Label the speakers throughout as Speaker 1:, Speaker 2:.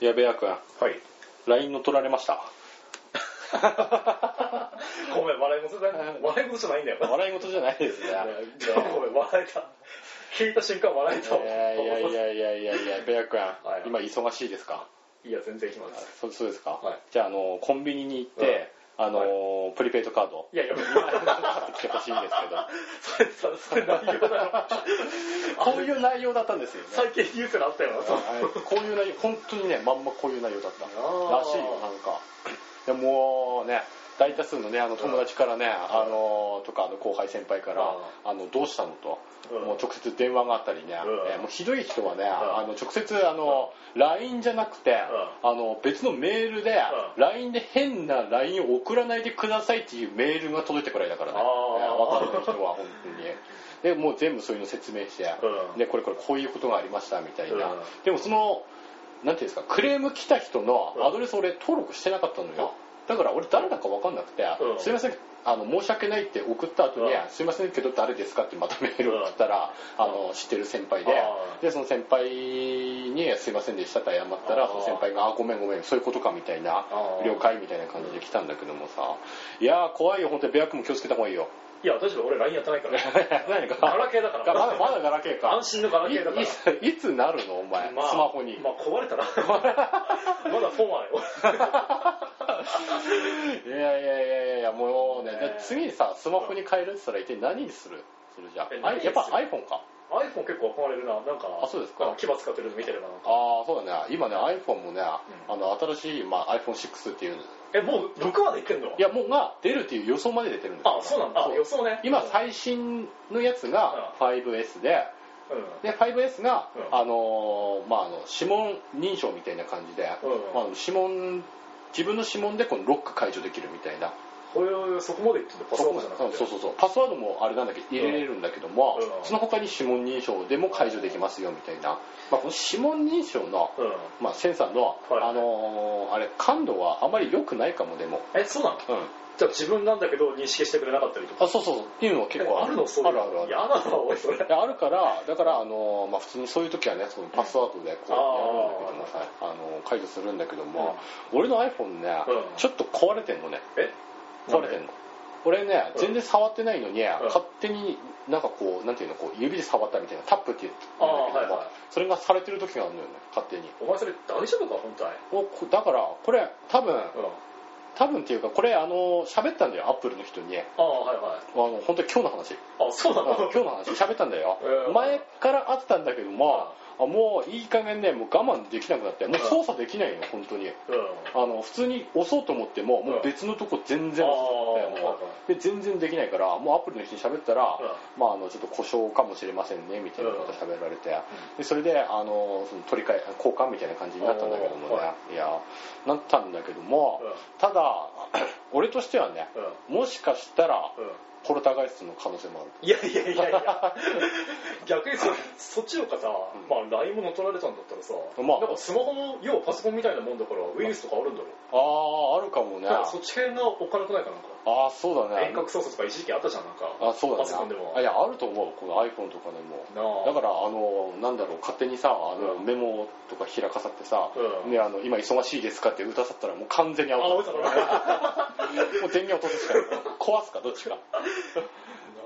Speaker 1: やべやくん、
Speaker 2: はい。
Speaker 1: LINE の取られました。
Speaker 2: ごめん、笑い事じゃない。笑い事じゃないんだよ。
Speaker 1: 笑い事じゃないですね。
Speaker 2: ごめん、笑えた。聞いた瞬間笑え
Speaker 1: い
Speaker 2: たわ。
Speaker 1: やいやいやいやいやいや、やべやくん、
Speaker 2: い
Speaker 1: 今忙しいですか
Speaker 2: いや全然暇です。
Speaker 1: そうそうですか、
Speaker 2: はい
Speaker 1: じゃあ、あの、コンビニに行って、あの、プリペイトカード。
Speaker 2: いやいや、
Speaker 1: 買ってきてほしいんです
Speaker 2: それさ、それ内容だろ。
Speaker 1: けどこういう内容だったんですよね
Speaker 2: 最近ニュースであったよな、そ
Speaker 1: はいこういう内容本当にねまんまこういう内容だったら
Speaker 2: あー
Speaker 1: しいよなんかでもうね大多数のねあの友達からね、あのとかあの後輩先輩から「あのどうしたの?」と、
Speaker 2: うん
Speaker 1: もう直接電話があったりね、
Speaker 2: うん
Speaker 1: えもうひどい人はね、
Speaker 2: ん
Speaker 1: あの直接あの、LINE じゃなくて、あの別のメールで、
Speaker 2: う
Speaker 1: LINE で変な LINE を送らないでくださいっていうメールが届いてくらいだからね
Speaker 2: あー
Speaker 1: え分かんない人は本当にでもう全部そういうの説明して、
Speaker 2: うん
Speaker 1: でこれこれこういうことがありましたみたいな、
Speaker 2: うん
Speaker 1: でもそのなんていうんですかクレーム来た人のアドレス俺登録してなかったのよ、だから俺誰だか分かんなくて、
Speaker 2: うん
Speaker 1: すいませんあの申し訳ないって送った後に、
Speaker 2: うん
Speaker 1: すいませんけど誰ですかってまたメールを送ったら、あの知ってる先輩で、
Speaker 2: あー
Speaker 1: でその先輩に「すいませんでした」って謝った
Speaker 2: あ
Speaker 1: ら
Speaker 2: ー
Speaker 1: その先輩が「あごめんごめんそういうことか」みたいな
Speaker 2: あー
Speaker 1: 了解みたいな感じで来たんだけどもさいやー怖いよ本当にベア君も気をつけた方が いいよ
Speaker 2: う。いや、私俺 LINE やってないから。
Speaker 1: 何か
Speaker 2: ガラケーだか
Speaker 1: まだ
Speaker 2: ら。
Speaker 1: まだガラケーか
Speaker 2: 安心のガラケーだから。
Speaker 1: いいいつなるのお前、
Speaker 2: まあ
Speaker 1: スマホに、
Speaker 2: まあ壊れたら。まだフォーマーよ。
Speaker 1: いやいやいやいやいやもうね、
Speaker 2: ね
Speaker 1: で次にさスマホに変えるって言ったら一体何にするそれじゃ
Speaker 2: え
Speaker 1: ああ
Speaker 2: 何に
Speaker 1: やっぱ
Speaker 2: する
Speaker 1: iPhone か
Speaker 2: iPhone 結構憧れるな。なんか、
Speaker 1: あそうですか
Speaker 2: なん牙使ってるの見てればなんか。
Speaker 1: ああそうだね今ね iPhone もね、あの新しい、まあ、iPhone6 っていう
Speaker 2: え、もう6までいってんの
Speaker 1: いやもうが出るっていう予想まで出てるんですよ
Speaker 2: あ、そうなんだ。あ予想ね。
Speaker 1: 今
Speaker 2: うん
Speaker 1: 最新のやつが 5S で
Speaker 2: うん。
Speaker 1: で 5S が、
Speaker 2: うん
Speaker 1: あのーまああの指紋認証みたいな感じで、
Speaker 2: うん
Speaker 1: まあ、指紋自分の指紋でこのロック解除できるみたいな
Speaker 2: これそこまでいってんだ。パソコンじゃなくて。
Speaker 1: そうそうそうパスワードもあれなんだけど入れれるんだけども、
Speaker 2: うん
Speaker 1: その他に指紋認証でも解除できますよみたいな、まあ、この指紋認証の、
Speaker 2: う
Speaker 1: まあ、センサーの、
Speaker 2: はい
Speaker 1: あのーあれ感度はあまり良くないかもでも、
Speaker 2: ん。え、そうなの
Speaker 1: うん、
Speaker 2: じゃあ自分なんだけど認識してくれなかったりとか。
Speaker 1: あそうそうそうっていうのは結構
Speaker 2: あるのそうい
Speaker 1: あ
Speaker 2: う
Speaker 1: るあるある
Speaker 2: 嫌だな、おい、それ。
Speaker 1: であるからだから、あのまあ、普通にそういう時はねそのパスワードでこうやるんだけどもさ、あの解除するんだけども、俺の iPhone ね、
Speaker 2: うん
Speaker 1: ちょっと壊れてんのね
Speaker 2: え
Speaker 1: 壊れてんの、俺ね
Speaker 2: うん
Speaker 1: 全然触ってないのに、勝手になんかこうなんていうのこう指で触ったみたいなタップって言うんだけども、
Speaker 2: あーはいはい
Speaker 1: それがされてる時があるのよね勝手に
Speaker 2: お前それ大丈夫か、本体。
Speaker 1: おこだからこれ多分
Speaker 2: うん。あ
Speaker 1: 多分っていうかこれあの喋ったんだよアップルの人にあ
Speaker 2: あ、はいはい。
Speaker 1: の本当に今日の話
Speaker 2: あ、そうな
Speaker 1: あ
Speaker 2: の
Speaker 1: 今日の話喋ったんだよ、
Speaker 2: うん
Speaker 1: 前からあったんだけども、あもういい加減ねもう我慢できなくなってもう操作できないの本当に
Speaker 2: うん。
Speaker 1: あの普通に押そうと思ってももう別のとこ全然押せなくても
Speaker 2: あー
Speaker 1: うで全然できないからもうアプリの人に喋ったら、
Speaker 2: う
Speaker 1: まあ、あのちょっと故障かもしれませんねみたいなこと喋られて、でそれであのその取り替え交換みたいな感じになったんだけどもね、、
Speaker 2: あーはい
Speaker 1: やなったんだけども、
Speaker 2: うん
Speaker 1: ただ 俺としてはね
Speaker 2: うん。
Speaker 1: もしかしたら
Speaker 2: うん。
Speaker 1: ポルターガイストの可能性もある
Speaker 2: いやいやいや いや逆にそそっちよかさ、まあ LINE も乗っ取られたんだったらさ、
Speaker 1: まあ
Speaker 2: なんかスマホも要はパソコンみたいなもんだからウイルスとかあるんだろ
Speaker 1: あああるかもね
Speaker 2: だからそっち系がおっかなくないかなんか
Speaker 1: ああそうだね
Speaker 2: 遠隔操作とか一時期あったじゃんなんか
Speaker 1: あそうだね
Speaker 2: パソコンでも
Speaker 1: あいやあると思うこの iPhone とかでも
Speaker 2: なあ
Speaker 1: だからあのなんだろう勝手にさあの、
Speaker 2: うん
Speaker 1: メモとか開かさってさ、
Speaker 2: うん
Speaker 1: ね、あの今忙しいですかって歌さったらもう完全にアウ
Speaker 2: あ
Speaker 1: ト
Speaker 2: 青いだろな
Speaker 1: もう電源落とすしかない壊すかどっちか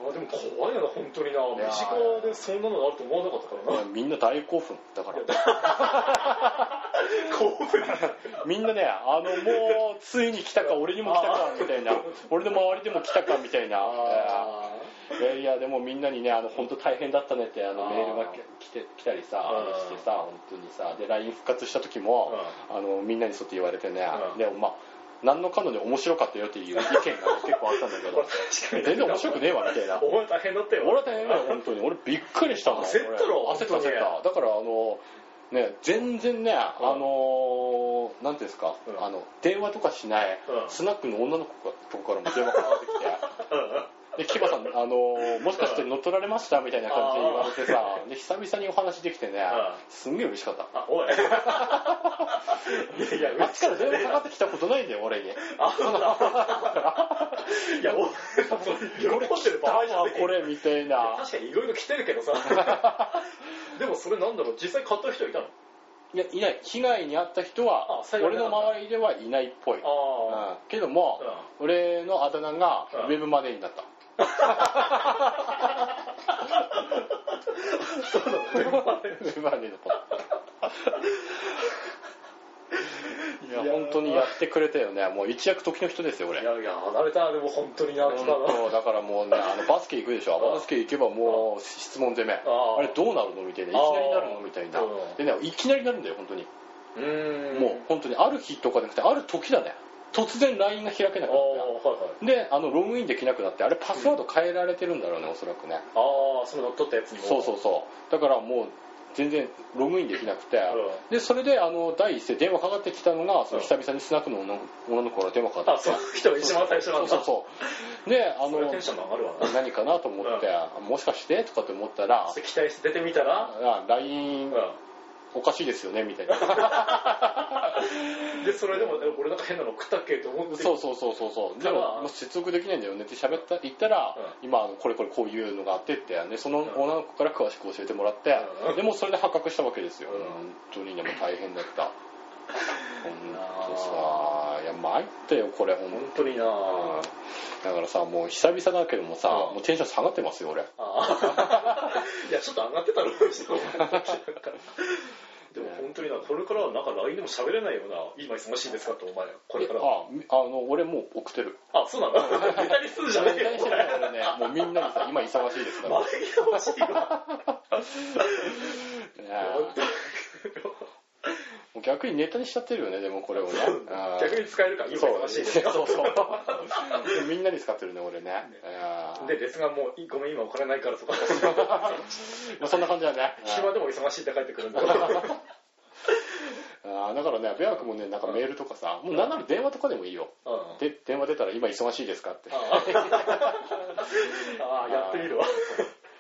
Speaker 2: あでも怖いよな本当にない
Speaker 1: や
Speaker 2: 身近でそんなのがあると思わなかったから
Speaker 1: い
Speaker 2: な
Speaker 1: やみんな大興奮だから
Speaker 2: 興奮
Speaker 1: みんなねあのもうついに来たか俺にも来たかみたいな俺の周りでも来たかみたいな
Speaker 2: あ
Speaker 1: いやいやでもみんなにねあの本当大変だったねってあの
Speaker 2: あー
Speaker 1: メールが来て来たりさ
Speaker 2: う
Speaker 1: し
Speaker 2: ん
Speaker 1: てさ本当にさで LINE 復活した時もあのみんなにそうやって言われてね
Speaker 2: うん
Speaker 1: でもまあ何のかので面白かったよっていう意見が 結構あったんだけ
Speaker 2: ー
Speaker 1: ど
Speaker 2: 確かに
Speaker 1: 全然面白くねえわみたい な
Speaker 2: お前大変だったよ
Speaker 1: 俺は大変だよ本当に俺びっくりしたもん
Speaker 2: 焦ったろ
Speaker 1: 俺焦った焦
Speaker 2: 本当
Speaker 1: っ
Speaker 2: に
Speaker 1: ただからあのね全然ねあ
Speaker 2: うん
Speaker 1: のなんていうんですか
Speaker 2: うん
Speaker 1: あの電話とかしない
Speaker 2: うん
Speaker 1: スナックの女の子とかからも電話かかってきてで、キバさん、あのーもしかして乗っ取られましたみたいな感じで言われてさ、で、久々にお話できてね
Speaker 2: う、
Speaker 1: すんげえ嬉しかった。
Speaker 2: あおいいやいや
Speaker 1: あっちから電話かかってきたことないんだよ、俺に。
Speaker 2: あ、そうだ。いや、俺、喜んでる場合じゃ
Speaker 1: あ
Speaker 2: ない。
Speaker 1: これ、みたいな。
Speaker 2: 確かにいろいろ来てるけどさ。でもそれなんだろう、実際買った人いたの
Speaker 1: いやいない被害に遭った人は
Speaker 2: あ幸い
Speaker 1: 俺
Speaker 2: なか
Speaker 1: の
Speaker 2: った
Speaker 1: 周りではいないっぽい、う
Speaker 2: あ
Speaker 1: んけども、俺のあだ名が
Speaker 2: うん
Speaker 1: ウェブマネーになった、
Speaker 2: あそうだね
Speaker 1: ウェブマネーだ ったいや
Speaker 2: いや
Speaker 1: 本当にやってくれたよねもう一躍時の人ですよ俺
Speaker 2: いやいや離れたでも本当にな来たな
Speaker 1: 本当だからもうねあのバスケ行くでしょ
Speaker 2: うん
Speaker 1: バスケ行けばもう質問攻め
Speaker 2: あ
Speaker 1: あれどうなるのみたいないきなりなるのみたいな
Speaker 2: うん
Speaker 1: でねいきなりなるんだよ本当に
Speaker 2: うーん
Speaker 1: もう本当にある日とかじゃなくてある時だね突然 LINE が開けな
Speaker 2: あ
Speaker 1: くなっ
Speaker 2: あはいはい
Speaker 1: たであのログインできなくなってあれパスワード変えられてるんだろうねおそらくね
Speaker 2: ああその乗っ取ったやつにも
Speaker 1: そうそうそうだからもう全然ログインできなくて
Speaker 2: う
Speaker 1: でそれであの第一声電話かかってきたのがその久々にスナックの女の子から電話かかっ
Speaker 2: あ
Speaker 1: てき
Speaker 2: そ
Speaker 1: て
Speaker 2: の人が一番最初なん
Speaker 1: そう
Speaker 2: だ
Speaker 1: そうそうであ
Speaker 2: それ
Speaker 1: の
Speaker 2: テンションが上がるわな
Speaker 1: 何かなと思って、もしかしてとかって思ったら
Speaker 2: そ、して期待して出てみたら
Speaker 1: あ LINE
Speaker 2: う
Speaker 1: おかしいですよねみた いな。
Speaker 2: んでそれでもでも俺なんか変なの食ったっけと思って
Speaker 1: そうそうそうそうそう。で
Speaker 2: ただ
Speaker 1: も、もう接続できないんだよねって喋った、言ったら、今、あのこれこれこういうのがあってって、ね、その
Speaker 2: ん
Speaker 1: 女の子から詳しく教えてもらって
Speaker 2: う、ん
Speaker 1: でもうそれで発覚したわけですよ。
Speaker 2: うん
Speaker 1: 本当にね、もう大変だった。本当
Speaker 2: あ
Speaker 1: さ、いや、参ったよ、これ、本当に
Speaker 2: 本当になあ
Speaker 1: だからさ、もう久々だけどもさ、
Speaker 2: うん
Speaker 1: もうテンション下がってますよ、俺。
Speaker 2: あ ーいやちょっと上がってたろこの人でも本当になこれからはなんか LINE でも喋れないような今忙しいんですかってお前これからは
Speaker 1: あ、あの、俺もう送ってる。
Speaker 2: あそうなんだネタにす るじゃねえよお前
Speaker 1: 俺ね、もうみんなにさ、今忙しい ですから。
Speaker 2: 紛らわしいわ
Speaker 1: いやーもう逆にネタにしちゃってるよね、でもこれをね。あー
Speaker 2: 逆に使えるから今
Speaker 1: そう
Speaker 2: 忙しいですか
Speaker 1: そうそう。 みんなに使ってるね、俺ね。あー
Speaker 2: でですがもういごめん今お金ないからとか
Speaker 1: まあ、そんな感じだね。
Speaker 2: 暇でも忙しいって帰ってくるんだ
Speaker 1: あーだからね、ベア君もね、なんかメールとかさ、もうなんなら電話とかでもいいよ。
Speaker 2: うん
Speaker 1: で電話出たら今忙しいですかって。
Speaker 2: ああーやってみるわ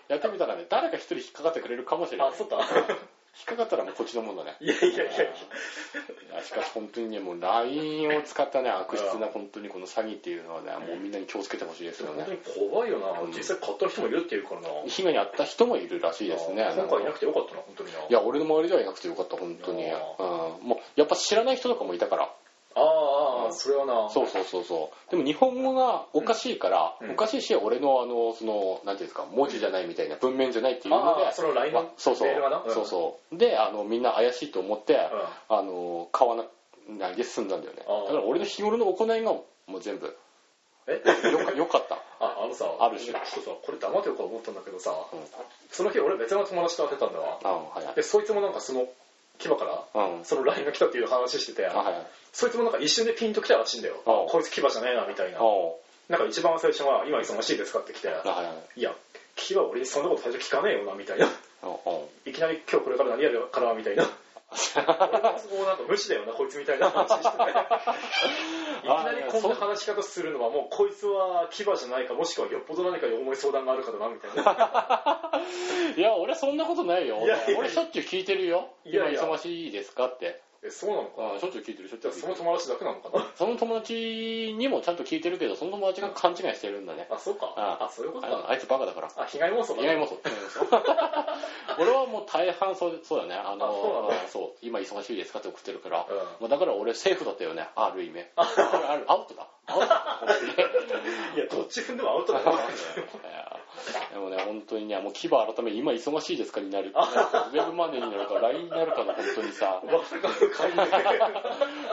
Speaker 1: やってみたらね、誰か一人引っかかってくれるかもしれない。
Speaker 2: あそっか
Speaker 1: 引っかかったらもうこっちのもんだね。
Speaker 2: いやいやいやいや
Speaker 1: いやしかし本当にねもう LINE を使ったね悪質な本当にこの詐欺っていうのはねもうみんなに気をつけてほしいですよね
Speaker 2: 本当に怖いよな実際買った人もいるっていうからな
Speaker 1: 被害に遭った人もいるらしいですね
Speaker 2: 今回いな
Speaker 1: く
Speaker 2: くてよかったな本当にない
Speaker 1: や俺の周りではいなくてよかった本当に、
Speaker 2: いや
Speaker 1: うん、もうやっぱ知らない人とかもいたから
Speaker 2: あーあーそれはな
Speaker 1: そうそうそうそうでも日本語がおかしいから、
Speaker 2: うん
Speaker 1: おかしいし俺のあのそのなんていうんですか文字じゃないみたいな文面じゃないっていうの
Speaker 2: あ
Speaker 1: で
Speaker 2: ーその LINE の
Speaker 1: わそうそう
Speaker 2: メールがなうん
Speaker 1: そうそうであのみんな怪しいと思って、あの買わなないで済んだんだよね
Speaker 2: あー
Speaker 1: だから俺の日頃の行いがもう全部
Speaker 2: え
Speaker 1: よかよかった
Speaker 2: ああのさ
Speaker 1: ある種
Speaker 2: ちょっとさこれ黙ってようか思ったんだけどさ
Speaker 1: うん
Speaker 2: その日俺別の友達と会ってたんだわ
Speaker 1: あはい
Speaker 2: でそいつもなんかその牙から
Speaker 1: うん
Speaker 2: その LINE が来たっていう話してて
Speaker 1: あはい
Speaker 2: そいつもなんか一瞬でピンと来たらしいんだよ
Speaker 1: ああ
Speaker 2: こいつ牙じゃねえなみたいな
Speaker 1: あお
Speaker 2: なんか一番最初は「今忙しいですか?」って来て
Speaker 1: あはいはい
Speaker 2: 「いや牙は俺にそんなこと最初聞かねえよな」みたいな「
Speaker 1: あお
Speaker 2: いきなり今日これから何やるから」みた いな俺の都合なんか無視だよなこいつみたいな話してていきなりこんな話し方するのはもうこいつは牙じゃないかもしくはよっぽど何か重い相談があるからなみたい な
Speaker 1: いや俺そんなことないよ
Speaker 2: いやいやいや
Speaker 1: 俺しょっちゅう聞いてるよ
Speaker 2: いやいや
Speaker 1: 今忙しいですかって
Speaker 2: えそうなのか
Speaker 1: うんしょっちゅう聞いてるしょっち
Speaker 2: じ
Speaker 1: ゅ
Speaker 2: ゃ
Speaker 1: う
Speaker 2: あ
Speaker 1: 聞いて
Speaker 2: その
Speaker 1: る
Speaker 2: 友達だけなのかな
Speaker 1: その友達にもちゃんと聞いてるけどその友達が勘違いしてるんだね
Speaker 2: あそうか
Speaker 1: ああ
Speaker 2: あそういうこと
Speaker 1: あ
Speaker 2: か
Speaker 1: あいつバカだから
Speaker 2: あ被害妄想だ
Speaker 1: 意外 もそう俺はもう大半そうそうだねあの
Speaker 2: あそうなんだ
Speaker 1: そう今忙しいですかって送ってるから
Speaker 2: うん
Speaker 1: もうだから俺セーフだったよねある意味あるあるアウトだアウト だ本当に
Speaker 2: いやどっち踏んでもアウトだよ
Speaker 1: でもね、本当にね、もう牙改め、今忙しいですかになる。ウェブマネーになるか、LINE になるかの、本当に さ、
Speaker 2: まさかの 会議で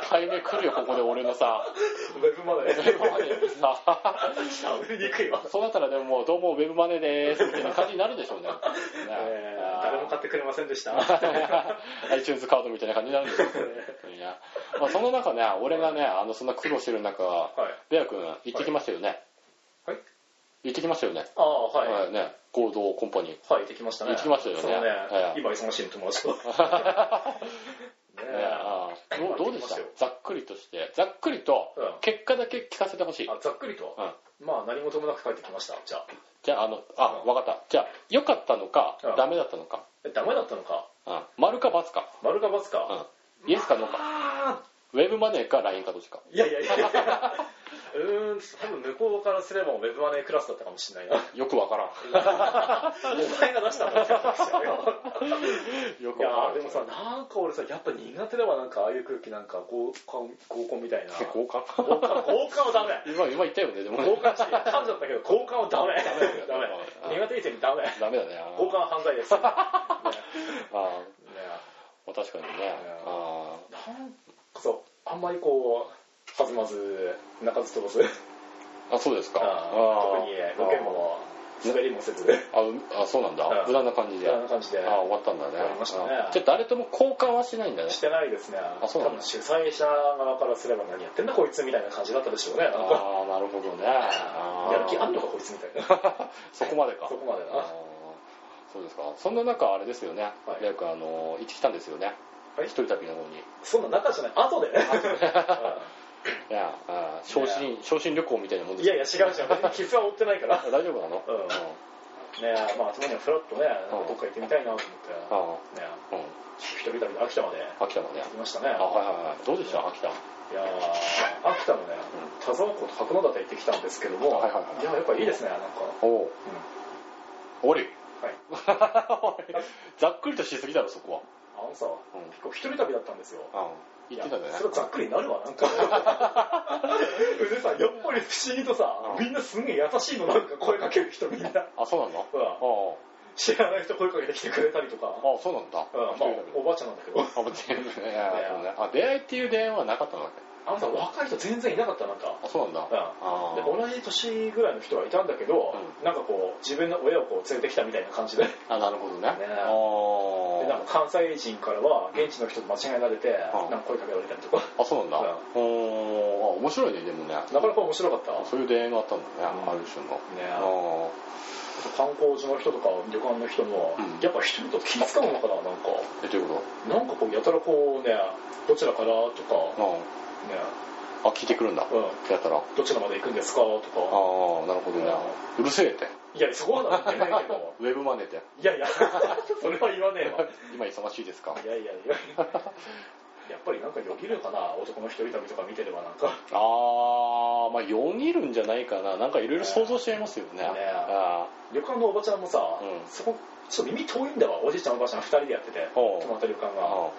Speaker 1: 解明来るよ、ここで俺のさ、
Speaker 2: ウェブまで
Speaker 1: ウェブマネーにさ、
Speaker 2: 喋りにくいわ、
Speaker 1: そうなったらでももう、どうもウェブマネーでーす、みたいな感じになるでしょうね。ね
Speaker 2: えー 誰も買ってくれませんでした
Speaker 1: iTunes カードみたいな感じになるんですよ。いやまあ、その中ね、俺がね、あの、そんな苦労してる中、レア君、行ってきましたよね。
Speaker 2: はい
Speaker 1: 行ってきましたよね。
Speaker 2: ああはいはい、
Speaker 1: はいね、合同コンパニー。
Speaker 2: 行ってきましたね
Speaker 1: 行ってきましたよね
Speaker 2: そのね、
Speaker 1: ええ
Speaker 2: 今忙しいの友 達とねえ
Speaker 1: ああどうどうでした
Speaker 2: 聞きますよ
Speaker 1: ざっくりとしてざっくりと
Speaker 2: うん
Speaker 1: 結果だけ聞かせてほしい、
Speaker 2: あざっくりと
Speaker 1: うん
Speaker 2: まあ何事もなく帰ってきましたじゃあ
Speaker 1: じゃああのあ
Speaker 2: うん
Speaker 1: 分かったじゃあ良かったのか、
Speaker 2: うん
Speaker 1: ダメだったのか、
Speaker 2: えダメだったのか
Speaker 1: うん、丸か×か、
Speaker 2: 丸か×
Speaker 1: う
Speaker 2: か、
Speaker 1: ん、イエスかノーか
Speaker 2: あ
Speaker 1: ウェブマネーか LINE かどっちか
Speaker 2: ーいやいやいやうーん、多分向こうからすればウェブマネークラスだったかもしれないな。
Speaker 1: よくわからん。
Speaker 2: お前が出したんだって話だよ。
Speaker 1: よ
Speaker 2: い
Speaker 1: く
Speaker 2: や
Speaker 1: わからん。
Speaker 2: ーでもさ、なんか俺さ、やっぱ苦手だわ、なんかああいう空気、なんか合コン、合コンみたいな。
Speaker 1: 合格
Speaker 2: 合コン合コンはダメ。
Speaker 1: 今、今言ったよね、でもね。
Speaker 2: 合コンして、噛んじゃったけど、合コンはダメ。ダメ。苦手意見ダメ。
Speaker 1: ダメだね。あ
Speaker 2: 合コンは犯罪です。ね
Speaker 1: あ
Speaker 2: ね
Speaker 1: まあ確かにね。あ
Speaker 2: なんかさ、あんまりこう、弾まず、泣かず飛ばず。
Speaker 1: ああ、そうですか。ああ
Speaker 2: 特に、ロケも、滑りもせず。
Speaker 1: あうあ、そうなんだ。
Speaker 2: うん
Speaker 1: 無駄な感じ
Speaker 2: み
Speaker 1: で。
Speaker 2: たい
Speaker 1: あ
Speaker 2: な感じで。
Speaker 1: 終わったんだね。
Speaker 2: 終わりましたね
Speaker 1: あじゃあ誰とも交換はしないんだね。
Speaker 2: してないですね。
Speaker 1: あそう
Speaker 2: 多
Speaker 1: なんだ
Speaker 2: 分主催者側からすれば何やってんだこいつみたいな感じだったでしょうね。なんか、
Speaker 1: ああ、なるほどね。ああ
Speaker 2: やる気あんのかこいつみたいな。
Speaker 1: そこまでか。
Speaker 2: そこまで
Speaker 1: ああ
Speaker 2: な。
Speaker 1: そうですか。そんな中、あれですよね。
Speaker 2: はい
Speaker 1: よくあの、行ってきたんですよね。
Speaker 2: はい
Speaker 1: 一人旅なのに。ね
Speaker 2: そんな中じゃない。後でね。
Speaker 1: ああ昇進、昇進旅行みたいなもん
Speaker 2: うん
Speaker 1: で
Speaker 2: い
Speaker 1: す
Speaker 2: や
Speaker 1: よ
Speaker 2: いや、違う違う。傷は負ってないから。ね
Speaker 1: 大丈夫なの
Speaker 2: うんまあ、たまにはフラッとね、どっか行ってみたいなと思って。
Speaker 1: あ
Speaker 2: ね
Speaker 1: あ、うん。
Speaker 2: 一人旅で秋田まで
Speaker 1: 秋田まで。
Speaker 2: 行きましたね。いや
Speaker 1: あ、はいはいはい。どうでした秋田。
Speaker 2: ー秋田のね、田沢湖と白馬館行ってきたんですけども、
Speaker 1: はいはいはい
Speaker 2: や、やっぱいいですね、なんか。
Speaker 1: おお。
Speaker 2: うん
Speaker 1: 終わり。
Speaker 2: はい。
Speaker 1: ざっくりとしすぎだろ、そこは。
Speaker 2: あのさ、
Speaker 1: うん
Speaker 2: 結構一人旅だったんですよ。
Speaker 1: あ言ってたじゃない
Speaker 2: やそれはざっくりになるわ、なん か。でさ、やっぱり不思議とさ
Speaker 1: う、ん
Speaker 2: みんなすんげえ優しいの、なんか声かける人みんな。
Speaker 1: あ、そうなの
Speaker 2: うん
Speaker 1: あ
Speaker 2: 知らない人声かけてきてくれたりと
Speaker 1: あ、
Speaker 2: か。
Speaker 1: あそうなんだ。
Speaker 2: うんまあ、おばあちゃんなんだけど。
Speaker 1: あ、もう全部ね。いやそうねあ、出会いっていう出会いはなかったのだっけ
Speaker 2: あのさ、若い人全然いなかった、なんか。
Speaker 1: あ、そうなんだ。あ
Speaker 2: うんで同じ年ぐらいの人はいたんだけど、なんかこう自分の親をこう連れてきたみたいな感じで
Speaker 1: あ。あ、なるほどね。あ
Speaker 2: えでな
Speaker 1: あ
Speaker 2: んか関西人からは現地の人と間違えられて、
Speaker 1: うん
Speaker 2: なんか声かけられたりとか
Speaker 1: あ、そうなんだ。おお、あ面白いね、でもね。
Speaker 2: なかなか面白かった
Speaker 1: そういう出会いがあったんだね、
Speaker 2: う
Speaker 1: あ
Speaker 2: ん
Speaker 1: る種の。
Speaker 2: ね
Speaker 1: ああ。
Speaker 2: 観光地の人とか旅館の人も、
Speaker 1: うん
Speaker 2: やっぱ一人と気使うのかななんか
Speaker 1: え、どういうこ
Speaker 2: なんかこうやたらこうねどちらからとか、
Speaker 1: と
Speaker 2: ね
Speaker 1: ああ、聞いてくるんだ。
Speaker 2: う
Speaker 1: やったら。あ
Speaker 2: ん、どちらまで行くんですかと
Speaker 1: あ
Speaker 2: か、
Speaker 1: なるほどね。うるせえって。
Speaker 2: いやそこはなんて言えないけど
Speaker 1: ウェブマネーって。
Speaker 2: いやいやそれは言わねえわ
Speaker 1: 今忙しいですか
Speaker 2: いやいやいややっぱりなんかよぎるかな男の一人旅とか見てればなんか
Speaker 1: あー、まあ、よぎるんじゃないかな。なんかいろいろ想像しちゃいますよね。
Speaker 2: ね
Speaker 1: あ
Speaker 2: 旅館のおばちゃんもさ、
Speaker 1: うん
Speaker 2: そこちょっと耳遠いんだわおじいちゃんおばあちゃん2人でやってて
Speaker 1: おう
Speaker 2: 泊まった旅館
Speaker 1: ー
Speaker 2: が
Speaker 1: あ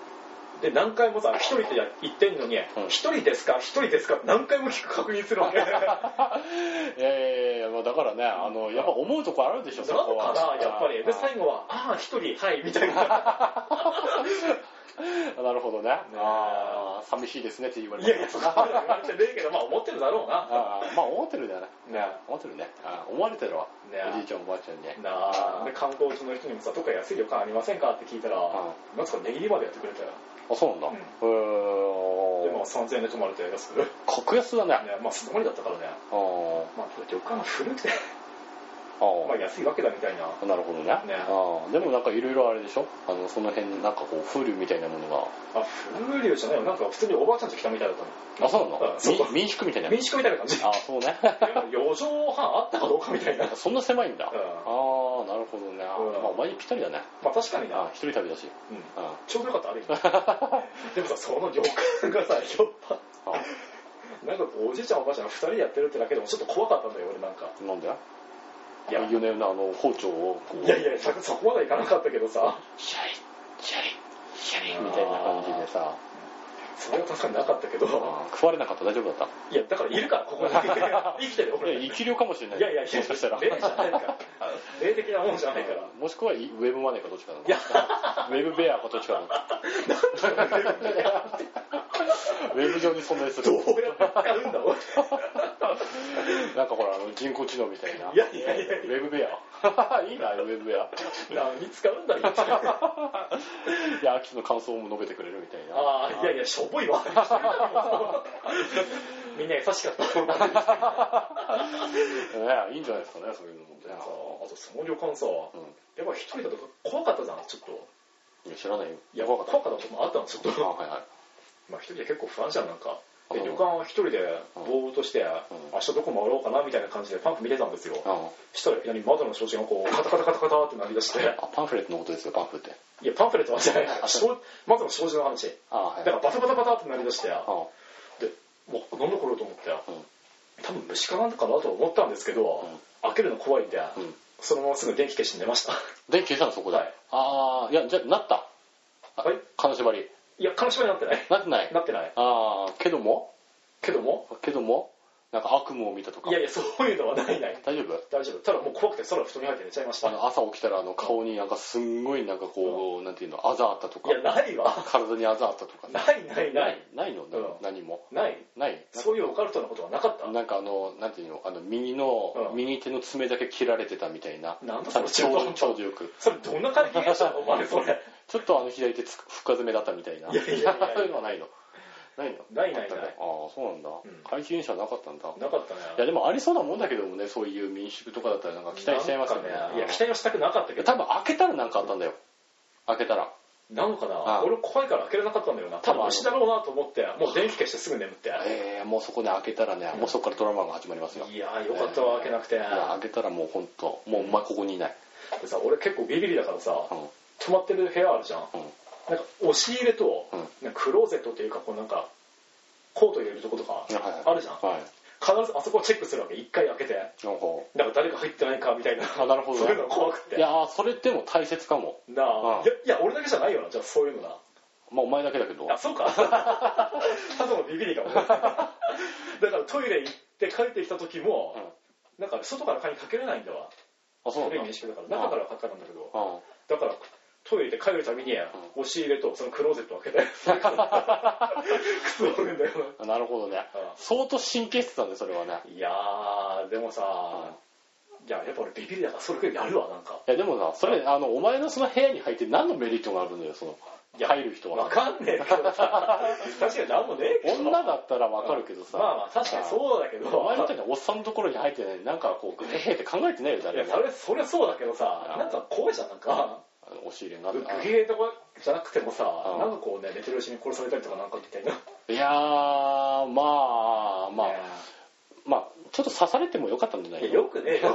Speaker 2: で何回もさ一人で言ってんのに
Speaker 1: ん
Speaker 2: 一、人ですか一人ですかって何回も聞く確認するわけ な
Speaker 1: ー。いやいやいやまあだからね、あの、やっぱ思うとこあるでしょ、そこ
Speaker 2: の
Speaker 1: は。
Speaker 2: かなやっぱりで
Speaker 1: あ
Speaker 2: 最後は「ああ一人はい」みたいな
Speaker 1: ーなるほどね。あー寂しいですねって言われ
Speaker 2: い
Speaker 1: て。
Speaker 2: やいやそこまでは言われてねえけどまあ思ってるだろう な
Speaker 1: あーまあ、思ってるじゃない。
Speaker 2: ね
Speaker 1: 思ってるね。あー思われてるわ。
Speaker 2: ね
Speaker 1: おじいちゃん、おばあちゃんに。
Speaker 2: なあで観光地の人にもさ「どっか安い旅館ありませんか?」って聞いたら
Speaker 1: う
Speaker 2: なんつうか値切りまでやってくれたよ
Speaker 1: あ、そうなんだ。
Speaker 2: うん
Speaker 1: へ
Speaker 2: で
Speaker 1: ー
Speaker 2: まあ3000円で泊まれて 安くね
Speaker 1: 格安だね。
Speaker 2: まあそこまでだったからね
Speaker 1: あー
Speaker 2: まあ旅館が古く て
Speaker 1: あー
Speaker 2: まあ安いわけだみたいな
Speaker 1: なるほどね
Speaker 2: ね
Speaker 1: ああでもなんかいろいろあれでしょあのその辺になんかこう風流みたいなものが
Speaker 2: あ、風流じゃないよ。なんか普通におばあちゃんと来たみたいだったの。
Speaker 1: あそうなの
Speaker 2: あそう
Speaker 1: み民宿みたいな
Speaker 2: 民宿みたいな感じ。
Speaker 1: ああそうね
Speaker 2: 4畳半あったかどうかみたいな。
Speaker 1: そんな狭いんだ、
Speaker 2: うん
Speaker 1: ああなるほどね、
Speaker 2: うん
Speaker 1: まあ、お前にぴったりだね
Speaker 2: まあ確かにな。
Speaker 1: ああ一人旅だし、
Speaker 2: うん
Speaker 1: うん、あ
Speaker 2: ちょうどよかった、あれ。 でもさ、その旅館がさ、やっぱ、なんかこうおじいちゃんおばあちゃん2人でやってるってだけでもちょっと怖かったんだよ、俺なんか。
Speaker 1: あなんだよ
Speaker 2: い
Speaker 1: い
Speaker 2: や
Speaker 1: や有名なあの包丁をこう
Speaker 2: いやいや、そそこまでいかなかったけどさ、
Speaker 1: シャリシャリシャリみたいな感じでさ
Speaker 2: それは確かになかったけど、
Speaker 1: ああ食われなかった大丈夫だっ
Speaker 2: いや、だからいるから、ここに。生きてるよ、
Speaker 1: たい
Speaker 2: 俺。
Speaker 1: や
Speaker 2: い
Speaker 1: 生き量かもしれない
Speaker 2: やいやいや、
Speaker 1: もしかしたら
Speaker 2: 霊じゃないから。霊的なもんじゃないから。
Speaker 1: もしくはウェブマネーかどっちかなの
Speaker 2: いや
Speaker 1: ウェブベアかどっちかなのウェブ上に存在する
Speaker 2: どうやって使うんだ、俺。
Speaker 1: なんかほらあの人工知能みたいない
Speaker 2: やいやいや
Speaker 1: ウェブベア いいなウェブベア
Speaker 2: 何使うんだろうってあ
Speaker 1: いや秋の感想も述べてくれるみたいな
Speaker 2: あいやいやしょぼいわみんな優しかったあ
Speaker 1: ねいいんじゃないですかねそういうのもね
Speaker 2: とその旅館さ
Speaker 1: うん
Speaker 2: やっぱ一人だと怖かったじゃんちょっと
Speaker 1: いや知らないよ
Speaker 2: いや
Speaker 1: 怖かった
Speaker 2: 怖かったこともあったのちょっ
Speaker 1: あ
Speaker 2: と
Speaker 1: はいはい
Speaker 2: まあ一人で結構不安じゃんなんかで
Speaker 1: うん
Speaker 2: 旅館は一人でぼーっとして
Speaker 1: ん
Speaker 2: 明日どこ回ろうかなみたいな感じでパンフ見てたんですよ
Speaker 1: あ
Speaker 2: したらいきなり窓の障子がこうカタカタカタカタって鳴り出して
Speaker 1: あパンフレットのことですよパンフって
Speaker 2: いやパンフレットはじゃない
Speaker 1: あ
Speaker 2: 障窓の障子の話
Speaker 1: あは
Speaker 2: だ
Speaker 1: い
Speaker 2: からバタバタバタって鳴り出して
Speaker 1: あ
Speaker 2: でうわなんだこれと思って、
Speaker 1: うん
Speaker 2: 多分虫かなんかだと思ったんですけど、開けるの怖いんで、
Speaker 1: うん
Speaker 2: そのまますぐ電気消して寝ました
Speaker 1: 電気消したのそこで、
Speaker 2: はい
Speaker 1: ああいやじゃあなったあ
Speaker 2: はい
Speaker 1: 金縛り
Speaker 2: いや悲しみになってない
Speaker 1: なってない
Speaker 2: なってない
Speaker 1: ああけども
Speaker 2: けども
Speaker 1: けどもなんか悪夢を見たとか
Speaker 2: いやいやそういうのはないない
Speaker 1: 大丈夫
Speaker 2: 大丈夫ただもう怖くて空布団に入って寝ちゃいました
Speaker 1: あの朝起きたらあの顔になんかすんごいなんかこう、なんていうのあざあったとか
Speaker 2: いやないわ
Speaker 1: 体にあざあったとか
Speaker 2: ないないない
Speaker 1: ないの、な
Speaker 2: うん
Speaker 1: 何も
Speaker 2: ない
Speaker 1: ない
Speaker 2: そういうオカルトなことはなかった
Speaker 1: なんかあのなんていうのあの右の、
Speaker 2: うん
Speaker 1: 右手の爪だけ切られてたみたいな
Speaker 2: なんだ
Speaker 1: ち
Speaker 2: そ
Speaker 1: ょ
Speaker 2: の
Speaker 1: うど
Speaker 2: 中途半端
Speaker 1: ちょうどよく
Speaker 2: それどんな感じでしたのお前それ
Speaker 1: ちょっとあの左手つ深爪だったみたいない
Speaker 2: やいやいやいや
Speaker 1: そういうのはないのないの
Speaker 2: ないない
Speaker 1: あったね
Speaker 2: ない
Speaker 1: ああそうなんだ、
Speaker 2: ん
Speaker 1: 怪奇現象はなかったんだ
Speaker 2: なかったね
Speaker 1: いやでもありそうなもんだけどもねそういう民宿とかだったらなんか期待しちゃいますよね
Speaker 2: なんかいや期待はしたくなかったけど
Speaker 1: 多分開けたらなんかあったんだよ開けたら
Speaker 2: なのか
Speaker 1: あ
Speaker 2: な俺怖いから開けれなかったんだよな多分虫だろうなと思ってもう電気消してすぐ眠って
Speaker 1: えー、もうそこね開けたらね、もうそこからドラマが始まりますよ
Speaker 2: いやーよかったわ開けなくて
Speaker 1: いや開けたらもう本当もうお前ここにいない、
Speaker 2: でさ俺結構ビビリだからさ
Speaker 1: うんうん、
Speaker 2: 泊まってる部屋あるじゃんなんか押し入れと
Speaker 1: うん
Speaker 2: なんかクローゼットっていうかこうなんかコート入れるとことか
Speaker 1: はいはい
Speaker 2: あるじゃん
Speaker 1: はい
Speaker 2: 必ずあそこをチェックするわけ一回開けて
Speaker 1: なんか
Speaker 2: なんか誰か入ってないかみたいな
Speaker 1: あなるほど
Speaker 2: そういうのが怖くて
Speaker 1: いやーそれでも大切かも
Speaker 2: なあ
Speaker 1: あ
Speaker 2: いやいや俺だけじゃないよなじゃあそういうのな
Speaker 1: まあお前だけだけど
Speaker 2: あそうか ただのビビリかもねだからトイレ行って帰ってきた時も、なんか外から鍵かけれないんだわ
Speaker 1: あそうな
Speaker 2: 古
Speaker 1: いんだ
Speaker 2: 民宿だから中からかけたんだけど
Speaker 1: うん
Speaker 2: だからトイレで帰るたびに押し入れとそのクローゼットを開けて靴を脱ぐんだよ
Speaker 1: あなるほどね
Speaker 2: ああ
Speaker 1: 相当神経質だねそれはね
Speaker 2: いやーでもさ、いややっぱ俺ビビリだからそれくらいやるわなんか
Speaker 1: いやでもさそれあのお前のその部屋に入って何のメリットがあるのよその
Speaker 2: いや
Speaker 1: 入る人
Speaker 2: わ
Speaker 1: は
Speaker 2: かんねえけどさ確かに何もねえけど
Speaker 1: 女だったらわかるけどさ、
Speaker 2: まあまあ確かにそうだけど
Speaker 1: お前みたいなおっさんのところに入ってねなんかこうグレーって考えてないよ
Speaker 2: い
Speaker 1: 誰
Speaker 2: や
Speaker 1: も
Speaker 2: それそれそうだけどさ
Speaker 1: あ
Speaker 2: なんか怖いじゃんなんか
Speaker 1: あの押し入れになって
Speaker 2: グゲーとかじゃなくてもさ
Speaker 1: うん
Speaker 2: なんかこうね寝てるうちに殺されたりとかなんかみたいない
Speaker 1: やーまあまあ、
Speaker 2: ね
Speaker 1: まあちょっと刺されてもよかったんじゃないい
Speaker 2: やよくねえよ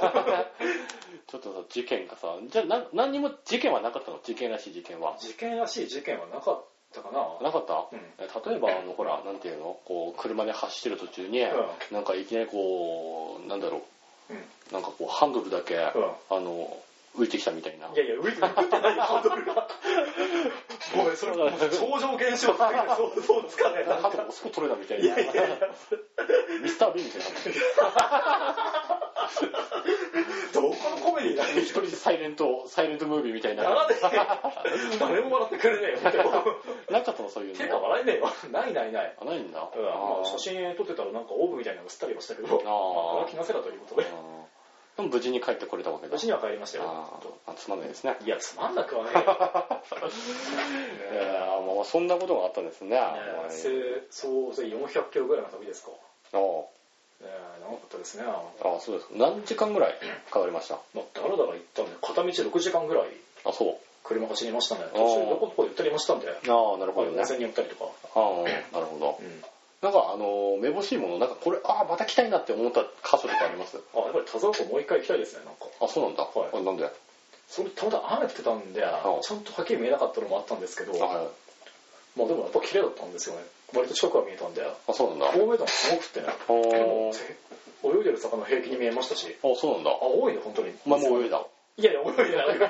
Speaker 1: ちょっとさ事件がさじゃあな何にも事件はなかったの事件らしい事件は
Speaker 2: 事件らしい事件はなかったかな
Speaker 1: なかった、
Speaker 2: うん
Speaker 1: え例えばあのほらなんていうのこう車で走ってる途中に、
Speaker 2: ん
Speaker 1: なんかいきなりこうなんだろ
Speaker 2: うん
Speaker 1: うなんかこうハンドルだけ、あ
Speaker 2: う
Speaker 1: の浮いてきたみたいない
Speaker 2: やいや浮いて浮いてないよハードルがごめんそれ超常現象だけど想像つかねえ
Speaker 1: ハンドル
Speaker 2: な
Speaker 1: 押すこと取れたみたい
Speaker 2: い
Speaker 1: な
Speaker 2: やいやいや
Speaker 1: ミスター・ビーンみたいな
Speaker 2: どこのコメディーだよ
Speaker 1: 一人でサイレントサイレントムービーみたいな
Speaker 2: やらねえ誰も笑ってくれねえよでも
Speaker 1: なかったのそういう
Speaker 2: てか
Speaker 1: の
Speaker 2: 笑えねえよないないない
Speaker 1: あないんだ、
Speaker 2: うんまあ写真撮ってたらなんかオーブみたいなのが映ったりはしたけど、まあ、これは気のせいだということ
Speaker 1: あ
Speaker 2: で、
Speaker 1: ーでも無事に帰ってこれたわけだ
Speaker 2: 無事には帰りましたよ。
Speaker 1: あーあつまんないですね
Speaker 2: いや、つまんなくはねえよ
Speaker 1: いやーまあまあそんなことがあったんですね
Speaker 2: ねえせそう、それ400キロぐらいの旅ですか。ね
Speaker 1: あー
Speaker 2: え長かったですね。ま
Speaker 1: あーそうです何時間ぐらいかかりました
Speaker 2: あ、だらだら行ったんで、片道6時間ぐらい
Speaker 1: あそう
Speaker 2: 車走りましたね。途中どこどこで寄ったりましたんで、
Speaker 1: ああなるほど
Speaker 2: 温
Speaker 1: ね
Speaker 2: 泉に寄ったりとか。
Speaker 1: ああなるほど
Speaker 2: うん
Speaker 1: なんかあのーめぼしいものなんかこれああまた来たいなって思った箇所とかあります
Speaker 2: あ、やっぱり田沢湖もう一回行きたいですね、なんか。
Speaker 1: あそうなんだ、
Speaker 2: はい
Speaker 1: あなんであ
Speaker 2: それたまたま雨降ってたんで、ち
Speaker 1: あ
Speaker 2: ゃんとはっきり見えなかったのもあったんですけど、
Speaker 1: はい
Speaker 2: まあでもやっぱ綺麗だったんですよね。割と近くが見えたんで、
Speaker 1: あそうなんだ
Speaker 2: 透明度がすごくってね。
Speaker 1: おー
Speaker 2: 泳いでる魚平気に見えましたし、
Speaker 1: あそうなんだ
Speaker 2: あ、多いね、本当に。
Speaker 1: お前もう泳いだ
Speaker 2: いやいや、泳いでない、泳いでない。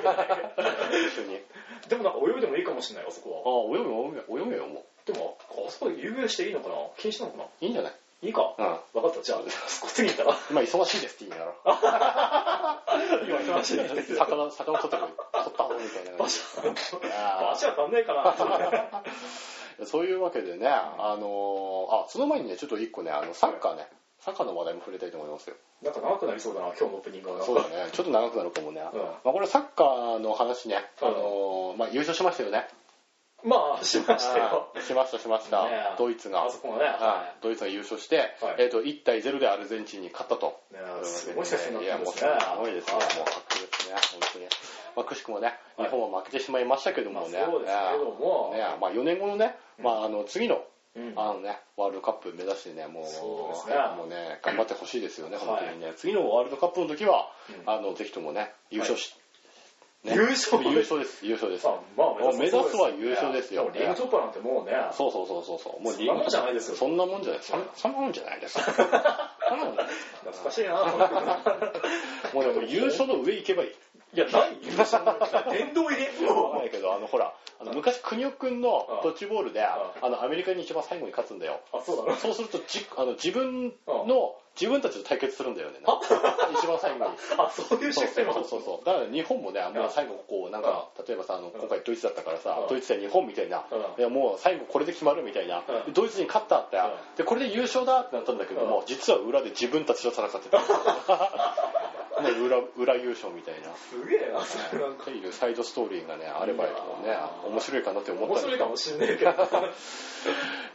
Speaker 1: 一緒に
Speaker 2: でもなんか泳いでもいいかもしれない、あそこ
Speaker 1: あ
Speaker 2: は。
Speaker 1: あ泳げ泳げ泳げよも
Speaker 2: でも、あそこで遊泳していいのかな禁止なのかな
Speaker 1: ういいんじゃない
Speaker 2: いいか。
Speaker 1: うん
Speaker 2: 分かった、じゃあ、そこ次行ったら。
Speaker 1: 今忙しいですって言いなが
Speaker 2: 今、忙しい
Speaker 1: ら魚魚取ってこい取った方みたいな
Speaker 2: 場所、
Speaker 1: あ
Speaker 2: 場所は足んねえかな。
Speaker 1: そういうわけでね、あのーあ、その前にね、ちょっと一個ね、あの、サッカーね、サッカーの話題も触れたいと思いますよ。
Speaker 2: なんか長くなりそうだな、今日のオープニングが。
Speaker 1: そうだ ね、ちょっと長くなるかもね。
Speaker 2: うん
Speaker 1: まあ、これサッカーの話ね、あのーまあ、優勝しましたよね。
Speaker 2: まあ、しま したよ。
Speaker 1: しました、しました
Speaker 2: ねえ。
Speaker 1: ドイツが
Speaker 2: あ。そこがね。
Speaker 1: はいドイツが優勝して、えっ、と、1対0でアルゼンチンに勝ったと。
Speaker 2: ねすごい接戦だ
Speaker 1: い
Speaker 2: っ
Speaker 1: や、
Speaker 2: たん
Speaker 1: も
Speaker 2: で
Speaker 1: う
Speaker 2: す
Speaker 1: す
Speaker 2: ね。
Speaker 1: ごいですね。もうかっこいいですね、本当に。まあ、くしくもね、
Speaker 2: はい
Speaker 1: 日本は負けてしまいましたけど
Speaker 2: まあ、
Speaker 1: も
Speaker 2: そ
Speaker 1: ね。
Speaker 2: うですけども。
Speaker 1: ねまあ、4年後のね、まあ、あの次の
Speaker 2: うん
Speaker 1: あのね、ワールドカップ目指してね、もう、
Speaker 2: そうですね
Speaker 1: もうね、頑張ってほしいですよね、
Speaker 2: はい
Speaker 1: 本当にね。次のワールドカップの時は、
Speaker 2: うん
Speaker 1: あの、ぜひともね、優勝し、ね
Speaker 2: 優勝
Speaker 1: 優勝です、優勝です。
Speaker 2: あまあ
Speaker 1: 目指すは優勝ですよ
Speaker 2: もうリングトップなんてもうね、
Speaker 1: そうそうそうそうそう。もう
Speaker 2: そんなもんじゃないですよ
Speaker 1: そんなもんじゃない。そんそんなもんじゃないです。そんなもんじゃない
Speaker 2: 懐かしいない
Speaker 1: もうでも優勝の上行けばいい。
Speaker 2: や、何優勝殿堂入り
Speaker 1: わかんないけど、あのほら、あの昔、邦夫君の
Speaker 2: うん
Speaker 1: ドッジボールで、あ
Speaker 2: う
Speaker 1: のアメリカに一番最後に勝つんだよ。
Speaker 2: あ、そうだな。
Speaker 1: そうするとじあの自分の、自分たちと対決するんだよね。一番最後に。
Speaker 2: あ、そういうシ
Speaker 1: そう
Speaker 2: ステム
Speaker 1: そうそうそうだから日本もねもう最後こうなんか例えばさあの今回ドイツだったからさ
Speaker 2: うん
Speaker 1: ドイツ対日本みたいな
Speaker 2: うん
Speaker 1: いやもう最後これで決まるみたいな
Speaker 2: うん
Speaker 1: ドイツに勝ったって
Speaker 2: う
Speaker 1: でこれで優勝だってなったんだけども
Speaker 2: うん
Speaker 1: 実は裏で自分たちと戦って たもう裏裏優勝みたいなっ
Speaker 2: すげえな、それなんか。
Speaker 1: ていうサイドストーリーがねあればいいとね面白いかなって思った
Speaker 2: 面
Speaker 1: んだけ
Speaker 2: 白いか
Speaker 1: ど
Speaker 2: もしんねえけ
Speaker 1: い
Speaker 2: ど。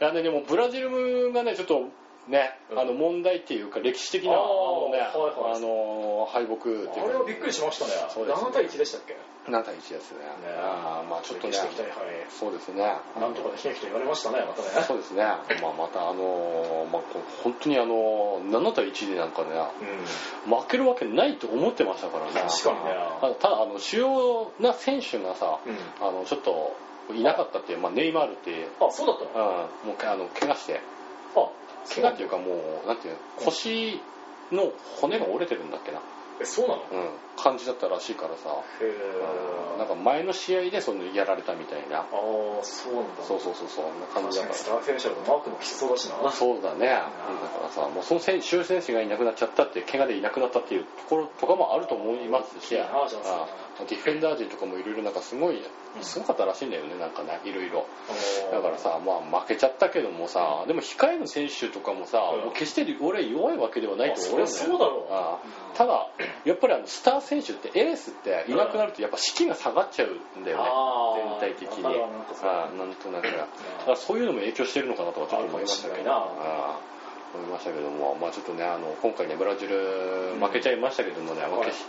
Speaker 1: やねでもブラジルがねちょっとね
Speaker 2: うん
Speaker 1: あの問題っていうか歴史的なあ
Speaker 2: あー
Speaker 1: のね
Speaker 2: はいはい
Speaker 1: あの敗北っていうか
Speaker 2: あれはびっくりしましたね。
Speaker 1: そうですね
Speaker 2: 7対1でしたっけ
Speaker 1: 7対1ですね。あーまあちょっとね
Speaker 2: 歴、史的大敗
Speaker 1: そうですね。
Speaker 2: なんとかできない人言われましたね、またね。
Speaker 1: そうですね。まあまたあのーまあこう本当にあのー7対1でなんかね、
Speaker 2: うん。
Speaker 1: 負けるわけないと思ってましたからね。
Speaker 2: 確かにね
Speaker 1: あのただあの主要な選手がさ、あのちょっといなかったっていう、まあネイマールっていう、
Speaker 2: あ、そうだった
Speaker 1: うん、
Speaker 2: の
Speaker 1: もうけあの怪我して、
Speaker 2: あ、
Speaker 1: 怪我っていうかもうなんていうの腰の骨が折れてるんだっけな、
Speaker 2: え、そうなの
Speaker 1: うん、感じだったらしいからさ、
Speaker 2: へ
Speaker 1: うん
Speaker 2: え。
Speaker 1: なんか前の試合でそのやられたみたいな。
Speaker 2: ああ、そうなんだ。
Speaker 1: そうそうそうそう、あんな感
Speaker 2: 確
Speaker 1: じだか
Speaker 2: かに
Speaker 1: ら
Speaker 2: ス。ター選手だとマークもきつそうだしな。
Speaker 1: まあそうだね。だからさ、もうその選手、周選手がいなくなっちゃったって、怪我でいなくなったっていうところとかもあると思いますし、
Speaker 2: いいなあじゃ
Speaker 1: あ
Speaker 2: あ
Speaker 1: ディフェンダー陣とかもいろいろなんかすごい、すごかったらしいんだよね、なんかね、いろいろ。だからさ、まあ負けちゃったけどもさ、でも控えの選手とかもさ、
Speaker 2: うん
Speaker 1: もう決して俺は弱いわけではないと思うんだよ
Speaker 2: あそりゃそうだろう
Speaker 1: ああただ、やっぱりあのスター選手って、エースっていなくなるとやっぱ士気が下がっちゃうんだよね。
Speaker 2: あ
Speaker 1: 全体的に
Speaker 2: あなんかそう
Speaker 1: ああなんとなくだからそういうのも影響してるのかなとはちょっと思いましたけど
Speaker 2: あるかもしれないな
Speaker 1: ああ思いましたけども、まあ、ちょっとねあの今回ねブラジル負けちゃいましたけどもね、まあ
Speaker 2: はい
Speaker 1: 決し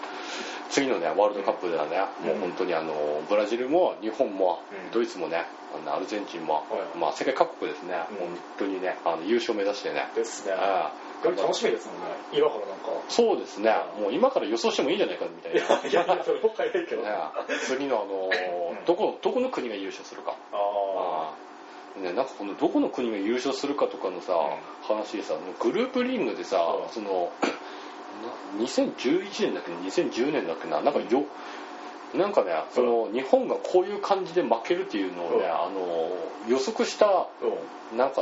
Speaker 1: 次のねワールドカップではね、
Speaker 2: うん
Speaker 1: もう本当にあのブラジルも日本も、
Speaker 2: うん
Speaker 1: ドイツもねあのアルゼンチンも、
Speaker 2: はい
Speaker 1: まあ、世界各国ですね、
Speaker 2: うん
Speaker 1: もう本当にねあの優勝目指してね、
Speaker 2: ですね。
Speaker 1: あ
Speaker 2: これ楽しみですもんね。今からなんか。
Speaker 1: そうですねもう今から予想してもいいんじゃないかみたいな。
Speaker 2: いやいや、それも早いけど。
Speaker 1: ね
Speaker 2: あ
Speaker 1: 次のあの
Speaker 2: うん
Speaker 1: どこどこの国が優勝するか
Speaker 2: あ。
Speaker 1: ああね、なんかこのどこの国が優勝するかとかのさ、
Speaker 2: う
Speaker 1: 話でさグループリングでさ、
Speaker 2: うん
Speaker 1: そのな2011年だっけ2010年だっけななんかよなんかねその日本がこういう感じで負けるっていうのをね、
Speaker 2: うん
Speaker 1: あの予測した
Speaker 2: うん。
Speaker 1: なんか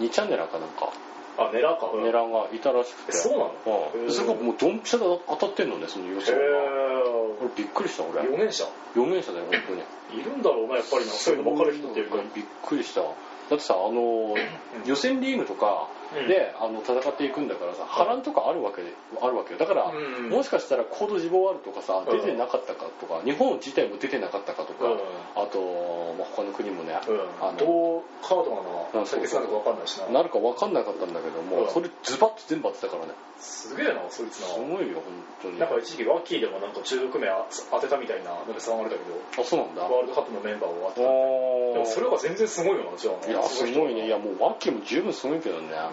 Speaker 1: 2チャンネルかなんか
Speaker 2: あ、狙うか。
Speaker 1: 狙
Speaker 2: う。
Speaker 1: がいたらしくて、
Speaker 2: え、そうなの
Speaker 1: うん、すごくもうドンピシャで当たってんのねその予
Speaker 2: へ
Speaker 1: 想がこ
Speaker 2: え。
Speaker 1: れびっくりした俺
Speaker 2: 4年者
Speaker 1: 4年生だよ本当に
Speaker 2: いるんだろうな、やっぱりな。そういうの分かる人っていうか。
Speaker 1: びっくりしただってさあの予選リーグとかで、あの戦っていくんだからさ波乱とかあるわけであるわけよだから、
Speaker 2: うん
Speaker 1: もしかしたらコード自暴あるとかさ
Speaker 2: うん
Speaker 1: 出てなかったかとか、日本自体も出てなかったかとか、
Speaker 2: うん
Speaker 1: あと、まあ、他の国もね、あ
Speaker 2: うん。
Speaker 1: の
Speaker 2: どうカードがな、対決なんか分かんないしな。
Speaker 1: なるか分かんなかったんだけども、
Speaker 2: うん
Speaker 1: それズバッと全部当てたからね
Speaker 2: すげえな、そいつ
Speaker 1: す
Speaker 2: な。
Speaker 1: ごいよ本当に
Speaker 2: なんか一時期ワッキーでもなんか16名当てたみたいななんか騒がれたけど
Speaker 1: あそうなんだ
Speaker 2: ワールドカップのメンバーを当てた
Speaker 1: お
Speaker 2: でもそれが全然すごいよなじゃあ
Speaker 1: いや、すごいね。いや、
Speaker 2: や
Speaker 1: もうワッキーも十分すごいけどね。あー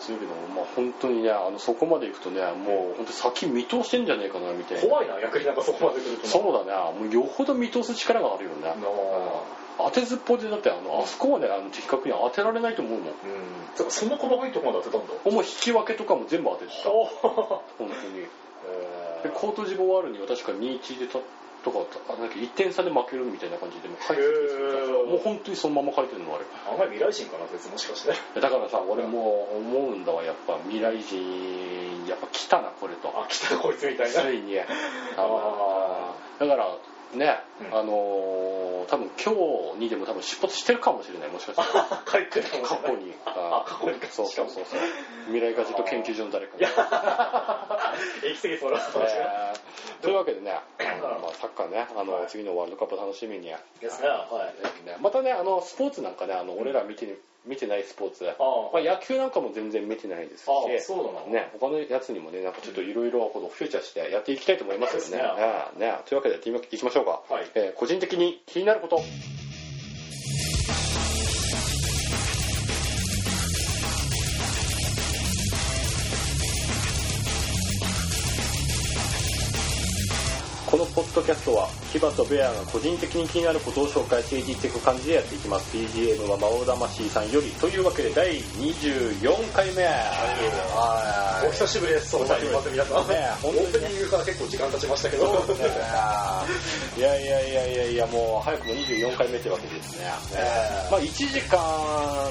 Speaker 1: すごいけど、まあ本当にね、あの、そこまで行くとね、もう本当先見通してんじゃねえかな、みたいな。
Speaker 2: 怖いな逆になんかそこまで来るとな
Speaker 1: そうだね。もうよほど見通す力があるよね。当てずっぽうで、だって、あの、あそこまであの的確に当てられないと思うもん。
Speaker 2: うんてかそんな細かいとこまで当てたん だ
Speaker 1: もう引き分けとかも全部当ててた。
Speaker 2: お
Speaker 1: 本当に。
Speaker 2: へ
Speaker 1: で、コートジボワールには確か2-1でたとかだった、あなんか1点差で負けるみたいな感じで、もう帰ってきて
Speaker 2: ー
Speaker 1: もう本当にそのまま書いてるの、あれ。
Speaker 2: あんまり未来人かな別にもしかして
Speaker 1: だからさ俺も思うんだわやっぱ未来人やっぱ来たなこれと
Speaker 2: あ来たこいつみたいな
Speaker 1: ついにあ
Speaker 2: あ
Speaker 1: のだからね、
Speaker 2: うん
Speaker 1: あのー多分今日にでも多分出発してるかもしれないもしかした ら
Speaker 2: 帰ってたもんね
Speaker 1: 過去に
Speaker 2: あ過去に
Speaker 1: そうそうそうそう未来ガジェット研究所の誰か
Speaker 2: いや 行き過ぎそうな話が
Speaker 1: えーというわけでね、
Speaker 2: ん
Speaker 1: まあ、サッカーねあの、
Speaker 2: はい
Speaker 1: 次のワールドカップ楽しみに、ね、
Speaker 2: ですねはい
Speaker 1: またねあのスポーツなんかねあの俺ら見て見てないスポーツ
Speaker 2: ああ
Speaker 1: まあ、野球なんかも全然見てないですし
Speaker 2: あそうだな
Speaker 1: ね、他のやつにもね、なんかちょっといろいろこのフューチャーしてやっていきたいと思いますよ
Speaker 2: そう
Speaker 1: ね。
Speaker 2: ですね
Speaker 1: ねねというわけでやっていきましょうか。
Speaker 2: はい
Speaker 1: えー個人的に気になること。このポッドキャストはキバとベアが個人的に気になることを紹介していっていく感じでやっていきます BGM は魔王魂さんよりというわけで第24回目はい
Speaker 2: お久しぶりです、その
Speaker 1: 久し
Speaker 2: 際
Speaker 1: ぶり
Speaker 2: に
Speaker 1: で
Speaker 2: ますず皆さん、
Speaker 1: ね
Speaker 2: オ
Speaker 1: 本当にね
Speaker 2: ープニングから結構時間経ちましたけど、
Speaker 1: そうですねいやいやいやいやいやもう早くも24回目ってわけですね、まあ1時間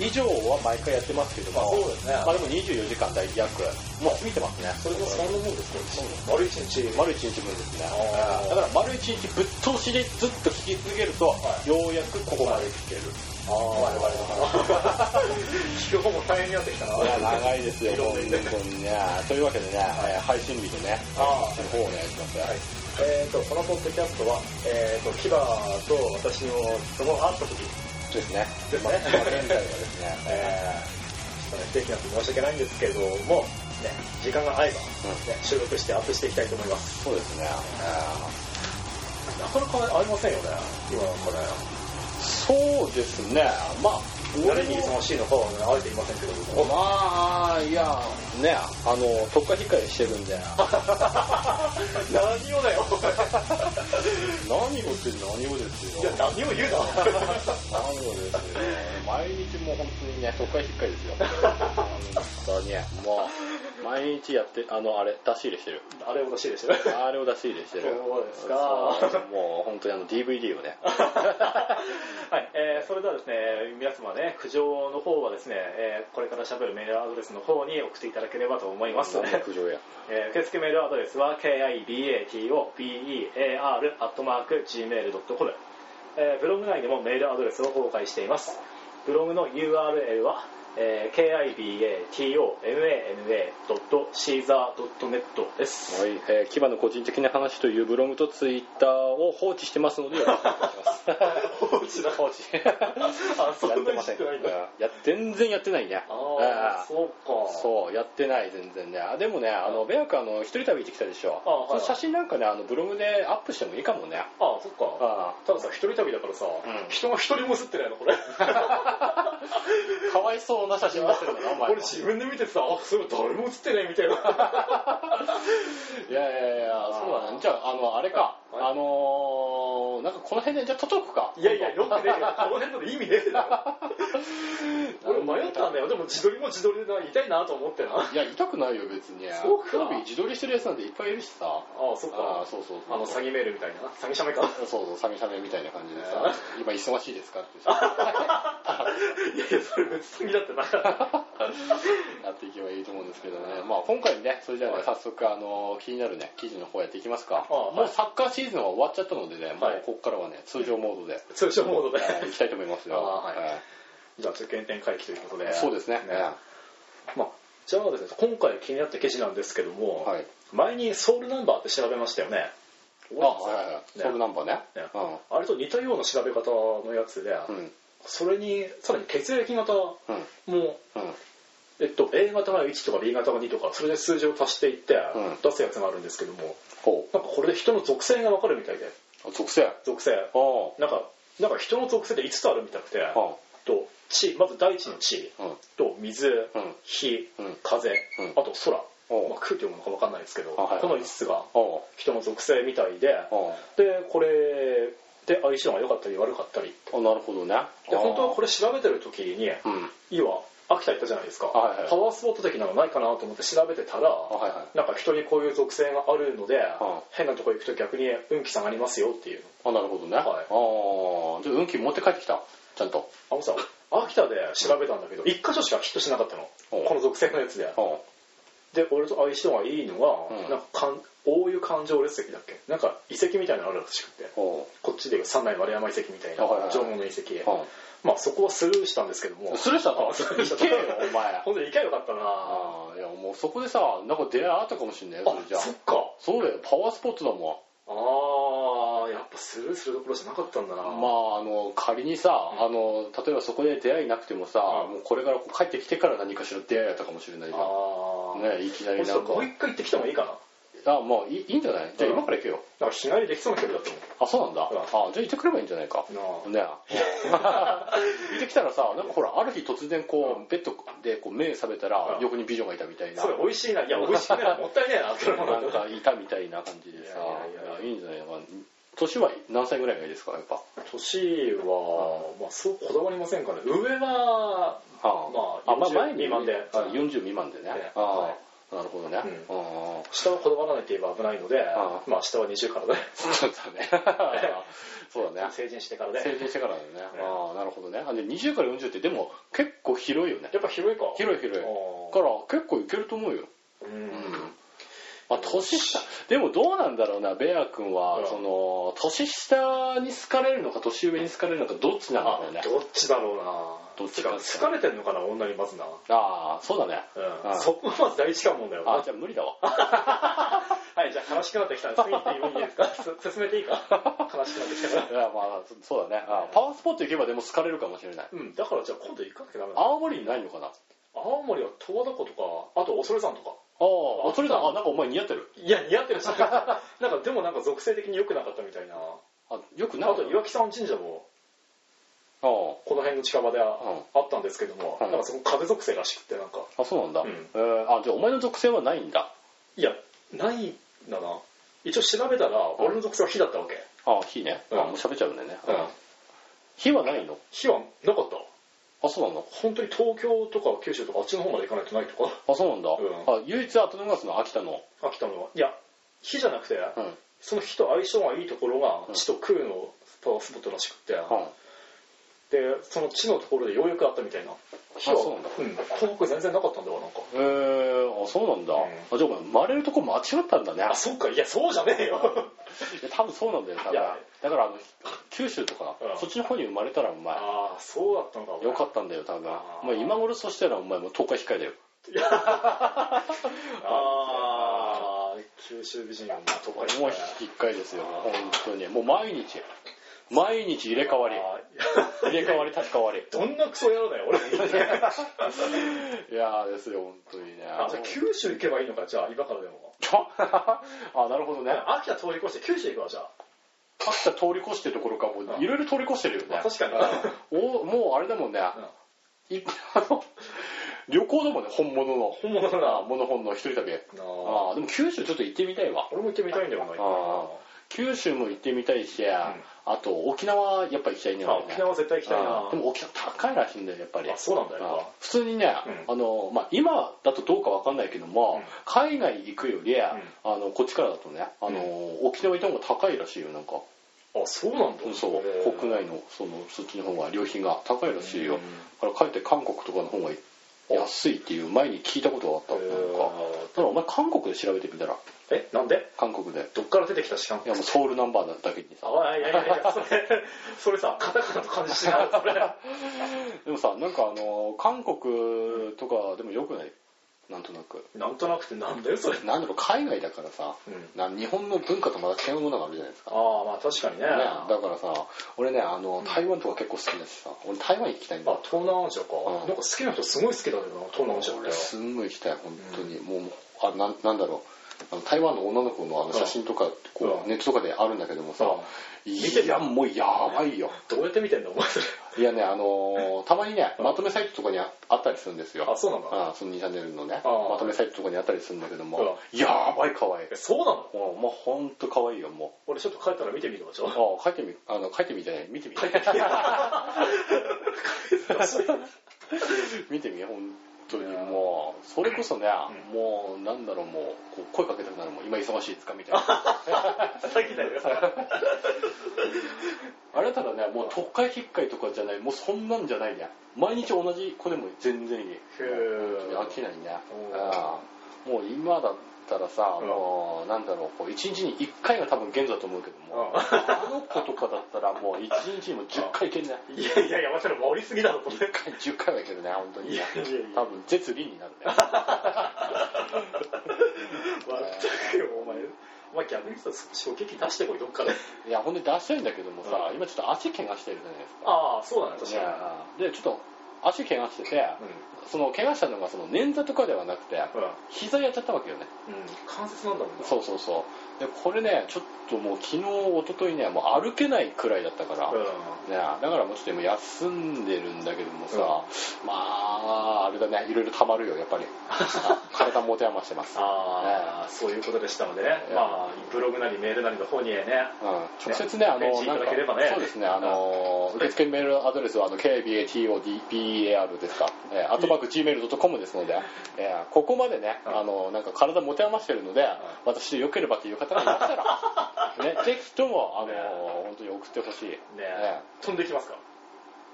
Speaker 1: 以上は毎回やってますけども、
Speaker 2: まあそうですね
Speaker 1: まあでも24時間大約もう過ぎてますね
Speaker 2: それとそんなもんです
Speaker 1: そうです
Speaker 2: ね、丸
Speaker 1: 丸1
Speaker 2: 一日、
Speaker 1: 日分ですね
Speaker 2: あ
Speaker 1: だ
Speaker 2: ー
Speaker 1: から丸1日ぶっ通しでずっと聞き続けると、
Speaker 2: はい
Speaker 1: ようやくここまで聞ける、
Speaker 2: ああ、我々だから、 聞く方も大変になってきたな、
Speaker 1: いや長いですよ
Speaker 2: いろんな意味で
Speaker 1: 本当にねというわけでね、えー配信日でね
Speaker 2: あ
Speaker 1: その方お願いします、
Speaker 2: はいえー、とこのポッドキャストは、えー、とキバと私のその会った時、
Speaker 1: ですね
Speaker 2: ですね
Speaker 1: まあまあ現在はですね、
Speaker 2: えー、ちょっとね不定期なんて申し訳ないんですけれども、ね、時間が合
Speaker 1: う
Speaker 2: えば、
Speaker 1: ん
Speaker 2: ね、収録してアップしていきたいと思います
Speaker 1: そうですね、えー
Speaker 2: なかなか会いませんよね今なんかね
Speaker 1: そうですね、まあ、
Speaker 2: 誰に忙しいのかは、ね、会えていませんけれども
Speaker 1: まあ、いや、ね、あの、特化控えしてるんで、
Speaker 2: 何をだよ
Speaker 1: 何をって何をです
Speaker 2: い
Speaker 1: よ
Speaker 2: や。何を言うな
Speaker 1: 何をですよ。毎日もう本当にね、特化控えですよ。本当に、もう、毎日やって、あの、あれ、出し入れしてる。
Speaker 2: あれおかしいでしょ
Speaker 1: あれを出し入れしてる。
Speaker 2: そうですか
Speaker 1: そうもう本当にあの DVD をね。
Speaker 2: はい、えーそれではですね、皆様ね、苦情の方はですね、えーこれから喋るメールアドレスの方に送っていただければと思います。
Speaker 1: 何の苦情や。
Speaker 2: えー受付メールアドレスは kibatopar.gmail.com、えーブログ内でもメールアドレスを公開していますブログの URL は、えー kibatomana.caesar.net です
Speaker 1: はい、えー、キバの個人的な話というブログとツイッターを放置してますのでよろしくお願いします。
Speaker 2: 放置だ
Speaker 1: 放 置。
Speaker 2: あそんなに知ってないんだ
Speaker 1: や全然やってないね。
Speaker 2: ああ
Speaker 1: ええ
Speaker 2: そうか
Speaker 1: そう、やってない、全然ね。あでもね、あの、ベアク、あの、一人旅行ってきたでしょ。
Speaker 2: あはい
Speaker 1: その写真なんかね、あの、ブログでアップしてもいいかもね。
Speaker 2: あそっか
Speaker 1: あ
Speaker 2: たださ一人旅だからさ、
Speaker 1: ん
Speaker 2: 人が一人も映ってないのこれ
Speaker 1: あかわいそうな写真出してるんだ な、お前
Speaker 2: これ自分で見てさあそれ誰も映ってないみたいな
Speaker 1: いやいやいや、そうだね。じゃあ、あの、あれか。
Speaker 2: はい
Speaker 1: あのーなんかこの辺で、じゃあ、届くか。
Speaker 2: いやいや、よくねえよ。この辺の意味ねえだろ。 俺迷ったんだよ。でも自撮りも自撮りでな、痛いなと思ってな。あ
Speaker 1: いや、痛くないよ、別に。
Speaker 2: そうか
Speaker 1: 興味自撮りしてるやつなんていっぱいいるしさ。
Speaker 2: あ、そっ
Speaker 1: あ
Speaker 2: か
Speaker 1: あ、。そうそうそう。
Speaker 2: あの、詐欺メールみたいな。詐欺写メか。
Speaker 1: そうそう、サメサメみたいな感じでさ、今忙しいですかって さ、
Speaker 2: いやいや、それ別に詐欺だってなかった。
Speaker 1: やっていけばいいと思うんですけどね。まあ今回ね、それじゃあね、
Speaker 2: はい
Speaker 1: 早速あの、気になるね、記事の方やっていきますか。
Speaker 2: あはい
Speaker 1: もうサッカーシーズンは終わっちゃったのでね、も
Speaker 2: は
Speaker 1: う
Speaker 2: い
Speaker 1: ここからはね、通常モードで、
Speaker 2: 通称モードで。
Speaker 1: えーいきたいと思いますよ。
Speaker 2: あはい
Speaker 1: え
Speaker 2: じゃあ、ちょっと原点回帰ということ
Speaker 1: ー
Speaker 2: で。
Speaker 1: そうですね。
Speaker 2: まあ、じゃあですね、今回気になった記事なんですけども、
Speaker 1: はい。
Speaker 2: 前にソウルナンバーって調べましたよね。
Speaker 1: あ、はいはいはい。
Speaker 2: ね
Speaker 1: ソウルナンバーね。
Speaker 2: ねあれと似たような調べ方のやつで、
Speaker 1: うん。うん。
Speaker 2: それに、さらに血液型も
Speaker 1: うん。うん。
Speaker 2: えっと、A 型が1とか B 型が2とかそれで数字を足していって
Speaker 1: うん
Speaker 2: 出すやつがあるんですけども、
Speaker 1: ほ
Speaker 2: なんかこれで人の属性が分かるみたいで
Speaker 1: う。あ属性。
Speaker 2: 属性
Speaker 1: ああ。
Speaker 2: なんかなんか人の属性で5つあるみたくて
Speaker 1: あ
Speaker 2: と地まず第一の地
Speaker 1: あ。うん。
Speaker 2: と水
Speaker 1: うん
Speaker 2: 火
Speaker 1: うん
Speaker 2: 風
Speaker 1: うん
Speaker 2: あと空、
Speaker 1: おう
Speaker 2: まあ、空というものか分かんないですけど
Speaker 1: あはいはい
Speaker 2: この5つが
Speaker 1: おう
Speaker 2: 人の属性みたいで
Speaker 1: おう
Speaker 2: でこれで相性が良かったり悪かったり
Speaker 1: あ、なるほどね。
Speaker 2: で本当はこ
Speaker 1: れ。
Speaker 2: れ調べてる時に
Speaker 1: うん。
Speaker 2: 今秋田行ったじゃないですか、
Speaker 1: はいはい
Speaker 2: パワースポット的なのないかなと思って調べてたら、
Speaker 1: あ、はいはい。
Speaker 2: なんか人にこういう属性があるの
Speaker 1: ん
Speaker 2: で、変なとこ行くと逆に運気下がりますよっていう
Speaker 1: あ、なるほどね。
Speaker 2: は
Speaker 1: あ
Speaker 2: い
Speaker 1: あ、じゃあ運気持って帰ってきた。ちゃんと。
Speaker 2: あ のさ秋田で調べたんだけど一箇所しかヒットしなかったの
Speaker 1: お
Speaker 2: この属性のやつで
Speaker 1: うん。
Speaker 2: で俺と相性がいいのが、
Speaker 1: うん
Speaker 2: なんかかん大湯環状列石だっけなんか遺跡みたいなのあるらしくて
Speaker 1: お
Speaker 2: こっちでいう三内丸山遺跡みた
Speaker 1: は
Speaker 2: い
Speaker 1: いはいは
Speaker 2: ない縄文の遺跡
Speaker 1: うん。
Speaker 2: まあそこはスルーしたんですけども
Speaker 1: スルー したの
Speaker 2: あスルーした
Speaker 1: 行けよ、お前。
Speaker 2: 本当に行きゃよかったなあ
Speaker 1: ああ、いや、もうそこでさ、なんか出会いあったかもしんないよ、それじゃあ
Speaker 2: そっ。か
Speaker 1: そうだよ、パワースポットだもん。
Speaker 2: ああやっぱスルーするところじゃなかったんだな
Speaker 1: まあ、あの、仮にさ、あの、例えばそこで出会いなくてもさ、
Speaker 2: うん
Speaker 1: もうこれからこう帰ってきてから何かしら出会いあったかもしれないじゃ
Speaker 2: ああ、
Speaker 1: ん。ね、いきなり
Speaker 2: 俺ち
Speaker 1: な
Speaker 2: ょっ
Speaker 1: ん
Speaker 2: と
Speaker 1: か
Speaker 2: も。う一回行ってきてもいいかな
Speaker 1: あ、もういいいいんじゃないじゃあ今から行くよ。
Speaker 2: なんか日帰りできそうな距離だと思う。
Speaker 1: あ、そうなんだ。あ、じゃあ行ってくればいいんじゃないか。
Speaker 2: なあ
Speaker 1: ね。行ってきたらさなんかほらある日突然こうベッドでこう目覚めたら
Speaker 2: うん
Speaker 1: 横に美女がいたみたいな
Speaker 2: それ美味しいな。いや、美味しくないな。もったいねえな、それも。
Speaker 1: なんかいたみたいな感じでさ
Speaker 2: いやいやいや
Speaker 1: いやいいんじゃないのかな年は何歳ぐらいがいいですかやっぱ
Speaker 2: 年は、まあ、そうこだわりませんかね。上
Speaker 1: は
Speaker 2: は、まあ
Speaker 1: あまあ
Speaker 2: 40
Speaker 1: 前に
Speaker 2: 未満で
Speaker 1: あ40未満でね
Speaker 2: ね
Speaker 1: あ
Speaker 2: は
Speaker 1: あなるほどね
Speaker 2: うん
Speaker 1: うんうん
Speaker 2: 下はこだわらないと言えば危ないので
Speaker 1: あ、
Speaker 2: まあ、下は20からね。
Speaker 1: そうだね そうだね
Speaker 2: 成人してからね。
Speaker 1: 成人してからだよねああなるほどねあで20から40ってでも結構広いよね
Speaker 2: やっぱ広いか。
Speaker 1: 広い広いだ
Speaker 2: あ
Speaker 1: から結構いけると思うよ
Speaker 2: ーう
Speaker 1: うん
Speaker 2: ん。
Speaker 1: まあ、年下でもどうなんだろうなベア君は、
Speaker 2: うん
Speaker 1: その年下に好かれるのか年上に好かれるのかどっちなんだ
Speaker 2: あ
Speaker 1: ろうね、
Speaker 2: どっちだろうな。
Speaker 1: どっちか
Speaker 2: てか疲れてんのかな、女にまずな。
Speaker 1: ああそうだね
Speaker 2: う
Speaker 1: あ
Speaker 2: ん。そこがまず第一関門だよな。
Speaker 1: あ
Speaker 2: は
Speaker 1: あじゃあ無理だわ
Speaker 2: い、じゃあ悲しくなってきたん で、次行ってもいいですかす進めて いいか悲しくなってきたから。
Speaker 1: いやまあそそうだねああパワースポット行けばでも好かれるかもしれない
Speaker 2: うん、だからじゃあ今度行かなきゃダメだな。
Speaker 1: 青森にないのかなあ
Speaker 2: 青森は十和田湖とか、あと恐山とか。
Speaker 1: あ
Speaker 2: あ
Speaker 1: それだあなんかお前似合ってる
Speaker 2: いや、似合ってるし、 なんか、でもなんか属性的に良くなかったみたいな。あ
Speaker 1: あよくない
Speaker 2: と、岩木山神社も、
Speaker 1: あ
Speaker 2: この辺の近場であ
Speaker 1: あうん
Speaker 2: あったんですけども、
Speaker 1: うん
Speaker 2: なんかそこ風属性らしくて、なんか、
Speaker 1: あそうなんだ、
Speaker 2: うん
Speaker 1: えーあじゃあお前の属性はないんだ
Speaker 2: いや、ないんだな。一応調べたら、俺の属性は火だったわけ。
Speaker 1: ああ火ね、
Speaker 2: うん
Speaker 1: あもう喋っちゃうんだよね、
Speaker 2: うん
Speaker 1: 火はないの
Speaker 2: 火はなかった。
Speaker 1: あそうなの
Speaker 2: 本当に東京とか九州とかあっちの方まで行かないとないとか、
Speaker 1: あそうなんだ、
Speaker 2: う
Speaker 1: あ唯一アトムガスの秋田の
Speaker 2: 秋田のは。いや、火じゃなくて、
Speaker 1: うん、うん
Speaker 2: その火と相性がいいところ
Speaker 1: うん
Speaker 2: が、地と空のパワースポットらしくって、で、その地のところでようやくあったみたいな。火は、
Speaker 1: そうなんだ
Speaker 2: ん、広告全然なかったんだわ、なんか。
Speaker 1: えー、あそうなんだ、
Speaker 2: うん
Speaker 1: あじゃあお前生まれるとこ間違ったんだね
Speaker 2: あ、そっか、いや、そうじゃねえよ。
Speaker 1: いや多分そうなんだよだか
Speaker 2: い
Speaker 1: ら
Speaker 2: や
Speaker 1: だからあの九州とか、
Speaker 2: うん
Speaker 1: そっちの方に生まれたらお前
Speaker 2: ああ、そうだったのか、
Speaker 1: よか
Speaker 2: っ
Speaker 1: ったんだよ多分
Speaker 2: あー
Speaker 1: お前今頃そしたらお前もう10日控えだよ
Speaker 2: た。ああ、九州美人が、まあ、とか
Speaker 1: もう1回ですよ
Speaker 2: あ
Speaker 1: 本
Speaker 2: ー
Speaker 1: 当にもう毎日毎日入れ替わり入れ替わり立ち替わり
Speaker 2: どんなクソ野郎だよ、俺。
Speaker 1: いやーですよ本当にね
Speaker 2: あ、じゃあ九州行けばいいのか、じゃあ、今からでも。
Speaker 1: あなるほどね
Speaker 2: 秋田通り越して九州行くわ、じゃ
Speaker 1: 秋田通り越してるところかも
Speaker 2: う
Speaker 1: うんいろいろ通り越してるよ ね
Speaker 2: あ。確かに。
Speaker 1: おもうあれだもんね、いあの 旅行だもんね本物の
Speaker 2: 本物だな。
Speaker 1: あモノ本の一人旅
Speaker 2: な
Speaker 1: あ
Speaker 2: あ
Speaker 1: あでも九州ちょっと行ってみたいわ
Speaker 2: 俺も行ってみたいんだよな、今
Speaker 1: あ九州も行ってみたいし、あと沖縄やっぱ行きたいね
Speaker 2: あ
Speaker 1: 俺ね
Speaker 2: 沖縄絶対行きたい
Speaker 1: ああ
Speaker 2: な
Speaker 1: で。も沖縄高いらしいんだよやっぱり
Speaker 2: あ、そうなんだ
Speaker 1: あ
Speaker 2: よ
Speaker 1: あ普通にね、
Speaker 2: うん
Speaker 1: あのまあ、今だとどうかわかんないけども、
Speaker 2: うん
Speaker 1: 海外行くより、あのこっちからだとねあの、沖縄行った方が高いらしいよなんか
Speaker 2: な。あ、そうなんだ。
Speaker 1: そう国
Speaker 2: 内
Speaker 1: 内のそのそっちの方が料品が高いらしいよ、だからかえって韓国とかの方が安いっていう前に聞いたことがあったなんかだからお前韓国で調べてみたら
Speaker 2: え、なんで
Speaker 1: 韓国で
Speaker 2: どっから出てきたしか
Speaker 1: いやもうソウルナンバーだけにさ
Speaker 2: あ、いやいやいや、そ れ、それさ、カタカナと漢字違う。それ。
Speaker 1: でもさなんかあの韓国とかでもよくないなんとなく
Speaker 2: なんとなくてなんだよ、それ。
Speaker 1: なんだろう海外だからさな日本の文化とまた違うものがあるじゃないですか、ね、
Speaker 2: ああ、まあ確かにね。あ、
Speaker 1: だからさ俺ねあの
Speaker 2: ん
Speaker 1: 台湾とか結構好きだしさ俺台湾行きたいんだよ
Speaker 2: 東南アジアか
Speaker 1: うん。
Speaker 2: なんか好きな人すごい好きだけどな、東南アジアって
Speaker 1: 俺。すんごい行きたい本当に、もうあなんなんだろうあの台湾の女の子のあの写真とかこ
Speaker 2: う
Speaker 1: うんネットとかであるんだけどもさ、
Speaker 2: 見て
Speaker 1: い
Speaker 2: る
Speaker 1: やもうやばいよ
Speaker 2: どうやって見てんだ、お前それ。
Speaker 1: いやねあのーたまにねまとめサイトとかにああったりするんです
Speaker 2: あ、
Speaker 1: よ
Speaker 2: そうなんだ。
Speaker 1: あその2チャンネルのね
Speaker 2: あ
Speaker 1: まとめサイトとかにあったりするんだけどもやばい可愛い
Speaker 2: えそうなの
Speaker 1: もうもうほんと可愛いよも
Speaker 2: 俺ちょっと帰ったら見てみるわ、ちょっ
Speaker 1: うあ
Speaker 2: と。
Speaker 1: 書いてみあの書いてみじゃない見てみ見てみ本当にもうそれこそね、もうなんだろうもうこう声かけたくなるもん今忙しいですかみたい な
Speaker 2: 叩きだよ。
Speaker 1: あれたらねもう特会引っかいとかじゃないもうそんなんじゃないね毎日同じ子でも全然いい飽きないね
Speaker 2: おー
Speaker 1: ああもう今だったらさ、
Speaker 2: うん
Speaker 1: もうなんだろうこう1日に1回が多分現在だと思うけども、
Speaker 2: うん
Speaker 1: あの子とかだったらもう1日にも10回いけんね
Speaker 2: いやいやいや、まさか盛りすぎだろ、これ。
Speaker 1: 10回10回はいけるね本当に
Speaker 2: い
Speaker 1: ね
Speaker 2: やいやいや
Speaker 1: 多分絶倫になる ね
Speaker 2: まったくよ、お前。お前逆にさ、衝撃出してこい、どっかで。
Speaker 1: いやほんで出したいんだけどもさ、
Speaker 2: うん
Speaker 1: 今ちょっと足怪我してるじゃないですか
Speaker 2: ああ、そうだね、確か
Speaker 1: でちょっと足怪我してて、
Speaker 2: に。
Speaker 1: その怪我したのがその捻挫とかではなくて
Speaker 2: うん。
Speaker 1: 膝やっちゃったわけよね
Speaker 2: うん。関節なんだもんな。
Speaker 1: そうそうそうでこれねちょっともう昨日一昨日ねもう歩けないくらいだったから、
Speaker 2: うん。
Speaker 1: ね、だからもうちょっと今休んでるんだけますが、まああれだねいろいろたまるよやっ ぱり体持て余してます、うん、
Speaker 2: ああ、そういうことでしたので、ね
Speaker 1: ええ
Speaker 2: まあブログなりメールなりの方にね
Speaker 1: 直接ねあ
Speaker 2: メッ
Speaker 1: の
Speaker 2: セージ
Speaker 1: なん
Speaker 2: いた
Speaker 1: か
Speaker 2: だければね
Speaker 1: そうですねあの受付メールアドレスはあの KBATODPAR ですかあとバック Gmail.com ですので、えーここまでね
Speaker 2: うん
Speaker 1: あのなんか体持て余してるので私でよければという方がいましたらねぜひともあの
Speaker 2: ね
Speaker 1: 本当に送ってほしい
Speaker 2: ね
Speaker 1: え
Speaker 2: 飛んできますか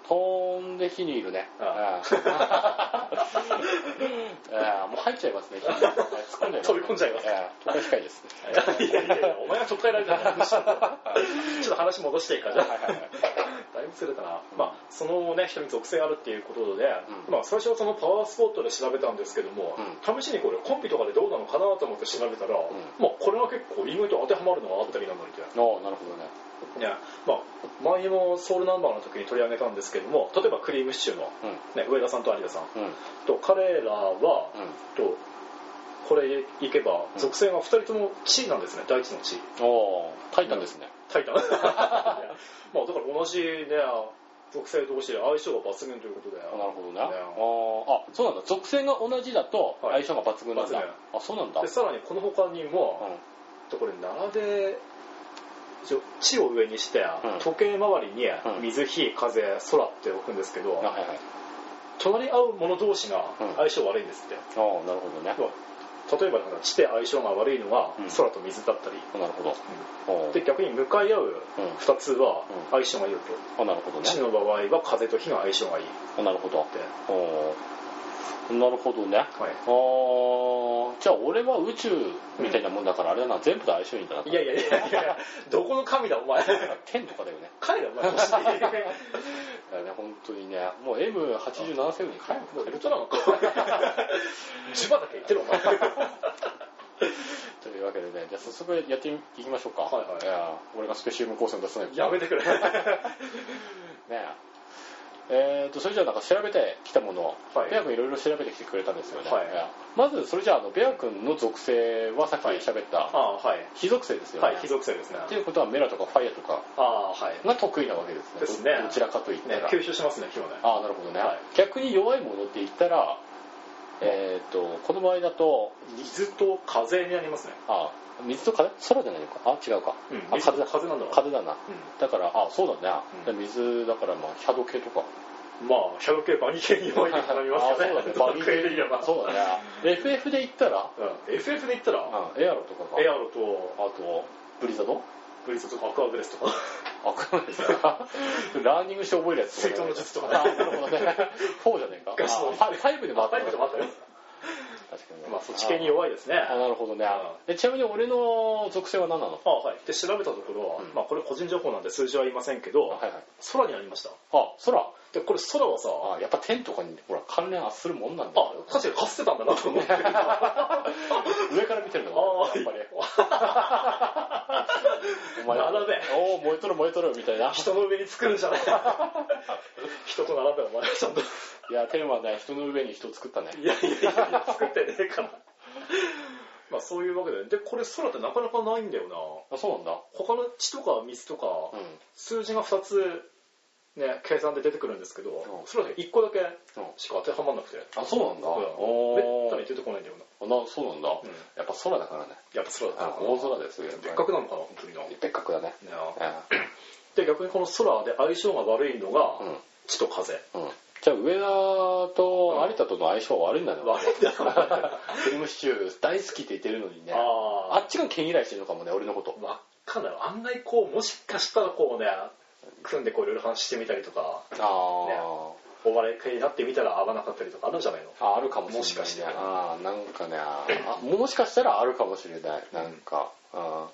Speaker 1: 飛んで火にいるね。
Speaker 2: あ
Speaker 1: ええもう入っちゃいますね。火に突っ込んじゃいます。
Speaker 2: 飛び込んじゃいます
Speaker 1: ええ都会機械です。
Speaker 2: いやいやいやお前は直帰られたんだち ょっと話戻していいかじゃあ
Speaker 1: はいはいはい
Speaker 2: だいぶ釣れたな、まあそのね人に属性あるっていうことで、
Speaker 1: うん
Speaker 2: まあ最初はそのパワースポットで調べたんですけども、
Speaker 1: う
Speaker 2: 試しにこれコンビとかでどうなのかなと思って調べたら、
Speaker 1: ん
Speaker 2: まあこれは結構意外と当てはまるのがあったりなんだりで
Speaker 1: おーなるほどね。
Speaker 2: ねまあ前にもソウルナンバーの時に取り上げたんですけども例えばクリームシチューの、
Speaker 1: うん
Speaker 2: ね、上田さんと有田さん
Speaker 1: うんうん
Speaker 2: と彼らは、とこれいけば属性が2人とも地なんですね大地の地
Speaker 1: おータイタンですね。
Speaker 2: タイ タンいやまあだから同じね属性同士で相性が抜群ということで
Speaker 1: なるほどね。
Speaker 2: ね
Speaker 1: あーあそうなんだ。属性が同じだと
Speaker 2: は
Speaker 1: 相
Speaker 2: い
Speaker 1: 性が抜群なんだ
Speaker 2: 抜。
Speaker 1: あそうなんだ。う
Speaker 2: でさらにこの他にも、
Speaker 1: ん
Speaker 2: とこれ奈良で一応地を上にして、
Speaker 1: うん
Speaker 2: 時計回りに
Speaker 1: ん
Speaker 2: 水火風空って置くんですけど、
Speaker 1: あはいはい。
Speaker 2: 隣り合う者同士が
Speaker 1: うん
Speaker 2: 相性悪いんですって、
Speaker 1: おーなるほどね。
Speaker 2: 例えばだから地で相性が悪いのは
Speaker 1: うん
Speaker 2: 空と水だったり、
Speaker 1: なるほど。おー
Speaker 2: で逆に向かい合う2つは
Speaker 1: うん
Speaker 2: 相性が良いと、
Speaker 1: あなるほどね
Speaker 2: 地。の場合は風と火が相性がいいっ
Speaker 1: あなるほど。
Speaker 2: て、
Speaker 1: おーなるほどね。
Speaker 2: はい
Speaker 1: あーじゃあ俺は宇宙みたいなもんだからあれだな全部と相性いいんだない
Speaker 2: やいやいやいや、どこの神だお前。
Speaker 1: 天とかだよね
Speaker 2: 帰れお 前。
Speaker 1: だからね本当にねもう M87 セブンに帰る
Speaker 2: もうルトラマンか。 ジバだけ言ってるお前。
Speaker 1: というわけでねじゃあ早速やっていきましょうか
Speaker 2: はいはい
Speaker 1: や俺がスペシウム光線出さないと
Speaker 2: やめて くれ。
Speaker 1: ねえー、とそれじゃあなんか調べてきたものを、
Speaker 2: はい
Speaker 1: ベア君いろいろ調べてきてくれたんですよね、
Speaker 2: は
Speaker 1: い
Speaker 2: い
Speaker 1: やまずそれじゃああのベア君の属性はさっき喋った、
Speaker 2: ああ、はい。
Speaker 1: 非属性ですよね、
Speaker 2: はい、非属性ですね
Speaker 1: っ。ていうことはメラとかファイアとか
Speaker 2: ああ、はい。
Speaker 1: が得意なわけですね
Speaker 2: ですね
Speaker 1: どどちらかといった
Speaker 2: ね
Speaker 1: ら、、
Speaker 2: 吸収しますね、今日ね。
Speaker 1: ああなるほどね、
Speaker 2: はい
Speaker 1: 逆に弱いものって言ったらえっ、とこの場合だと
Speaker 2: 水と風になりますね。
Speaker 1: あ水と風空じゃないのかあ違うか、
Speaker 2: うん
Speaker 1: あ風だ
Speaker 2: 水と風なんだろう
Speaker 1: 風だな
Speaker 2: う
Speaker 1: だからあそうだね、
Speaker 2: う
Speaker 1: で
Speaker 2: ん
Speaker 1: 水だからまあャド系とか
Speaker 2: ん。まあ、シャドウ系バニ系に弱いに絡みますよね。
Speaker 1: あそうだね バニ系
Speaker 2: で言えば。
Speaker 1: そうだね FF で言ったら、
Speaker 2: うん。FF で言ったら、
Speaker 1: うん、エアロとかが
Speaker 2: エ
Speaker 1: あ
Speaker 2: アロと
Speaker 1: とブリザード
Speaker 2: ブリザとかアクアブレスとか。
Speaker 1: あこれですかラーニングして覚えるやつ
Speaker 2: 水遁の術とかね
Speaker 1: あなるほどね4じゃねえ か
Speaker 2: ガスの
Speaker 1: あファイブでもあった
Speaker 2: タイプとかあったよ。
Speaker 1: 確かに
Speaker 2: まあ、そっち系に弱いですね。
Speaker 1: あなるほどねでちなみに俺の属性は何なの
Speaker 2: あはい、で調べたところ、
Speaker 1: うん
Speaker 2: まあ、これ個人情報なんで数字は言いませんけど、
Speaker 1: はいはい
Speaker 2: 空にありました
Speaker 1: あ空
Speaker 2: でこれ空はさ
Speaker 1: あやっぱ天とかにほら関連するもんなんだ
Speaker 2: あ確かに走ってたんだなと思って
Speaker 1: 上から見てるの
Speaker 2: あ
Speaker 1: が
Speaker 2: ー
Speaker 1: やっぱ りお
Speaker 2: 並べ
Speaker 1: おお燃えとる燃えとるみたいな
Speaker 2: 人の上に作るんじゃない 人と並べお前ちゃんとい
Speaker 1: いや天はね人の上に人を作ったね
Speaker 2: やいやいや作ってねえからまあそういうわけででこれ空ってなかなかないんだよな
Speaker 1: あそうなんだ
Speaker 2: 他の地とか水とか、
Speaker 1: うん
Speaker 2: 数字が2つね計算で出てくるんですけど、
Speaker 1: ん
Speaker 2: 空で1個だけ
Speaker 1: うん
Speaker 2: しか当てはまんなくて
Speaker 1: あそうなんだ
Speaker 2: うん
Speaker 1: お
Speaker 2: めった
Speaker 1: ー
Speaker 2: に出てこないんだよな
Speaker 1: あなそうなんだ
Speaker 2: うん
Speaker 1: やっぱ空だからね
Speaker 2: やっぱ空だった
Speaker 1: あ
Speaker 2: のかな
Speaker 1: 大空ですよ
Speaker 2: 別格なのかな本当にな
Speaker 1: 別格だね
Speaker 2: ね
Speaker 1: う
Speaker 2: で逆にこの空で相性が悪いのが
Speaker 1: ん
Speaker 2: 地と風
Speaker 1: うんうんじゃあ上田と有田との相性は悪いんだね
Speaker 2: 悪いんだ なあ
Speaker 1: クリームシチュー大好きって言ってるのにねあ
Speaker 2: あ
Speaker 1: っちが毛嫌いしてるのかもね俺のこと
Speaker 2: わかんない案外こうもしかしたらこうね組んでこういろいろ話してみたりとか
Speaker 1: ああ、
Speaker 2: お笑い系になってみたら合わなかったりとかあるんじゃないの
Speaker 1: ああるかもしれない、ね、
Speaker 2: もしかして
Speaker 1: ああなんかねあ もしかしたらあるかもしれないなんか、うん、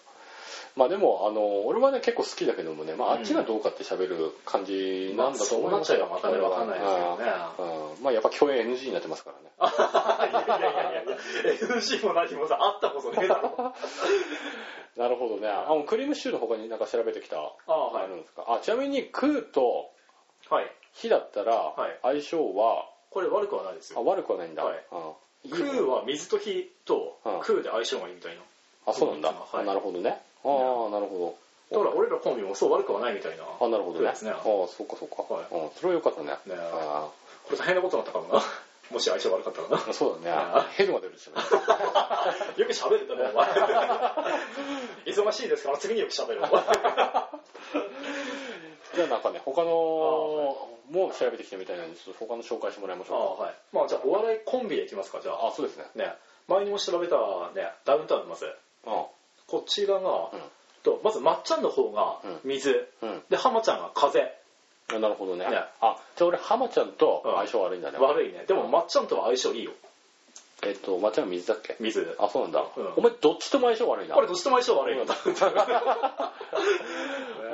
Speaker 1: まあでもあの俺はね結構好きだけどもね、まあ、あっちがどうかって喋る感じなんだと思います
Speaker 2: まあそうなっちゃえばまたねわかんないですけどね
Speaker 1: うん、まあやっぱ共演 NG になってますからね
Speaker 2: いやいやい やいや NG も何もさあったこそねえだろ
Speaker 1: なるほどねあもうクリームシチューの他になんか調べてきた
Speaker 2: ああは
Speaker 1: あ
Speaker 2: い
Speaker 1: るんですかあちなみに空と
Speaker 2: はい
Speaker 1: 火だったら
Speaker 2: はい
Speaker 1: 相性は、
Speaker 2: これ悪くはないです
Speaker 1: あ
Speaker 2: よ
Speaker 1: 悪くはないんだ、
Speaker 2: はい
Speaker 1: うんいいね
Speaker 2: 空は水と火と
Speaker 1: うん
Speaker 2: 空で相性がいいみたいな
Speaker 1: あそうなんだ、
Speaker 2: はい
Speaker 1: あなるほどねああなるほ
Speaker 2: だから俺らコンビもそう悪くはないみたいな
Speaker 1: どあなるほど
Speaker 2: そう
Speaker 1: ね
Speaker 2: ですね
Speaker 1: ああそうかそうか、
Speaker 2: はい
Speaker 1: うん、それはよかったね、
Speaker 2: ね
Speaker 1: あ
Speaker 2: れ大変なことになったかもな。 もし相性悪かったらな。
Speaker 1: あそうだね
Speaker 2: あ。
Speaker 1: ヘドが出る しね。
Speaker 2: よく喋るんだね、お前。忙 しいですから、次によく喋る。
Speaker 1: じゃあなんかね、他の
Speaker 2: は
Speaker 1: もう調べてきてみたいなんで、ちょっと他の紹介してもらいまし
Speaker 2: あ
Speaker 1: ょう
Speaker 2: はい。まあ、じゃあ、お笑いコンビでいきますか、じゃ
Speaker 1: か。
Speaker 2: あ。
Speaker 1: あ、そうですね。
Speaker 2: ね、前にも調べた、ね、ダウンタウンのまず。
Speaker 1: う
Speaker 2: こちらが、
Speaker 1: うん
Speaker 2: とまず、まっちゃんの方が水、
Speaker 1: ん。うん
Speaker 2: で、浜ちゃんが風、
Speaker 1: あ。なるほどね。
Speaker 2: ね
Speaker 1: あ、じゃあ俺、浜ちゃんと
Speaker 2: うん
Speaker 1: 相性悪いんだね。
Speaker 2: 悪いね。でも、まっちゃんとは相性いいよ、
Speaker 1: えっと、まっちゃんは水だっけ
Speaker 2: 水。
Speaker 1: あ、そうなんだ
Speaker 2: うん。
Speaker 1: お前、どっちとも相性悪いな。
Speaker 2: あれ、どっちとも相性悪いよ、
Speaker 1: うん
Speaker 2: ダウンタウンね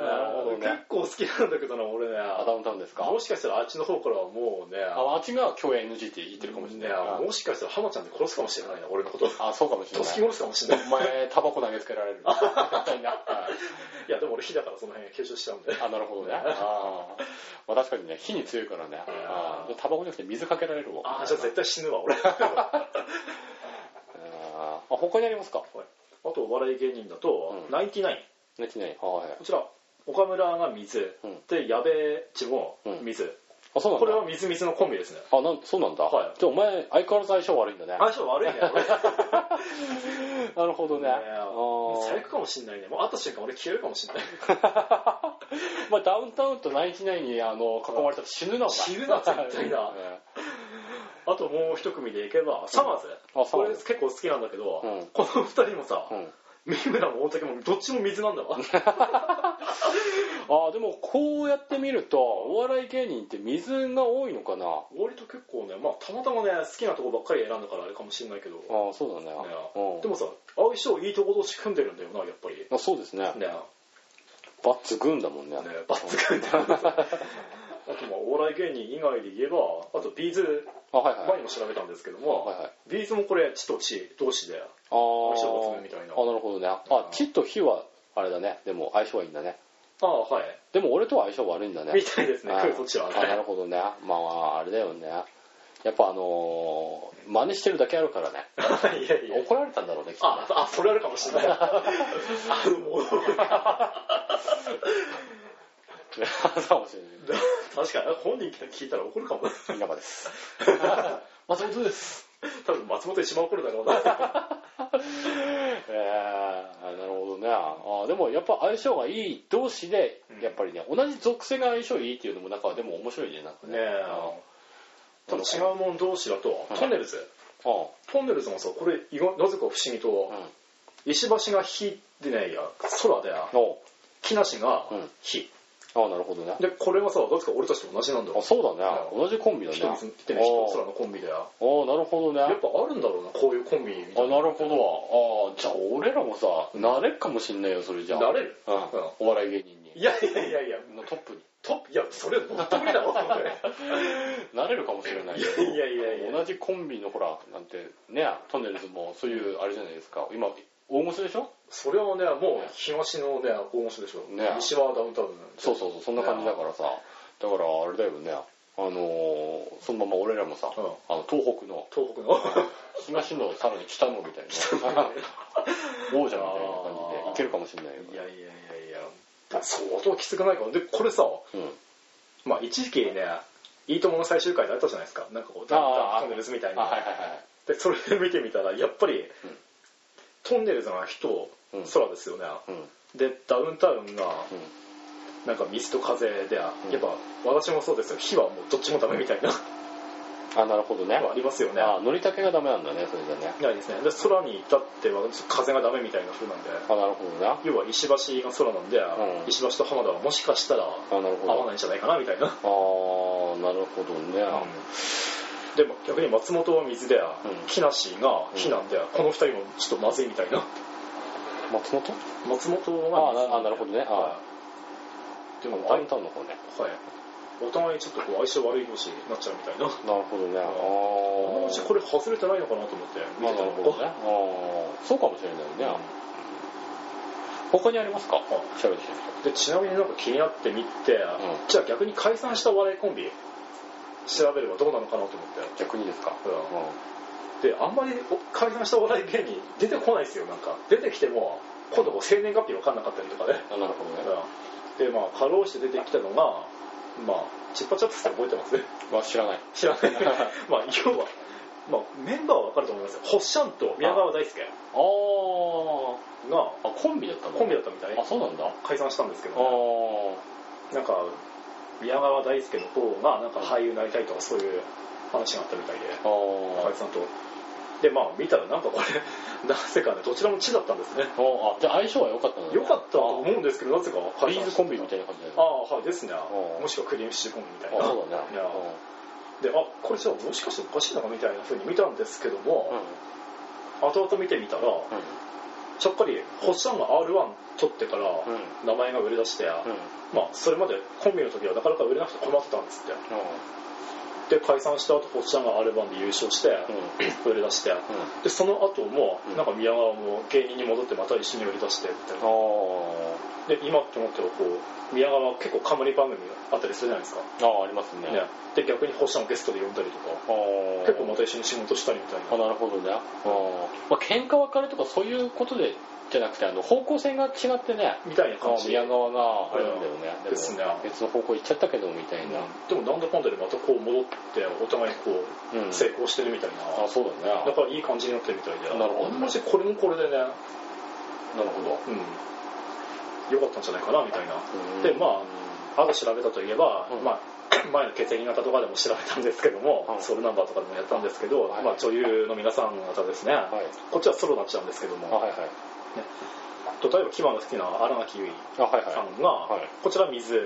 Speaker 1: なるほどね
Speaker 2: 結構好きなんだけどな、俺ね。
Speaker 1: あダウンタウンですか
Speaker 2: もしかしたらあっちの方からはもうね、
Speaker 1: ああっちが共演 NG って言ってるかもしれない。
Speaker 2: ねもしかしたら浜ちゃんで殺すかもしれないな、俺のこと。
Speaker 1: あ、そうかもしれ
Speaker 2: 突
Speaker 1: な
Speaker 2: き
Speaker 1: い。
Speaker 2: 殺すかもしれない。
Speaker 1: お前、タバコ投げつけら れる。絶対な。
Speaker 2: いや、でも俺火だからその辺吸収しちゃうんで。
Speaker 1: あ、なる ほどね。あーまあ確かにね、火に強いからね。あータバコじゃなくて水かけられるわ。
Speaker 2: ああ、じゃあ絶対死ぬわ、俺。
Speaker 1: あーあ他にありますか
Speaker 2: あと、お笑い芸人だと、
Speaker 1: うん
Speaker 2: ナインティナイン。
Speaker 1: ねきね。はい
Speaker 2: こ。ちら、岡村が水、
Speaker 1: うん
Speaker 2: で、矢部っちも
Speaker 1: うん
Speaker 2: 水、
Speaker 1: あ、そうなんだ。
Speaker 2: これは水水のコンビですね。
Speaker 1: あ、なんそうなんだ。
Speaker 2: はい
Speaker 1: じゃあお前、相変わらず相性悪いんだね。
Speaker 2: 相性悪 いね、俺。
Speaker 1: なるほどね。
Speaker 2: ね
Speaker 1: あ
Speaker 2: もう
Speaker 1: ー
Speaker 2: 最悪かもしんないね。もう会った瞬間俺消えるかもしんない。
Speaker 1: まあ、ダウンタウンとナインティナインにあの囲まれたら死ぬな、お前。
Speaker 2: 死ぬな絶対な
Speaker 1: ね
Speaker 2: あともう一組でいけば、サマーズ。
Speaker 1: あサ
Speaker 2: こ
Speaker 1: マ
Speaker 2: れ
Speaker 1: ーズ
Speaker 2: 結構好きなんだけど、
Speaker 1: うん
Speaker 2: この二人もさ、
Speaker 1: うん
Speaker 2: 三村も大竹もどっちも水なんだ
Speaker 1: あ
Speaker 2: わ。
Speaker 1: ーでもこうやって見るとお笑い芸人って水が多いのかな
Speaker 2: 割と結構ね、まあたまたまね、好きなとこばっかり選んだからあれかもしんないけど、
Speaker 1: ああそうだね
Speaker 2: でもさ、相性いいとこ同士組んでるんだよな、やっぱり。ね
Speaker 1: うんあそうですね
Speaker 2: ね
Speaker 1: バッツグンだもんね
Speaker 2: バッツ組んでる。あとまあお笑い芸人以外で言えば、あとビーズ、
Speaker 1: あはいはい
Speaker 2: 前にも調べたんですけども、
Speaker 1: はいはい
Speaker 2: ビーズもこれ、地と地同士で、
Speaker 1: あー
Speaker 2: 相性抜群みたいな
Speaker 1: あなるほどねあ地と火はあれだねでも相性はいいんだね
Speaker 2: ああ、はい。
Speaker 1: でも俺とは相性悪いんだね
Speaker 2: みたいですね、
Speaker 1: あー
Speaker 2: こっちはね。
Speaker 1: あなるほどねまああれだよねやっぱあのー真似してるだけあるからね
Speaker 2: いやいや。
Speaker 1: 怒られたんだろうねきっとね
Speaker 2: あ、あ、それあるかもしれない。あのも う
Speaker 1: かもしれない
Speaker 2: 確かに、本人から聞いたら怒るかもな。
Speaker 1: 稲葉です 松本です
Speaker 2: 多分松本一番怒るだろうな。
Speaker 1: えー、なるほどねあーでもやっぱ相性がいい同士で
Speaker 2: うん
Speaker 1: やっぱりね、同じ属性が相性いいっていうのもなんかでも面白いねなんかね
Speaker 2: ねえただ違うもん同士だと、トンネルズ。
Speaker 1: あ
Speaker 2: トンネルズもさ、これ、意外なぜか不思議と
Speaker 1: あ、
Speaker 2: 石橋が火でね、いや、空で、
Speaker 1: うんお
Speaker 2: 木梨が
Speaker 1: うん
Speaker 2: 火。
Speaker 1: ああなるほどね
Speaker 2: で、これがさ、なぜか俺たちと同じなんだ
Speaker 1: あ
Speaker 2: よ。
Speaker 1: そうだね
Speaker 2: うん
Speaker 1: 同じコンビだね
Speaker 2: 人水ってね、火と空のコンビで。や
Speaker 1: あーなるほどね
Speaker 2: っぱあるんだろうな、こういうコンビみ
Speaker 1: あ
Speaker 2: たいな。
Speaker 1: なるほどああじゃあ俺らもさなれっかもしんないよそれじゃあ
Speaker 2: なれる
Speaker 1: うん
Speaker 2: ん
Speaker 1: お笑い芸人に
Speaker 2: いやいやいやいや、
Speaker 1: のトップに
Speaker 2: トップ、いや、それ、どっと無理だろ、
Speaker 1: なれるかもしれないよ
Speaker 2: いやいやいや
Speaker 1: 同じコンビのほらなんてねトンネルズもそういうあれじゃないですか今大御所でしょ
Speaker 2: それはね、もう東のね、大御所でしょ。
Speaker 1: ね
Speaker 2: 西はダウンタウン。
Speaker 1: そうそうそうそんな感じだからさだからあれだよねあのーそのまま俺らもさ、
Speaker 2: うん
Speaker 1: あの東北の
Speaker 2: 東北の。
Speaker 1: 東のさらに北のみたいな 王者みたいな感じでい
Speaker 2: あー
Speaker 1: けるかもしれないよ
Speaker 2: い
Speaker 1: ね
Speaker 2: やいやいやいや。相当きつくないかな。で、これさ、
Speaker 1: うん
Speaker 2: まあ一時期ね、いいともの最終回であったじゃないですか。なんかこう、ダウンタウ
Speaker 1: あー
Speaker 2: ン、トンネルズみたい
Speaker 1: あはいは
Speaker 2: な。
Speaker 1: いはい
Speaker 2: で、それで見てみたら、やっぱり
Speaker 1: うん、
Speaker 2: トンネルズが人、
Speaker 1: うん
Speaker 2: 空ですよね。
Speaker 1: うんうん
Speaker 2: で、ダウンタウンが、なんか水と風で、やっぱ私もそうですよ。火はもうどっちもダメみた いな、
Speaker 1: あなるほどね
Speaker 2: ありますよね。
Speaker 1: あのりたけがダメなんだねそれじゃね
Speaker 2: ないですね。で、空に至っては風がダメみたいな風なんで、
Speaker 1: あなるほどね
Speaker 2: 要は石橋が空なんで、
Speaker 1: うん
Speaker 2: 石橋と浜田はもしかしたら
Speaker 1: あなるほ
Speaker 2: 合わ
Speaker 1: ど
Speaker 2: ないんじゃないかなみたいな。
Speaker 1: あーなるほどね、
Speaker 2: でも逆に松本は水で、
Speaker 1: ん
Speaker 2: 木梨が火なんで、この二人もちょっとまずいみたいな。
Speaker 1: 松本
Speaker 2: 松本は
Speaker 1: あ
Speaker 2: 水
Speaker 1: なあなるほどねあ
Speaker 2: はいでも、
Speaker 1: ダ
Speaker 2: あ
Speaker 1: ウ
Speaker 2: い
Speaker 1: ンタウンの方ね
Speaker 2: はい。お互いちょっとこう相性悪い同士になっちゃうみたいな。
Speaker 1: なるほどねあ
Speaker 2: もし
Speaker 1: あ
Speaker 2: これ外れてないのかなと思って見
Speaker 1: まあ
Speaker 2: てた
Speaker 1: な
Speaker 2: の
Speaker 1: るほどねあーそうかもしれないね他にありますか調べてきて
Speaker 2: でちなみになんか気になってみ
Speaker 1: ん
Speaker 2: て、じゃあ逆に解散したお笑いコンビ調べればどうなのかなと思って
Speaker 1: 逆にですか
Speaker 2: うんであんまりお解散したお笑い芸人出てこないですよなんか出てきても今度こう生年月日分かんなかったりとかね、
Speaker 1: あなるほどね
Speaker 2: うんでまあかろうじて出てきたのがまあチッパチャップスって覚えてます
Speaker 1: は知 らない
Speaker 2: 知らない まあ要は、まあ、メンバーは分かると思いますよホッシャンと宮川大輔
Speaker 1: あー
Speaker 2: が
Speaker 1: あコンビだったの
Speaker 2: コンビだったみたい
Speaker 1: あそうなんだあ
Speaker 2: 解散したんですけど、ね、
Speaker 1: あ
Speaker 2: なんか宮川大輔の方がなんか俳優になりたいとかそういう話があったみたいで
Speaker 1: あ
Speaker 2: 中井さんとでまあ見たらなんかこれ なぜかねどちらも地だったんですね
Speaker 1: あじゃあ相性は良かったんだね
Speaker 2: 良かったと思うんですけどなぜか
Speaker 1: あビーズコンビみ
Speaker 2: い
Speaker 1: たいな感じだよね
Speaker 2: ああはいですね
Speaker 1: うん
Speaker 2: もしくはクリームシチューコンビみたい
Speaker 1: あ
Speaker 2: な
Speaker 1: そうだね
Speaker 2: いやであこれじゃあもしかしておかしいのかみたいな風に見たんですけど
Speaker 1: うんう
Speaker 2: も、
Speaker 1: ん
Speaker 2: 後々見てみたらちゃっかりホッシャンが R1 取ってから
Speaker 1: うんうん
Speaker 2: 名前が売れ出して、
Speaker 1: うん
Speaker 2: まあそれまでコンビの時はなかなか売れなくて困ってたんですってで解散した後ホッシャンが R1 で優勝して、
Speaker 1: うん
Speaker 2: 売れ出して
Speaker 1: うん
Speaker 2: でその後も
Speaker 1: うん
Speaker 2: なんか宮川も芸人に戻ってまた一緒に売り出してみたい
Speaker 1: あー
Speaker 2: なで今って思ってはこう宮川は結構冠番組があったりするじゃないですか、
Speaker 1: あーありますね
Speaker 2: ね、で逆に星野をゲストで呼んだりとか
Speaker 1: あー
Speaker 2: 結構また一緒に仕事したりみたい
Speaker 1: あ
Speaker 2: な
Speaker 1: なるほどねあーまあ喧嘩別れとかそういうことでじゃなくてあの方向性が違ってね
Speaker 2: みたいな
Speaker 1: あ
Speaker 2: 感
Speaker 1: ー
Speaker 2: じ
Speaker 1: 宮川があれなんだよね
Speaker 2: うん
Speaker 1: でも
Speaker 2: ですね
Speaker 1: 別の方向行っちゃったけどみたいな
Speaker 2: でもなんだかんだでまたこう戻ってお互いこう
Speaker 1: うん
Speaker 2: 成功してるみたいな、
Speaker 1: あそうだね
Speaker 2: だからいい感じになってるみたいで
Speaker 1: なるほど
Speaker 2: もしこれもこれでね、
Speaker 1: なるほど
Speaker 2: うん、よかったんじゃないかなみたいなでまああと調べたといえば、
Speaker 1: うん
Speaker 2: まあ、 前の血液型とかでも調べたんですけども、
Speaker 1: うん
Speaker 2: ソロナンバーとかでもやったんですけど、
Speaker 1: はい
Speaker 2: まあ、女優の皆さん方ですね、
Speaker 1: はい
Speaker 2: こっちはソロになっちゃうんですけど
Speaker 1: あ
Speaker 2: も、
Speaker 1: はいはい
Speaker 2: 例えばキマが好きな荒垣結衣
Speaker 1: あはい
Speaker 2: さ
Speaker 1: は
Speaker 2: んが、
Speaker 1: はい
Speaker 2: こちら水
Speaker 1: い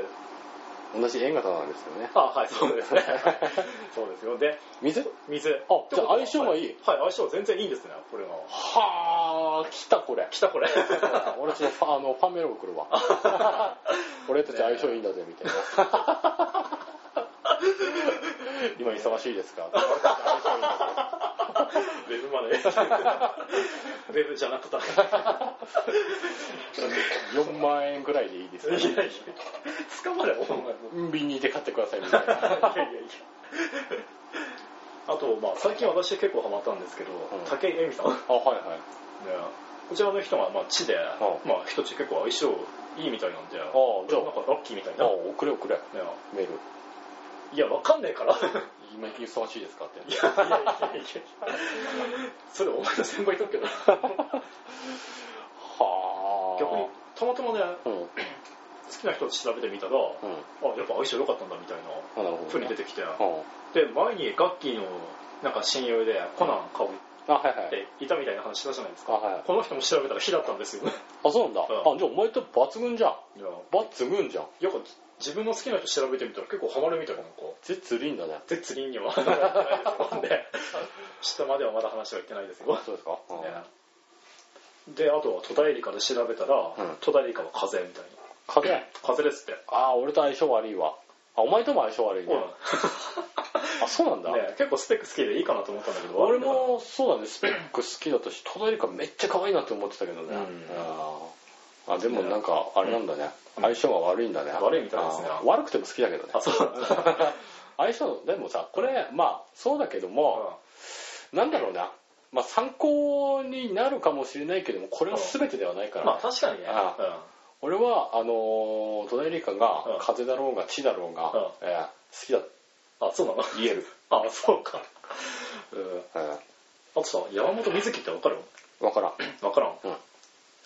Speaker 1: 同じ円形なんですよね
Speaker 2: あはいそうですね そうですよで
Speaker 1: 水は
Speaker 2: 水あ
Speaker 1: じゃあ相性はいい
Speaker 2: はい、相性全然いいんですねこれが
Speaker 1: あ来たこれ
Speaker 2: 来た これ
Speaker 1: 俺ちょっとファあのファンメール送 るわ俺たち相性いいんだぜみたいな今忙しいです か俺たち相性いいんだぜ
Speaker 2: ウェブま でウェブじゃなかった
Speaker 1: 4万円ぐらいでいいです
Speaker 2: いやいや捕まれお 前
Speaker 1: コンビニで買ってくださいみた いな、
Speaker 2: いやいやいやあと、まあ、最近私結構ハマったんですけど、
Speaker 1: ん
Speaker 2: 武井絵美 さん、ね、
Speaker 1: あはいはい
Speaker 2: こちらの人が、まあ、地で、
Speaker 1: ん
Speaker 2: まあ、人ち結構相性いいみたいなんで、
Speaker 1: あじゃあ
Speaker 2: なんかラッキーみたい
Speaker 1: あ
Speaker 2: な、ね
Speaker 1: 送れ送れメール
Speaker 2: いや、わかんねえから。い
Speaker 1: 今忙しいですかって
Speaker 2: やいやいやいやそれお前の先輩だけど、
Speaker 1: はあ
Speaker 2: 逆に、たまたまね、
Speaker 1: うん
Speaker 2: 好きな人を調べてみたら、あ、
Speaker 1: うん
Speaker 2: やっぱ相性良かったんだみたいな
Speaker 1: あなるほ
Speaker 2: 風
Speaker 1: ど、ね、
Speaker 2: に出てきて、
Speaker 1: うん
Speaker 2: で、前にガッキーの、なんか親友で、コナン顔っ
Speaker 1: あはいはい
Speaker 2: ていたみたいな話したじゃないですか。
Speaker 1: あはい
Speaker 2: この人も調べたら火だったんですよね。
Speaker 1: あそうなんだ、
Speaker 2: う
Speaker 1: あじゃあお前と抜群じゃん
Speaker 2: いや、
Speaker 1: 抜群じゃん
Speaker 2: やっぱ自分の好きな人調べてみたら結構ハマるみたいな、なんか。
Speaker 1: 絶釣りんだね
Speaker 2: で、釣りには。なんで、下まではまだ話は言ってないですよ。
Speaker 1: そうですか、うん
Speaker 2: ねで、あとは戸田恵梨香で調べたら、
Speaker 1: うん
Speaker 2: 戸田恵梨香は風邪みたいな。
Speaker 1: 風邪
Speaker 2: 風邪ですって。
Speaker 1: ああ俺と相性悪いわあお前とも相性悪いね、あそうなんだ、
Speaker 2: ね結構スペック好きでいいかなと思ったんだけど、
Speaker 1: 俺もそうだねスペック好きだったし戸田恵梨香めっちゃ可愛いなって思ってたけどね、
Speaker 2: うん
Speaker 1: あーあでもなんかあれなんだね、相性が悪いんだね
Speaker 2: 悪いみたいですね
Speaker 1: あー悪くても好きだけどね
Speaker 2: あ、そうなんだ。
Speaker 1: 相性でもさこれまあそうだけども、なんだろうなまあ参考になるかもしれないけどもこれは全てではないから、
Speaker 2: まあ確かにね。
Speaker 1: あ俺はあのー戸田恵梨香が
Speaker 2: うん
Speaker 1: 風だろうが地だろうが、
Speaker 2: うん
Speaker 1: えー好きだと
Speaker 2: うんあ、そうなの
Speaker 1: 言える、
Speaker 2: あ、そうか。うん
Speaker 1: えー
Speaker 2: あとさ、山本瑞希ってわかる
Speaker 1: 分からん
Speaker 2: わからん、
Speaker 1: うん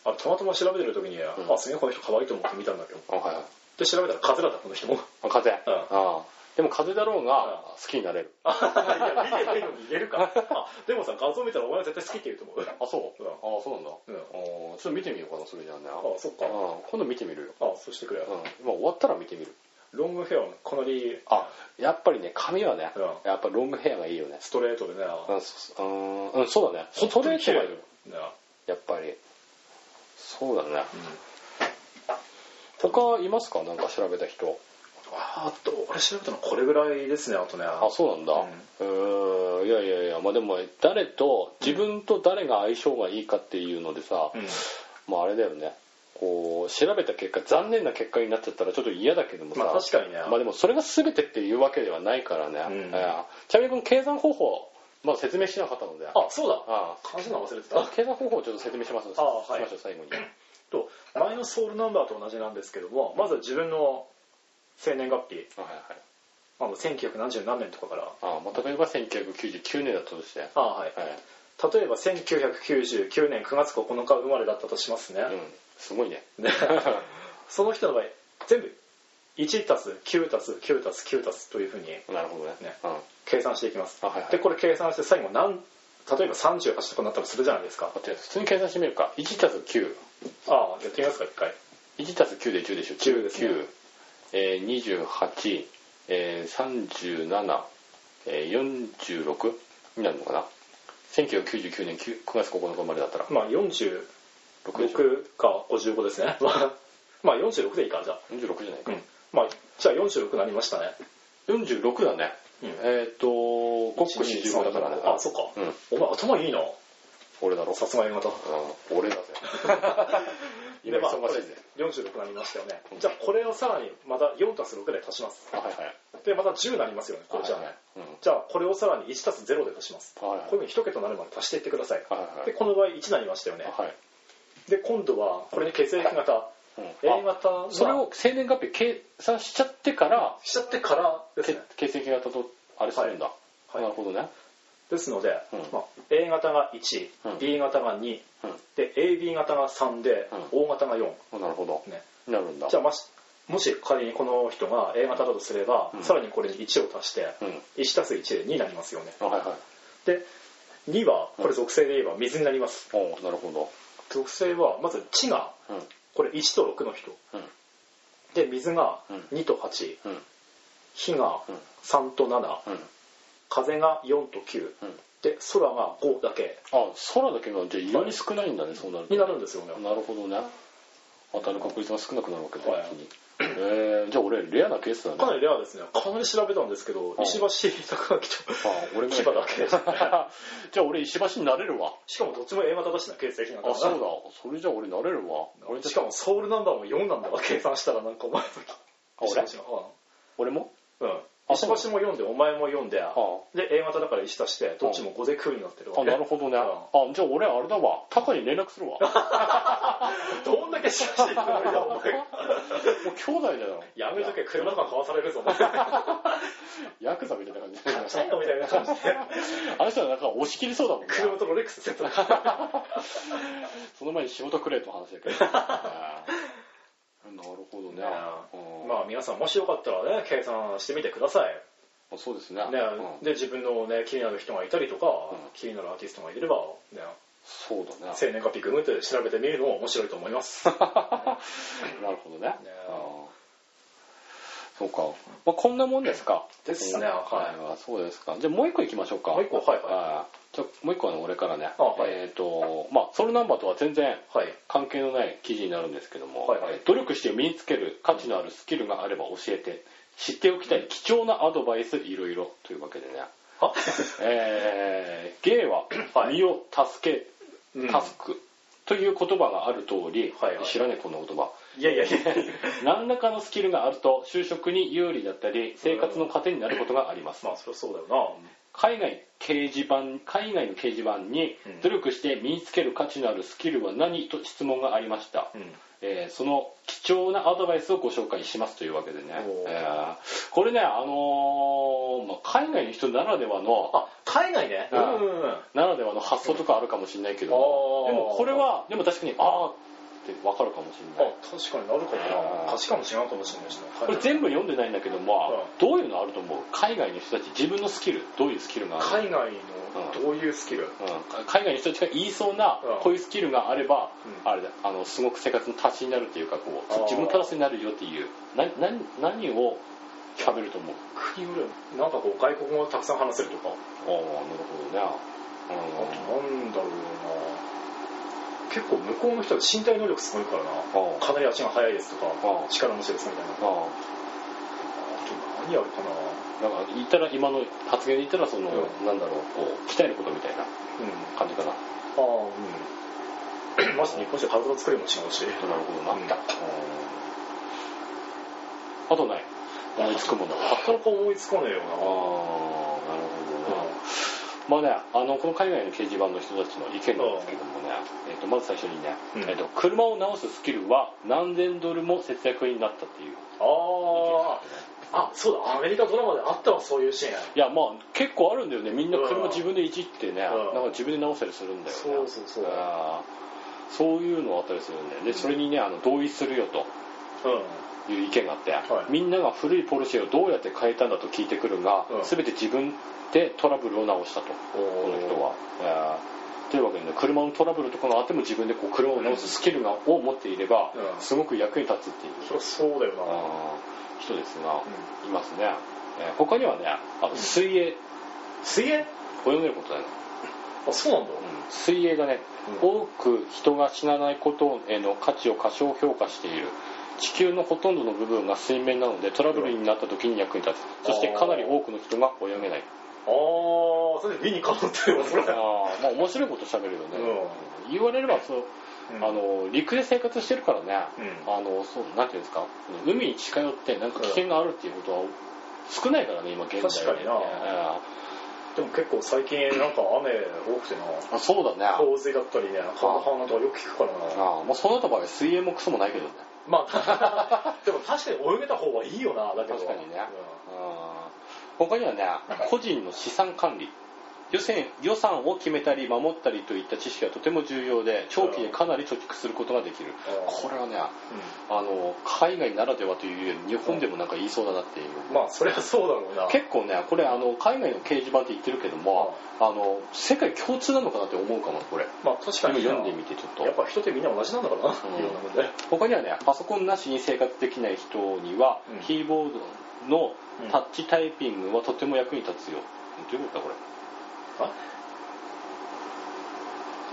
Speaker 2: あれたまたま調べてる時に、あすげえこの人可愛いと思って見たんだけど
Speaker 1: あはいはい
Speaker 2: で調べたら風邪だったこの人もい
Speaker 1: あ風、ああでも風だろうが
Speaker 2: う
Speaker 1: 好きになれる
Speaker 2: や見てないのに言えるかあでもさ画像見たらお前は絶対好きって言うと思う
Speaker 1: あそう、
Speaker 2: うん
Speaker 1: ああそうなんだ、
Speaker 2: うん
Speaker 1: あーちょっと見てみようかなそれじゃあね
Speaker 2: あ
Speaker 1: あ
Speaker 2: そっかあ
Speaker 1: あ今度見てみるよ、
Speaker 2: そうしてくれ、
Speaker 1: うんまあ、終わったら見てみる
Speaker 2: ロングヘアもかなり
Speaker 1: あやっぱりね髪はね、
Speaker 2: う
Speaker 1: やっぱロングヘアがいいよね
Speaker 2: ストレートでね
Speaker 1: うんそうんうんそうだねストレート
Speaker 2: 綺
Speaker 1: が
Speaker 2: 麗
Speaker 1: いい
Speaker 2: だよね
Speaker 1: やっぱりそうだね他いますかなんか調べた人
Speaker 2: あーっと俺調べたのこれぐらいですねあとね
Speaker 1: あそうなんだ
Speaker 2: う
Speaker 1: う
Speaker 2: ん
Speaker 1: んんいやいやいやまあでも誰と自分と誰が相性がいいかっていうのでさ、
Speaker 2: うん
Speaker 1: まああれだよねこう調べた結果残念な結果になっちゃったらちょっと嫌だけどもさ、
Speaker 2: まあ確かにね、
Speaker 1: まあでもそれが全てっていうわけではないからね、
Speaker 2: うん
Speaker 1: えーちなみにこの計算方法、まあ、説明しなかったので
Speaker 2: あそうだ
Speaker 1: あ
Speaker 2: 感じの忘れてた
Speaker 1: あ計算方法をちょっと説明しますので
Speaker 2: あはい
Speaker 1: しましょう最後に
Speaker 2: と前のソウルナンバーと同じなんですけどもまずは自分の生年月日
Speaker 1: はいはい
Speaker 2: まあ、もう1970何年とかから
Speaker 1: あまあ例えば1999年だったとして
Speaker 2: ああはい
Speaker 1: はい、
Speaker 2: 例えば1999年9月9日生まれだったとしますね、
Speaker 1: うん、すごいね
Speaker 2: でその人の場合全部1たす9たす9たす9たすというふうに
Speaker 1: なるほどね
Speaker 2: ね
Speaker 1: うん、
Speaker 2: 計算していきます
Speaker 1: あはいはい
Speaker 2: でこれ計算して最後何例えば38とかになったらするじゃないですか
Speaker 1: 待って普通に計算してみるか1たす9
Speaker 2: ああやってみますか一回
Speaker 1: 1たす9で10でしょ
Speaker 2: 10ですね
Speaker 1: 9えー、28、えー、37、えー、46になるのかな1999年 9, 9月9日生まれだったら
Speaker 2: まあ46
Speaker 1: 6でしょ
Speaker 2: か55ですね まあ46でいいかじゃあ
Speaker 1: 46じゃないか
Speaker 2: う、んまあじゃあ46なりましたね
Speaker 1: 46だね、
Speaker 2: うん
Speaker 1: えっ、ー、と国庫四十五だからね
Speaker 2: ああそっか、
Speaker 1: うん
Speaker 2: お前頭いいな
Speaker 1: 俺だろ
Speaker 2: さすが A 型
Speaker 1: うん俺だぜ今
Speaker 2: でまあ
Speaker 1: 忙しいぜ、
Speaker 2: 46なりましたよね、じゃあこれをさらにまた4たす6で足します
Speaker 1: あ、はいはい
Speaker 2: でまた10なりますよねこれじゃあね、
Speaker 1: うんはい
Speaker 2: じゃあこれをさらに1たす0で足します、
Speaker 1: はいはい
Speaker 2: こういうふうに1桁になるまで足していってください、
Speaker 1: はい
Speaker 2: でこの場合1になりましたよね、
Speaker 1: はい
Speaker 2: で今度はこれに血液型
Speaker 1: うん
Speaker 2: A
Speaker 1: あ
Speaker 2: 型が
Speaker 1: それを生年月日計算しちゃってから
Speaker 2: しちゃってからです
Speaker 1: け
Speaker 2: ね
Speaker 1: 血液型とあれするんだ、
Speaker 2: はい
Speaker 1: なるほどね
Speaker 2: ですので、
Speaker 1: うん
Speaker 2: まあ、A 型が1、
Speaker 1: うん
Speaker 2: B 型が2
Speaker 1: うん
Speaker 2: で AB 型が3で、O 型が4、
Speaker 1: あなるほど
Speaker 2: ね、
Speaker 1: なるんだ
Speaker 2: じゃあましもし仮にこの人が A 型だとすれば、
Speaker 1: うん
Speaker 2: さらにこれに1を足して、
Speaker 1: うん
Speaker 2: 1たす1で2になりますよね
Speaker 1: あはいはい
Speaker 2: で2はこれ属性で言えば水になります、
Speaker 1: おうなるほど
Speaker 2: 属性はまず地が
Speaker 1: うん
Speaker 2: これ1と6の人
Speaker 1: うん
Speaker 2: で水が
Speaker 1: うん
Speaker 2: 2と8
Speaker 1: うん
Speaker 2: 火が
Speaker 1: うん
Speaker 2: 3と7
Speaker 1: うん
Speaker 2: 風が4と9
Speaker 1: うん
Speaker 2: で空が5だけ
Speaker 1: あ空だけがじゃあ異様に少ないんだねそうなると
Speaker 2: になるんですよね
Speaker 1: なるほどね当たる確率が少なくなるわけだ、
Speaker 2: はい
Speaker 1: 一気にえー、じゃあ俺レアなケースだね
Speaker 2: かなりレアですねかなり調べたんですけど
Speaker 1: うん
Speaker 2: 石橋高木と
Speaker 1: あ俺も
Speaker 2: 牙だけですね
Speaker 1: じゃあ俺石橋になれるわ
Speaker 2: しかもどっちも A 型だしな形成品なんだ
Speaker 1: あそうだそれじゃあ俺なれるわ俺
Speaker 2: しかもソウルナンバーも4なんだわ計算したらなんかお前の
Speaker 1: 俺
Speaker 2: 石橋も
Speaker 1: 俺も
Speaker 2: うんうん
Speaker 1: あ
Speaker 2: 石
Speaker 1: そう
Speaker 2: 橋も4でお前も4で
Speaker 1: ああ
Speaker 2: で A 型だから石足してどっちも5で9になってるわ
Speaker 1: あ
Speaker 2: け
Speaker 1: なるほどね
Speaker 2: う
Speaker 1: あ
Speaker 2: ん
Speaker 1: じゃあ俺あれだわタカに連絡す るわも
Speaker 2: どんだけし足していくのよ お前
Speaker 1: う兄弟だよ
Speaker 2: やめとけ車間買わされ るぞお前買
Speaker 1: ヤクザみたいな感じ
Speaker 2: っちゃえよみたいな感じで
Speaker 1: あの人はなんか押し切りそうだもんね
Speaker 2: 車とロレックスセットだ
Speaker 1: その前に仕事くれと話だけどあーなるほどね
Speaker 2: ね
Speaker 1: うん
Speaker 2: まあ皆さんもしよかったらね計算してみてください、
Speaker 1: あそうですね
Speaker 2: ね
Speaker 1: うん
Speaker 2: で自分のね気になる人がいたりとか、
Speaker 1: うん
Speaker 2: 気になるアーティストがいれば、ね、
Speaker 1: そうだね
Speaker 2: 生年月日ググって調べてみるのも面白いと思います
Speaker 1: なるほどね。
Speaker 2: ね
Speaker 1: ああそうか。まあ、こんなもんですか。
Speaker 2: ですねはい
Speaker 1: い。そうですか。じゃあもう一個いきましょうか。
Speaker 2: もう一個はいはい
Speaker 1: ああじゃあもう一個はね、俺からね。
Speaker 2: あはい
Speaker 1: えっ、と、まあ、ソルナンバーとは全然
Speaker 2: はい
Speaker 1: 関係のない記事になるんですけども、
Speaker 2: はいはい
Speaker 1: えー努力して身につける価値のあるスキルがあれば教えて、知っておきたい貴重なアドバイスいろいろというわけでね。
Speaker 2: は
Speaker 1: えー、芸は
Speaker 2: はい
Speaker 1: 身を助け、
Speaker 2: うん
Speaker 1: タスクという言葉がある通り、
Speaker 2: はいはい
Speaker 1: 知らねえこんな言葉。
Speaker 2: いやい やいや
Speaker 1: 何らかのスキルがあると就職に有利だったり生活の糧になることがあります
Speaker 2: まあそりゃそうだよ
Speaker 1: 海外掲示板海外の掲示板に
Speaker 2: うん
Speaker 1: 努力して身につける価値のあるスキルは何と質問がありました、
Speaker 2: なうん
Speaker 1: えーその貴重なアドバイスをご紹介しますというわけでね
Speaker 2: お、ー
Speaker 1: えーこれねあのーまあ海外の人ならではの
Speaker 2: あ海外ね
Speaker 1: うん
Speaker 2: うんうん
Speaker 1: ならではの発想とかあるかもしれないけど、
Speaker 2: うんあー
Speaker 1: でもこれはでも確かにああって分かるかもしれない
Speaker 2: あ確かになるかもな価値観も違うかもしれないしね、はい
Speaker 1: これ全部読んでないんだけどまあ
Speaker 2: うん
Speaker 1: どういうのあると思う海外の人たち自分のスキルどういうスキルがある、
Speaker 2: 海外のどういうスキル、
Speaker 1: うん海外の人たちが言いそうな
Speaker 2: うん
Speaker 1: こういうスキルがあれば、
Speaker 2: うん
Speaker 1: あれだあのすごく生活の足しになるっていうかこ
Speaker 2: あー
Speaker 1: う自分のプラスになるよっていうなな何を喋ると思う
Speaker 2: 国ぐらいなんかこう外国語をたくさん話せるとか
Speaker 1: ああなるほどね
Speaker 2: あとなんだろうな結構向こうの人は身体能力すごいから
Speaker 1: あ
Speaker 2: なかなり足が速いですとか
Speaker 1: あ
Speaker 2: 力持ちですみたいなあ
Speaker 1: ああ
Speaker 2: と何やるかな
Speaker 1: あなんか言ったら今の発言で言ったらその、
Speaker 2: う
Speaker 1: なんだろうこう鍛えることみたいな
Speaker 2: うん
Speaker 1: 感じかな
Speaker 2: ああうん まず日本人は体の作りも違うし
Speaker 1: なるほどな、
Speaker 2: うん
Speaker 1: うんあとない思いつくもの
Speaker 2: なかなか思いつかねえよ
Speaker 1: ああ
Speaker 2: な
Speaker 1: なるほどな、まあねあのこの海外の掲示板の人たちの意見なんですけどもね、えー、とまず最初にね、
Speaker 2: うん
Speaker 1: えー、と車を直すスキルは何千ドルも節約になったっていう
Speaker 2: あああそうだアメリカドラマであったわそういうシーン
Speaker 1: いやまあ結構あるんだよねみんな
Speaker 2: うん
Speaker 1: 車自分でいじってね、
Speaker 2: うん
Speaker 1: なんか自分で直したりするんだよね
Speaker 2: そうそうそう
Speaker 1: あーそういうのあったりするんだよでそれにねあの同意するよと
Speaker 2: う
Speaker 1: いう意見があって、
Speaker 2: い
Speaker 1: みんなが古いポルシェをどうやって変えたんだと聞いてくるが、
Speaker 2: うん
Speaker 1: 全て自分でトラブルを直したと
Speaker 2: ん
Speaker 1: この人
Speaker 2: は
Speaker 1: は、えーというわけでね車のトラブルとかがあっても自分でこう車を直すスキルがを持っていれば、
Speaker 2: うん
Speaker 1: すごく役に立つっていう、
Speaker 2: そりゃそうだよな
Speaker 1: あー人ですが、
Speaker 2: う
Speaker 1: いますね、えー他にはねあの水泳
Speaker 2: 水泳
Speaker 1: 泳げることだよ、
Speaker 2: あそうなんだ
Speaker 1: うん水泳がね、
Speaker 2: うん
Speaker 1: 多く人が死なないことへの価値を過小評価している地球のほとんどの部分が水面なのでトラブルになった時に役に立つそしてかなり多くの人が泳げない
Speaker 2: ああそれで理にかなってるわそれ
Speaker 1: あーまあ面白いこと喋るよね、言われればそう
Speaker 2: うん
Speaker 1: あの陸で生活してるからね、
Speaker 2: うん
Speaker 1: あのそうなんていうんですか海に近寄ってなんか危険があるっていうことは少ないからね今現代はね
Speaker 2: 確かになでも結構最近なんか雨多くてな
Speaker 1: うんあそうだね
Speaker 2: 洪水だったりね乾杯なんとかよく聞くからな
Speaker 1: ああまあそうなった場合水泳もクソもないけどね
Speaker 2: まあ でも確かに泳げた方がいいよなだけど
Speaker 1: 確かにねうん他にはね個人の資産管理予算予算を決めたり守ったりといった知識がとても重要で長期でかなり貯蓄することができる
Speaker 2: うん
Speaker 1: これはね
Speaker 2: う
Speaker 1: あの海外ならではというより日本でもなんか言いそうだなっていうん
Speaker 2: まあそりゃそうだろうな
Speaker 1: 結構ねこれあの海外の掲示板って言ってるけどもあの世界共通なのかなって思うかもこれ
Speaker 2: まあ確か
Speaker 1: 今
Speaker 2: に
Speaker 1: 読んでみてちょっと
Speaker 2: やっぱ人ってみんな同じなんだからな、
Speaker 1: ん
Speaker 2: いろんなもんで、
Speaker 1: 他にはねパソコンなしに生活できない人には、
Speaker 2: うん
Speaker 1: キーボードの
Speaker 2: うん
Speaker 1: タッチタイピングはとても役に立つよ、どういうことだこれ
Speaker 2: あ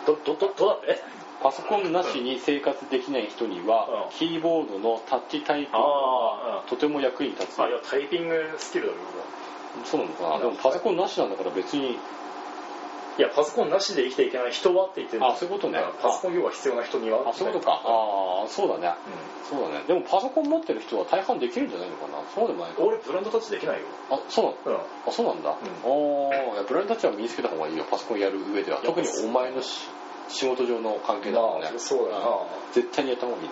Speaker 2: どどどどうだって
Speaker 1: パソコンなしに生活できない人には、
Speaker 2: うん
Speaker 1: キーボードのタッチタイピング
Speaker 2: あ
Speaker 1: とても役に立つ
Speaker 2: まあい
Speaker 1: よ
Speaker 2: やタイピングスキルだろう
Speaker 1: そうなのかなでもパソコンなしなんだから別に
Speaker 2: いやパソコンなしで生きていけない人はって言ってる
Speaker 1: あそういうことね
Speaker 2: パソコン用が必要な人には
Speaker 1: あそういうことかああそうだねそうだねでもパソコン持ってる人は大半できるんじゃないのかなそうでもないか
Speaker 2: うん俺ブランドタッチできないよ
Speaker 1: あそうなの
Speaker 2: うん
Speaker 1: あそうなんだ、ああいやブランドたちは身につけた方がいいよパソコンやる上では
Speaker 2: やっ
Speaker 1: 特
Speaker 2: ぱ
Speaker 1: に
Speaker 2: そう
Speaker 1: お前のし仕事上の関係だからね、
Speaker 2: まあそうだよな
Speaker 1: 絶対にやった方がいいね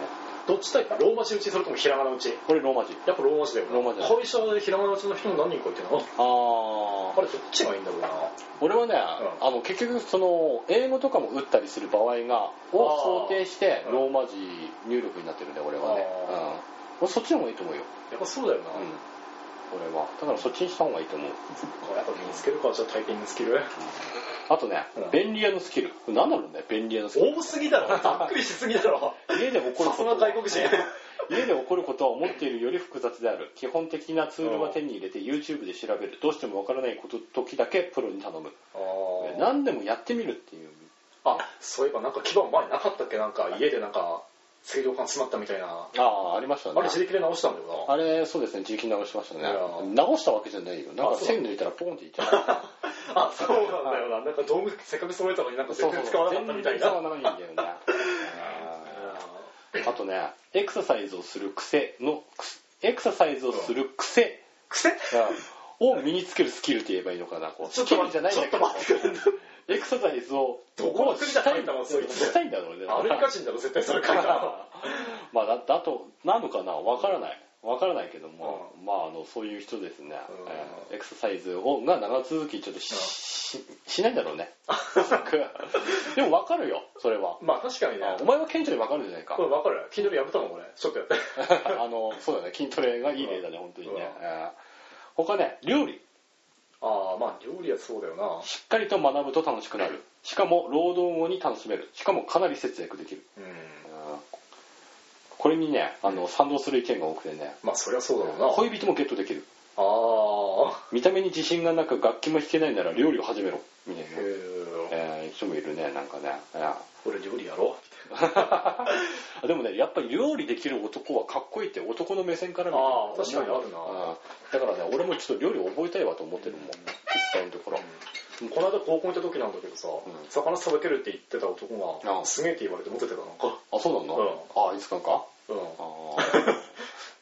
Speaker 2: どっちタイプローマ字打ちそれともひらがな打ち
Speaker 1: これローマ字
Speaker 2: やっぱローマ字だよな
Speaker 1: ローマ字だ
Speaker 2: 会社でひらがな打ちの人も何人かいてな
Speaker 1: ああ
Speaker 2: あれどっちがいいんだろうな
Speaker 1: 俺はね、
Speaker 2: うん
Speaker 1: あの結局その英語とかも打ったりする場合がを想定して
Speaker 2: うん
Speaker 1: ローマ字入力になってるね俺はね、う
Speaker 2: あ
Speaker 1: ん、俺そっちの方がいいと思うよ、
Speaker 2: やっぱそうだよな、
Speaker 1: うん、俺はだからそっちにした方がいいと思う
Speaker 2: やっぱ身につけるかじゃあタイピングスキル
Speaker 1: あとね、
Speaker 2: うん
Speaker 1: 便利屋のスキルこれ何だろうね便利屋のスキル
Speaker 2: 多すぎだろ ざっくりしすぎだろ
Speaker 1: 家で起こる
Speaker 2: さ
Speaker 1: こ
Speaker 2: す
Speaker 1: と
Speaker 2: が外国人
Speaker 1: 家で起こることは思っているより複雑である基本的なツールは手に入れて YouTube で調べるどうしてもわからないこと時だけプロに頼む
Speaker 2: あ
Speaker 1: 何でもやってみるっていう
Speaker 2: あそういえばなんか牙前なかったっけなんか家でなんか清涼感詰まったみたいな
Speaker 1: ああありましたね
Speaker 2: あれ自力で直したんだよな
Speaker 1: あれそうですね自力直しましたね
Speaker 2: いや
Speaker 1: 直したわけじゃないよなんか
Speaker 2: あそう
Speaker 1: 線抜いたらポンっていっちゃう
Speaker 2: あそうなんだよななんか道具せっかく揃えたのになんか 全然使わなかったみたい
Speaker 1: 全
Speaker 2: な
Speaker 1: 然使わないんだよねあとねエクササイズをする癖のくすエクササイズをする癖
Speaker 2: 癖
Speaker 1: を身につけるスキルって言えばいいのかなこう
Speaker 2: ちょ
Speaker 1: スキ
Speaker 2: っと
Speaker 1: ル
Speaker 2: 待
Speaker 1: じ
Speaker 2: っ
Speaker 1: ゃない
Speaker 2: てち
Speaker 1: んだけ
Speaker 2: ょっと
Speaker 1: ど
Speaker 2: 待ってくれ
Speaker 1: エクササイズを
Speaker 2: どこの国で書いたのそれ
Speaker 1: したいんだろうね
Speaker 2: アメリカ人だろ絶対それ書いたの
Speaker 1: まあだだとなのかなわからないわからないけども、まああのそういう人ですね、
Speaker 2: うん
Speaker 1: えーエクササイズをが長続きちょっとし,し、しないんだろう ねでもわかるよそれは
Speaker 2: まあ確かにね
Speaker 1: あお前は顕著にわかるんじゃないか
Speaker 2: これ分かる Kindle やめたもん俺ちょっとやって
Speaker 1: あのそうだね筋トレがいい例だね本当にね、
Speaker 2: うん
Speaker 1: えー他ね料理
Speaker 2: ああまあ料理はそうだよな
Speaker 1: しっかりと学ぶと楽しくなるしかも労働後に楽しめるしかもかなり節約できる
Speaker 2: うん
Speaker 1: これにねあの賛同する意見が多くてね
Speaker 2: まあそりゃそうだろうな
Speaker 1: 恋人もゲットできる
Speaker 2: ああ
Speaker 1: 見た目に自信がなく楽器も弾けないなら料理を始めろみたいな
Speaker 2: へ、え
Speaker 1: えー人もいるねなんかね、えー
Speaker 2: 俺料理やろ
Speaker 1: あでもねやっぱり料理できる男はかっこいいって男の目線から見てる
Speaker 2: あー確かにあるな
Speaker 1: うんだからね俺もちょっと料理覚えたいわと思ってるもん実際のところ、
Speaker 2: うこの間高校行った時なんだけどさ、
Speaker 1: ん
Speaker 2: 魚さばけるって言ってた男
Speaker 1: ああ
Speaker 2: がすげえって言われてモテてたなんか
Speaker 1: あそうなの、ああいつかんか
Speaker 2: うん
Speaker 1: あー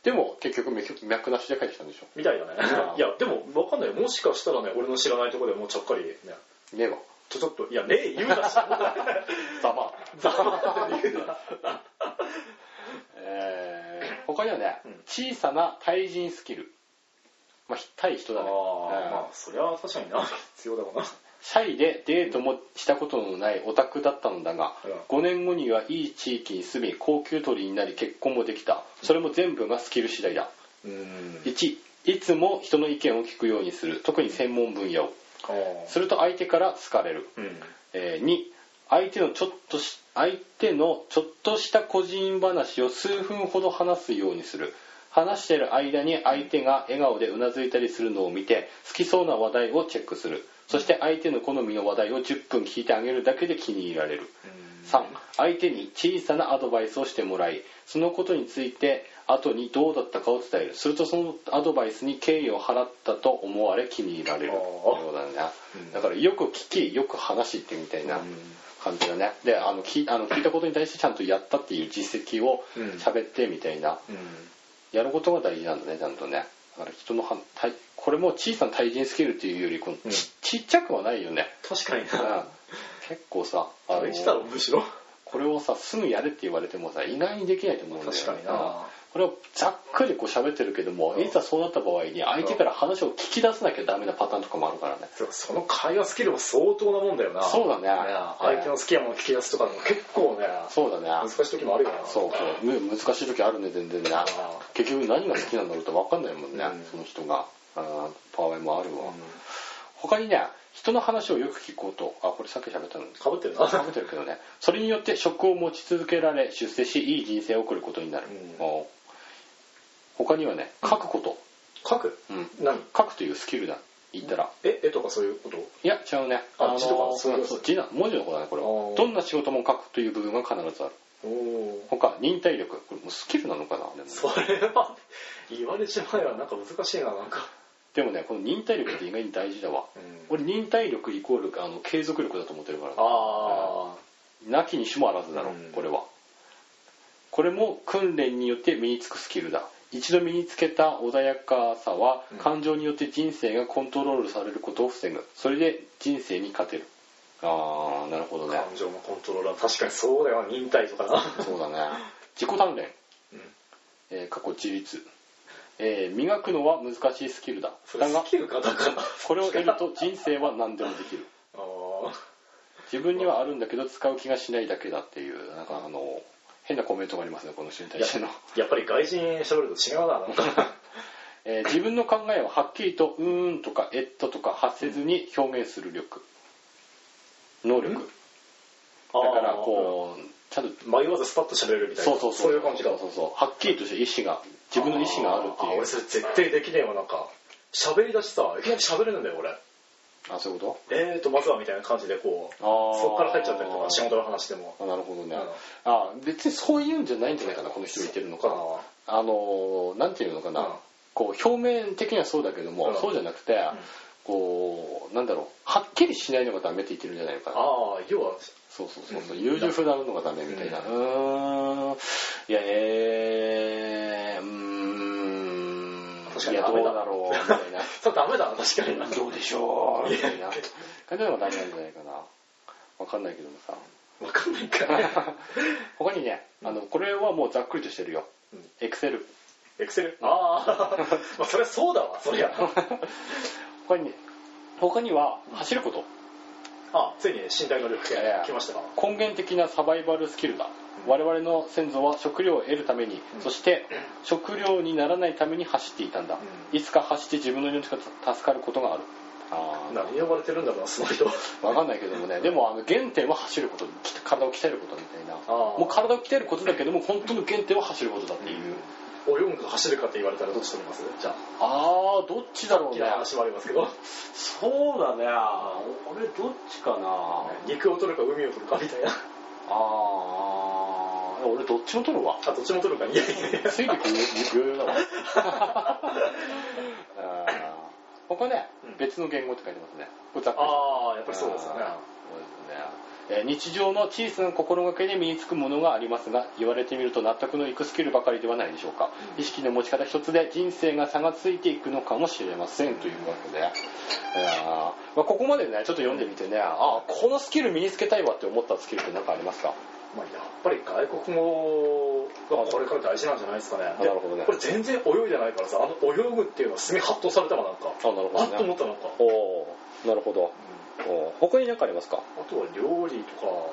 Speaker 1: でも結局脈脈なしで帰ってきたんでしょ
Speaker 2: みたいだね
Speaker 1: ああ
Speaker 2: いやでも分かんないよもしかしたらね俺の知らないとこでもうちゃっかりね
Speaker 1: ねえわ
Speaker 2: ちょちょっといやねえ言う なし
Speaker 1: ざまあ
Speaker 2: ざまって言うな
Speaker 1: えー他にはね、
Speaker 2: うん
Speaker 1: 小さな対人スキルまあ、対人
Speaker 2: あ
Speaker 1: だね。
Speaker 2: あ、
Speaker 1: うん
Speaker 2: まあそれは確かにな必要だもんな
Speaker 1: シャイでデートもしたことのないオタクだったのだが、5年後にはいい地域に住み高級鳥になり結婚もできたそれも全部がスキル次第だ
Speaker 2: うん
Speaker 1: 1いつも人の意見を聞くようにする特に専門分野を
Speaker 2: あ
Speaker 1: すると相手から好かれる、
Speaker 2: あうん
Speaker 1: えー2相手のちょっとし相手のちょっとした個人話を数分ほど話すようにする話している間に相手が笑顔でうなずいたりするのを見て好きそうな話題をチェックするそして相手の好みの話題を10分聞いてあげるだけで気に入られる3相手に小さなアドバイスをしてもらいそのことについて後にどうだったかを伝えるするとそのアドバイスに敬意を払ったと思われ気に入られる
Speaker 2: あー
Speaker 1: ようだな
Speaker 2: うん
Speaker 1: だからよく聞きよく話してみたいな
Speaker 2: うん
Speaker 1: 感じだねであの聞いあの聞いたことに対してちゃんとやったっていう実績を
Speaker 2: うん
Speaker 1: 喋ってみたいな、
Speaker 2: うん
Speaker 1: やることが大事なんだねちゃんとねだから人のは対これも小さな対人スキルっていうよりこのち,、
Speaker 2: うん
Speaker 1: ちっちゃくはないよね、
Speaker 2: 確かに
Speaker 1: う ん
Speaker 2: な、
Speaker 1: 結構さあ
Speaker 2: あ
Speaker 1: の
Speaker 2: れしたろむしろ
Speaker 1: これをさすぐやれって言われてもさ意外にできないと思うんだよね
Speaker 2: 確かにな
Speaker 1: うんこれをざっくりこう喋ってるけども、
Speaker 2: うん
Speaker 1: いざそうなった場合に相手から話を聞き出さなきゃダメなパターンとかもあるからね
Speaker 2: そうその会話スキルも相当なもんだよな
Speaker 1: そうだね
Speaker 2: ね相手の好きなもの聞き出すとかでも結構ね
Speaker 1: そうだね
Speaker 2: 難しい時もあるよな
Speaker 1: そうそうむ難しい時あるね全然ね
Speaker 2: ー
Speaker 1: 結局何が好きなんだろうって分かんないもんね、
Speaker 2: うん
Speaker 1: その人があー場合もあるわ、
Speaker 2: う
Speaker 1: 他にね人の話をよく聞くことあこれさっき喋ったの
Speaker 2: かぶってるな
Speaker 1: 食べてるけどねそれによって職を持ち続けられ出世しいい人生を送ることになる、
Speaker 2: うん
Speaker 1: お他にはね書くこと、
Speaker 2: 書く
Speaker 1: うん
Speaker 2: 何
Speaker 1: 書くというスキルだ言ったら、
Speaker 2: え絵とかそういうこと
Speaker 1: いや違うね
Speaker 2: あ
Speaker 1: の
Speaker 2: 字とかそういうこと
Speaker 1: そう字な文字のことだねこれ
Speaker 2: お
Speaker 1: は
Speaker 2: ー
Speaker 1: どんな仕事も書くという部分が必ずある
Speaker 2: おお
Speaker 1: 他忍耐力これもうスキルなのかなでも
Speaker 2: それは言われちまえばなんか難しいななんか
Speaker 1: でもねこの忍耐力って意外に大事だわ
Speaker 2: うん
Speaker 1: 俺忍耐力イコールあの継続力だと思ってるから
Speaker 2: あ
Speaker 1: なきにしもあらずだろ、
Speaker 2: うん
Speaker 1: これはこれも訓練によって身につくスキルだ一度身につけた穏やかさは
Speaker 2: うん
Speaker 1: 感情によって人生がコントロールされることを防ぐそれで人生に勝てるああなるほど
Speaker 2: あ
Speaker 1: ね
Speaker 2: 感情のコントローラー確かにそうだよな忍耐とかな
Speaker 1: そうだね自己鍛錬、
Speaker 2: うん
Speaker 1: えー過去自立、えー磨くのは難しいスキルだ
Speaker 2: それ
Speaker 1: だ
Speaker 2: ス
Speaker 1: が
Speaker 2: キルかだから
Speaker 1: これを得ると人生は何でもできる
Speaker 2: ああ
Speaker 1: 自分にはあるんだけど使う気がしないだけだっていうなんかあの変なコメントがありますねこの人に対しての、
Speaker 2: やっぱり外人喋ると違うな なんか
Speaker 1: えー自分の考えをはっきりと「うーん」とか「えっと」とか発せずに表現する力能力だからこうちゃんと
Speaker 2: う迷わずスパッと喋れるみたいな
Speaker 1: そうそうそう
Speaker 2: いう感じだ
Speaker 1: そうそうはっきりとした意思が自分の意思があるって
Speaker 2: あー
Speaker 1: い
Speaker 2: 俺
Speaker 1: う
Speaker 2: それ絶対できねえわなんか喋り出しさいきなり喋れるんだよ俺
Speaker 1: あそういうこ
Speaker 2: えーとまずはみたいな感じでこう
Speaker 1: とあ
Speaker 2: そっから入っちゃったりとか仕
Speaker 1: あ
Speaker 2: 事の話でも
Speaker 1: なるほどね
Speaker 2: うん
Speaker 1: あ別にそういうんじゃないんじゃないかなこの人言ってるのかあのーなんていうのかな、
Speaker 2: うん
Speaker 1: こう表面的にはそうだけども、
Speaker 2: うん
Speaker 1: そうじゃなくて、こうなんだろうはっきりしないのがダメって言ってるんじゃないのかな
Speaker 2: ああ要は
Speaker 1: そうそうそうそう、
Speaker 2: うん
Speaker 1: 優柔不断なのがダメみたいなう
Speaker 2: う
Speaker 1: ーんいやえー、うーん
Speaker 2: 確かに
Speaker 1: いやどう
Speaker 2: ダメだ
Speaker 1: だろうみたいな
Speaker 2: それダメだな確か にな
Speaker 1: どうでしょうみたい
Speaker 2: い
Speaker 1: な
Speaker 2: や
Speaker 1: 感じのがダメなんじゃないかなわかんないけども さ
Speaker 2: 分かんな いから
Speaker 1: 他にねあのこれはもうざっくりとしてるよ
Speaker 2: うん
Speaker 1: エクセル
Speaker 2: エクセルああ まあそれはそうだわ そりゃ
Speaker 1: 他に他には走ること
Speaker 2: あついに身体能力
Speaker 1: いやいや
Speaker 2: 来ましたか
Speaker 1: 根源的なサバイバルスキルだ我々の先祖は食料を得るために、
Speaker 2: うん
Speaker 1: そして食料にならないために走っていたんだ、
Speaker 2: うん
Speaker 1: いつか走って自分の命が助かることがあるあー
Speaker 2: 何呼ばれてるんだろうなその人
Speaker 1: わかんないけどもねでもあの原点は走ることき体を鍛えることみたいな
Speaker 2: ー
Speaker 1: もう体を鍛えることだけども本当の原点は走ることだっていう、
Speaker 2: 泳ぐか走るかって言われたらどっちと思いますじゃあ
Speaker 1: ああどっちだろう
Speaker 2: 大き
Speaker 1: ね
Speaker 2: な話もありますけど
Speaker 1: そうだね俺どっちかな
Speaker 2: 肉を取るか海を取るかみたいな
Speaker 1: あー俺どっちも取るわ
Speaker 2: あどっちも取るかいやいやいや
Speaker 1: 水力余裕だわあーここね、
Speaker 2: うん
Speaker 1: 別の言語って書いてますねこれざっくり
Speaker 2: ああやっぱりそうですよね
Speaker 1: あーそうですねえー日常の小さな心がけで身につくものがありますが言われてみると納得のいくスキルばかりではないでしょうか意識の持ち方一つで人生が差がついていくのかもしれませんというわけで、えーまあ、ここまでねちょっと読んでみてねあこのスキル身につけたいわって思ったスキルって何かありますか
Speaker 2: まあ、やっぱり外国語がこれから大事なんじゃないですかね。
Speaker 1: なるほどね
Speaker 2: でこれ全然泳いでないからさ、あの泳ぐっていうのは墨発動されたわ、なんか。
Speaker 1: あなるほ
Speaker 2: あっと
Speaker 1: どね
Speaker 2: 思った、なんか。
Speaker 1: おおーなるほどおー他に何かありますか
Speaker 2: あとは料理
Speaker 1: う
Speaker 2: と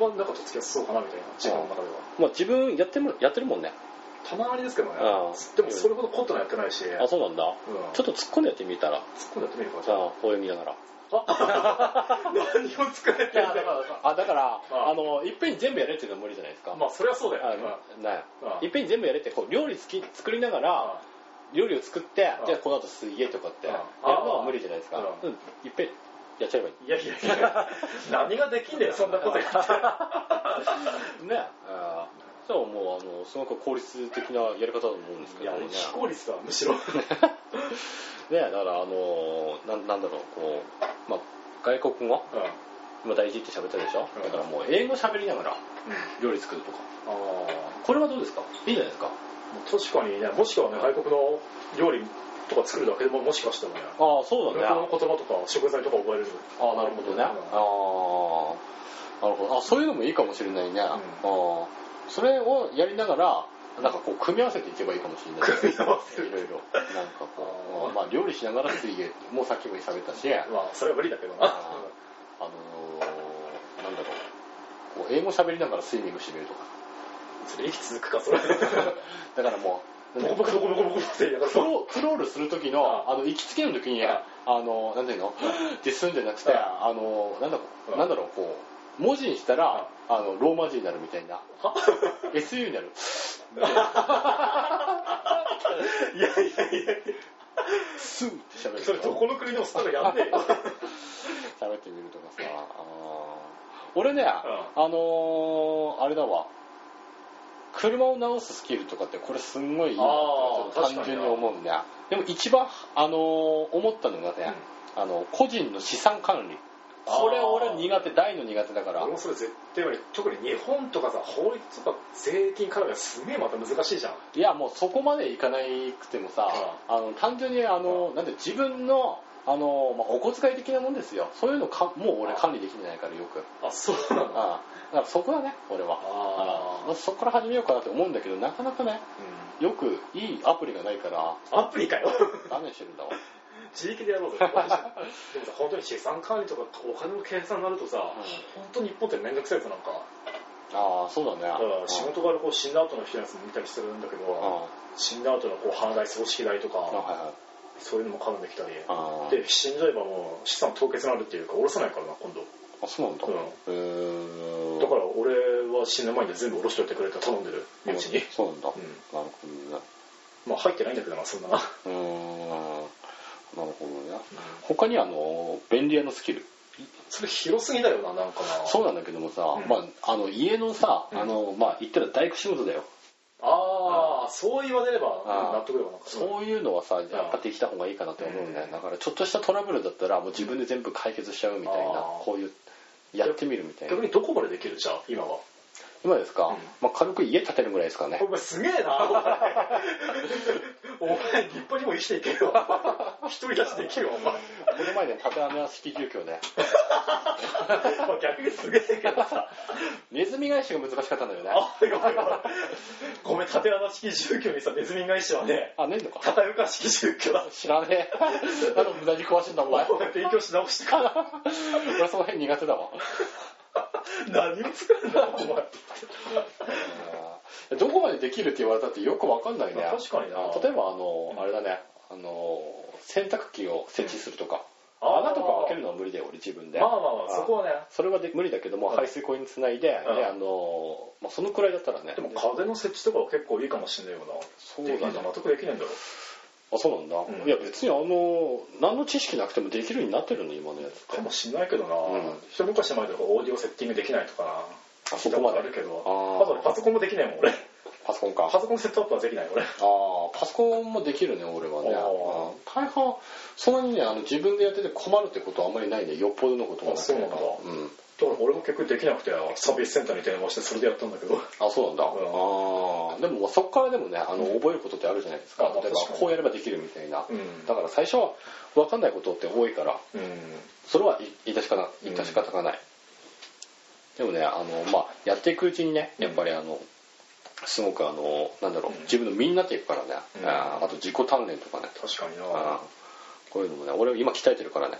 Speaker 2: か、
Speaker 1: ん
Speaker 2: まあ、なんかと付き合そうかなみたいな、時間の中では。
Speaker 1: まあ自分やってもやってるもんね
Speaker 2: たまにですけどね
Speaker 1: ああ。
Speaker 2: でもそれほどコットンやってないし、うん、
Speaker 1: あそうなんだちょ
Speaker 2: 突
Speaker 1: っと突っ込んでやってみたら
Speaker 2: っ込んでやってみるか、じ
Speaker 1: じ
Speaker 2: ゃ
Speaker 1: ゃ
Speaker 2: あ。
Speaker 1: あ泳ぎながら
Speaker 2: 何を作れてんだよ。
Speaker 1: あだから
Speaker 2: あ
Speaker 1: あのいっぺんに全部やれっていうのは無理じゃないですか、
Speaker 2: まあ、それはそうだよ
Speaker 1: あ
Speaker 2: ね。
Speaker 1: ね
Speaker 2: うんうん
Speaker 1: いっぺんに全部やれってこう料理つき作りながら
Speaker 2: あ
Speaker 1: 料理を作って
Speaker 2: うん
Speaker 1: じゃあこの後水泳とかって
Speaker 2: うん
Speaker 1: やるのは無理じゃないですか、
Speaker 2: う
Speaker 1: うん、いっぺんやっちゃえばいい
Speaker 2: いやいやいや、 何ができんだよ、そんなことやって。
Speaker 1: ねじゃあもうあのすごく効率的なやり方だと思うんです
Speaker 2: い
Speaker 1: けど
Speaker 2: や、
Speaker 1: ねね
Speaker 2: 非効率だ、むしろ。
Speaker 1: だからあのなんなんだろうこう、まあ、外国語
Speaker 2: うん
Speaker 1: 今大事って喋ったでしょ、
Speaker 2: うん
Speaker 1: だからもう英語喋りながら料理作るとか
Speaker 2: ああ
Speaker 1: これはどうですかいいじゃないですか
Speaker 2: 確かにねもしくはね外国の料理とか作るだけでももしかしたらね
Speaker 1: ああそう
Speaker 2: 外
Speaker 1: だね
Speaker 2: 国の言葉とか食材とか覚えれる
Speaker 1: ああなるほどねああなるほどあそういうのもいいかもしれないね、ああそれをやりながらなんかこう組み合わせていけばいいかもし れない
Speaker 2: 組み合わせ
Speaker 1: いろいろなんかこうまあ料理しながら水泳もうさっきも喋ったしあの
Speaker 2: まあそれは無理だけどな
Speaker 1: あーなんだろうこう英語喋りながらスイミングしてみるとか
Speaker 2: それ息続くか それ
Speaker 1: だから もう
Speaker 2: ボコボコボコボコボコって言いながら
Speaker 1: クロクロールする時のあの行きつけの時にあのなんていうのってすんじゃなくてあのなんだろうなんだろうこう文字にしたらあのローマ字になるみたいな SU になる
Speaker 2: いやいやいや
Speaker 1: スーって喋る
Speaker 2: それどこの国でもそんなのやんねえよ
Speaker 1: 喋ってみるとかさあー俺ねあのーあれだわ車を直すスキルとかってこれすんごいいいなってちょ
Speaker 2: あ
Speaker 1: っ
Speaker 2: ー
Speaker 1: と単純に思うんだでも一番あのー思ったのがね、あの個人の資産管理これ俺苦手大の苦手だから
Speaker 2: 俺もそれ絶対より特に日本とかさ法律とか税金絡みはすげえまた難しいじゃん
Speaker 1: いやもうそこまでいかないくてもさあの単純にあのなんて自分のあの、まあ、お小遣い的なもんですよそういうのかもう俺管理できてないからよく
Speaker 2: あそうなの
Speaker 1: ああだからそこはね俺は
Speaker 2: あー
Speaker 1: まあそこから始めようかなって思うんだけどなかなかねよくいいアプリがないから
Speaker 2: アプリかよ
Speaker 1: ダメしてるんだわ
Speaker 2: 自力でやろうぜでもさ本当に資産管理とかお金の計算になるとさ、
Speaker 1: ん
Speaker 2: 本当に日本って面倒くさいぞなんか
Speaker 1: ああそうだね
Speaker 2: だから仕事からこう死んだ後の人のやつも見たりするんだけ
Speaker 1: うん
Speaker 2: ど、
Speaker 1: あ
Speaker 2: 死んだ後のこう花代葬式代と
Speaker 1: あ
Speaker 2: か、
Speaker 1: はいはい
Speaker 2: そういうのも絡んできたり、
Speaker 1: ああ
Speaker 2: で死んじゃえばもう資産凍結になるっていうか下ろさないからな今度
Speaker 1: あそうなんだ
Speaker 2: うん
Speaker 1: へー
Speaker 2: だから俺は死ぬ前に全部下ろしといてくれって頼んでる身内に、
Speaker 1: そうなんだ、な
Speaker 2: ん
Speaker 1: るほどね
Speaker 2: まあ入ってないんだけどなそんなな、
Speaker 1: うーんなるほどね他にあの便利屋のスキル
Speaker 2: それ広すぎだよななんかな
Speaker 1: そうなんだけどもさ、
Speaker 2: ん
Speaker 1: まあ、あの家のさ、
Speaker 2: うん
Speaker 1: あのまあ、言ったら大工仕事だよ、
Speaker 2: ああそう言われれば
Speaker 1: あー
Speaker 2: 納得だよなんか
Speaker 1: そういうのはさやっぱできた方がいいかなと思うんだよ、
Speaker 2: うん
Speaker 1: だからちょっとしたトラブルだったらもう自分で全部解決しちゃうみたいな、
Speaker 2: あー
Speaker 1: こういうやってみるみたいな
Speaker 2: 逆にどこまでできるじゃん今は
Speaker 1: 今ですか、
Speaker 2: うん
Speaker 1: まあ、軽く家建てるぐらいですかね
Speaker 2: お前すげえなお前 お前立派にも生きていけるわ一人立ちできるわお前、
Speaker 1: この前ね縦穴式住居ね
Speaker 2: まあ、逆にすげえけどさ
Speaker 1: ネズミ返しが難しかったんだよね
Speaker 2: あいやいやごめん縦穴式住居にさネズミ返しはね
Speaker 1: あねえのか
Speaker 2: 片床式住居だ
Speaker 1: 知らねえなんか無駄に壊してんだ お前
Speaker 2: お前勉強し直してから
Speaker 1: 俺その辺苦手だわ
Speaker 2: 何を作るんだろうお前
Speaker 1: どこまでできるって言われたってよくわかんないね
Speaker 2: まあ確かにな
Speaker 1: 例えばあの、
Speaker 2: うん
Speaker 1: あれだねあの洗濯機を設置するとか、
Speaker 2: うん
Speaker 1: 穴とか開けるのは無理だよ俺自分で、
Speaker 2: まあまあまあそこはね
Speaker 1: それはで無理だけども、
Speaker 2: うん
Speaker 1: 排水口につないで、
Speaker 2: うん
Speaker 1: であのまあ、そのくらいだったらね
Speaker 2: でも壁の設置とかは結構いいかもしれないよな
Speaker 1: そう
Speaker 2: でき
Speaker 1: だ
Speaker 2: ない
Speaker 1: ね
Speaker 2: 納得できないんだろ
Speaker 1: あそうなんだ、
Speaker 2: うん
Speaker 1: いや別にあの何の知識なくてもできるようになってるの今のやつって
Speaker 2: かもしんないけどな、
Speaker 1: うん
Speaker 2: 一昔前とかオーディオセッティングできないとかな
Speaker 1: あそこまで
Speaker 2: 聞いたとあるけど
Speaker 1: あー
Speaker 2: あとパソコンもできないもん俺
Speaker 1: パソコンか
Speaker 2: パソコンセットアップはできない俺
Speaker 1: ああパソコンもできるね俺はね
Speaker 2: あー
Speaker 1: うん大半そんなにねあの自分でやってて困るってことはあんまりないねよっぽどのことがなければ
Speaker 2: あそう
Speaker 1: うん
Speaker 2: だから俺も結局できなくてサービスセンターに電話してそれでやったんだけど
Speaker 1: あそうなんだ、あ
Speaker 2: ん
Speaker 1: あでもまあそこからでもねあの覚えることってあるじゃないですか
Speaker 2: あまあ
Speaker 1: 例えば
Speaker 2: 確かに
Speaker 1: こうやればできるみたいな、
Speaker 2: うん
Speaker 1: だから最初は分かんないことって多いから
Speaker 2: うん
Speaker 1: それは致し方ない致し方がない、でもねあの、まあ、やっていくうちにねやっぱりあの、すごくあのなんだろう、
Speaker 2: うん
Speaker 1: 自分の身になっていくからね、
Speaker 2: うん
Speaker 1: あーあと自己鍛錬とかね、
Speaker 2: 確かに
Speaker 1: うん
Speaker 2: な
Speaker 1: こういうのもね俺今鍛えてるからね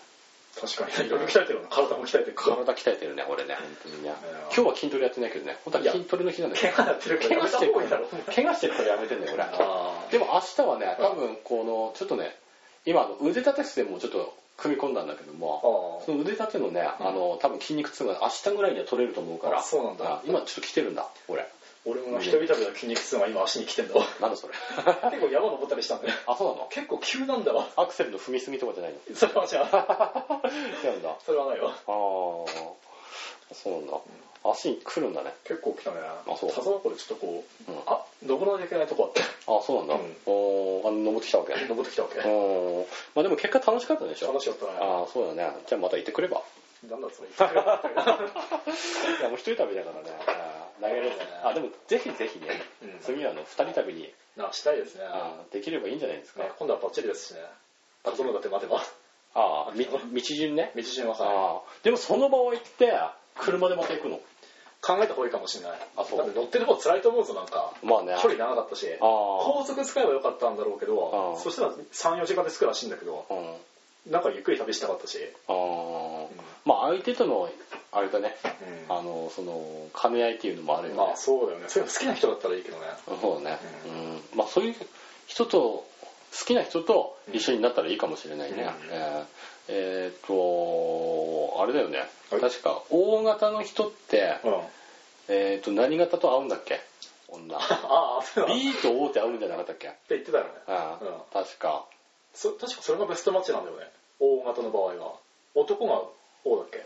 Speaker 2: 確かにないろいろ鍛えてるな体も鍛えてるから
Speaker 1: 体鍛えてるね俺ね本当にね
Speaker 2: うん
Speaker 1: 今日は筋トレやってないけどね本当は筋トレの日なんだけ
Speaker 2: 怪
Speaker 1: ど
Speaker 2: 我なってる
Speaker 1: 怪
Speaker 2: からや
Speaker 1: 我
Speaker 2: め
Speaker 1: したて
Speaker 2: 方
Speaker 1: る
Speaker 2: がいいだろう
Speaker 1: 怪我してるからやめてんだよ俺
Speaker 2: あ
Speaker 1: でも明日はね多分このちょっとね今あの腕立て伏せもちょっと組み込んだんだけど
Speaker 2: あ
Speaker 1: もそ
Speaker 2: ー
Speaker 1: の腕立てのね
Speaker 2: うん
Speaker 1: あの多分筋肉痛が明日ぐらいには取れると思うから
Speaker 2: あそうなんだ
Speaker 1: あ今ちょっと来てるんだ俺
Speaker 2: 俺もな一人旅の筋肉痛が今足に来てんだわ
Speaker 1: なんだそれ
Speaker 2: 結構山登ったりしたんだよ
Speaker 1: あそうなの
Speaker 2: 結構急なんだわ
Speaker 1: アクセルの踏みすぎとかじゃないの
Speaker 2: それはじゃ あ
Speaker 1: 違うんだあ
Speaker 2: それはないわ
Speaker 1: あそうなんだ足に来るんだね
Speaker 2: 結構来たね
Speaker 1: あそう
Speaker 2: 田沢湖でちょっとこう、
Speaker 1: うん
Speaker 2: あ登らなきゃいけないとこあって
Speaker 1: あそうなんだ、
Speaker 2: うん
Speaker 1: おーあの登ってきたわけ
Speaker 2: 登ってきた わけ
Speaker 1: おーまあでも結果楽しかったでしょ
Speaker 2: 楽しかったね
Speaker 1: ああそうだねじゃあまた行ってくれば
Speaker 2: なんだそれ う
Speaker 1: いやもう一人旅だからねあー投げればねあでもぜひぜひね
Speaker 2: ん
Speaker 1: 次はあの二人旅に
Speaker 2: なしたいですね
Speaker 1: あーできればいいんじゃないですか、
Speaker 2: ね今度はバッチリですしね整うだって待てば
Speaker 1: ああみ道順ね
Speaker 2: 道順はさ
Speaker 1: ああでもその場を行って車でまた行くの
Speaker 2: 考えた方がいいかもしれない
Speaker 1: あそう
Speaker 2: だって乗ってる方辛いと思うぞなんか
Speaker 1: まあね
Speaker 2: 距離長かったし
Speaker 1: ああ
Speaker 2: 高速使えばよかったんだろうけ
Speaker 1: あ
Speaker 2: ど
Speaker 1: あ
Speaker 2: そしたら34時間で着くらしいんだけど
Speaker 1: うん
Speaker 2: なんかゆっくり旅したかったし
Speaker 1: あーまあ相手とのあれだね
Speaker 2: うん
Speaker 1: あのその兼ね合いっていうのもあるよね、
Speaker 2: まあそうだよねそういうの好きな人だったらいいけどね
Speaker 1: そうだね、う
Speaker 2: うん
Speaker 1: まあそういう人と好きな人と一緒になったらいいかもしれないね、
Speaker 2: うん
Speaker 1: えーえーっとあれだよね、
Speaker 2: はい
Speaker 1: 確か O 型の人って、
Speaker 2: うん
Speaker 1: えーっと何型と合うんだっけ女
Speaker 2: ああそうだって
Speaker 1: B と O って合うんじゃなかったっけ、
Speaker 2: 言ってたよね
Speaker 1: うん
Speaker 2: ん
Speaker 1: 確か
Speaker 2: そ確かそれがベストマッチなんだよね O 型の場合は男が O だっけ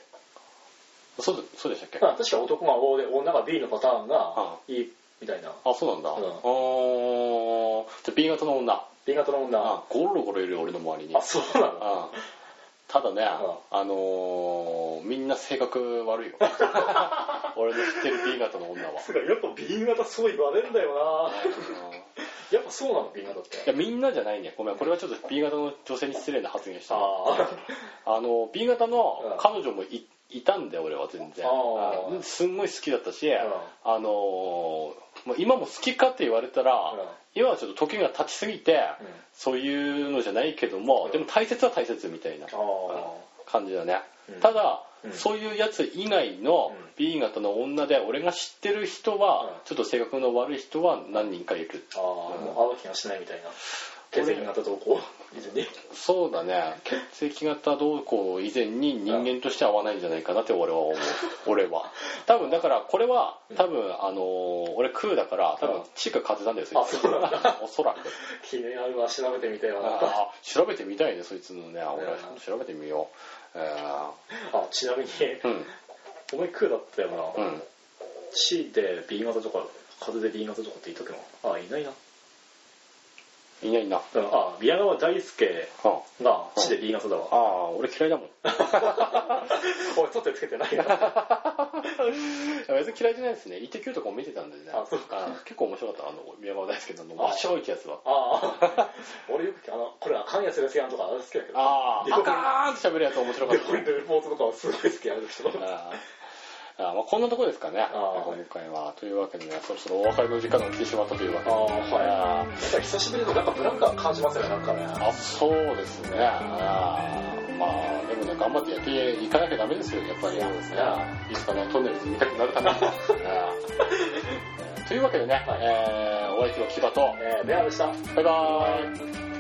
Speaker 1: そうだそうでしたっけ、
Speaker 2: まあ確か男が O で女が B のパターンがいいみたいな
Speaker 1: あそうなんだ、あ
Speaker 2: うん
Speaker 1: ーじゃあ B 型の女
Speaker 2: B 型の女
Speaker 1: あゴロゴロいるよ俺の周りに
Speaker 2: あそうなの
Speaker 1: うんただね、
Speaker 2: う
Speaker 1: あのーみんな性格悪い よ俺の知ってる B 型の女は
Speaker 2: すごいやっぱ B 型そう言われるんだよな
Speaker 1: うん
Speaker 2: やっぱそうなの B 型っ
Speaker 1: いや
Speaker 2: て
Speaker 1: みんなじゃないねごめんこれはちょっと B 型の女性に失礼な発言したな
Speaker 2: あ
Speaker 1: あの B 型
Speaker 2: う
Speaker 1: の
Speaker 2: ん
Speaker 1: 彼女もいいたんだよ俺は全然
Speaker 2: あー
Speaker 1: うんすんごい好きだったし、
Speaker 2: ん
Speaker 1: あのーまあ今も好きかって言われたら、
Speaker 2: うん
Speaker 1: 今はちょっと時が経ちすぎて、
Speaker 2: うん
Speaker 1: そういうのじゃないけども、
Speaker 2: うん
Speaker 1: でも大切は大切みたいな
Speaker 2: ああ
Speaker 1: 感じだね、
Speaker 2: うん
Speaker 1: ただ、
Speaker 2: うん
Speaker 1: そういうやつ以外の
Speaker 2: うん
Speaker 1: B 型の女で俺が知ってる人
Speaker 2: うん
Speaker 1: は、ちょっと性格の悪い人は何人かいる
Speaker 2: ああもう会う気がしないみたいな血液型どうこう以前に
Speaker 1: そうだね血液型どうこう以前に人間として合わないんじゃないかなって俺は 思う俺は多分だからこれは多分あのー俺空だから多
Speaker 2: う
Speaker 1: 分
Speaker 2: ん
Speaker 1: 地下風なんだよそい
Speaker 2: あ
Speaker 1: つ
Speaker 2: そうなんだ
Speaker 1: おそらく
Speaker 2: 気になるわ調べてみたいわな
Speaker 1: あ調べてみたいねそいつのね俺
Speaker 2: うん
Speaker 1: 調べてみようえ
Speaker 2: あちなみに
Speaker 1: ーうん
Speaker 2: お前クーだったよ
Speaker 1: う
Speaker 2: なん C で B 型とか風で B 型とかって言っとくのあいないな
Speaker 1: いないな
Speaker 2: うんあ宮川大輔
Speaker 1: うん
Speaker 2: が地で B 型だわ
Speaker 1: ああ俺嫌いだもん
Speaker 2: おい取ってつけてないよ
Speaker 1: 別に嫌いじゃないですね「イッテ Q!」とかも見てたんでね
Speaker 2: あそうか
Speaker 1: あ結構面白かったあの宮川大輔さんの真っ白いってやつは
Speaker 2: ああ俺よくあのこれは関谷するやんとかあれ好きだけど
Speaker 1: ああ
Speaker 2: 横
Speaker 1: パ
Speaker 2: に
Speaker 1: カーンって喋るやつ面白か
Speaker 2: で
Speaker 1: った
Speaker 2: 俺のレポートとかはすごい好きやる 人
Speaker 1: あーあーまあこんなとこですかね
Speaker 2: あー
Speaker 1: 今回はというわけでねそろそろお別れの時間が来てしまったというわけ
Speaker 2: あ
Speaker 1: で
Speaker 2: は
Speaker 1: あ
Speaker 2: い。なんか久しぶりのなんかブランカー感じますよね、なんかね。
Speaker 1: ーあそうですねあーまあでもね頑張ってやっていかなきゃダメですよやっぱり
Speaker 2: そうですね
Speaker 1: いつかねトンネルズ見たくなるた めにあーというわけでね、えーお相手はキバと
Speaker 2: えー、レアでした。
Speaker 1: バイバーイ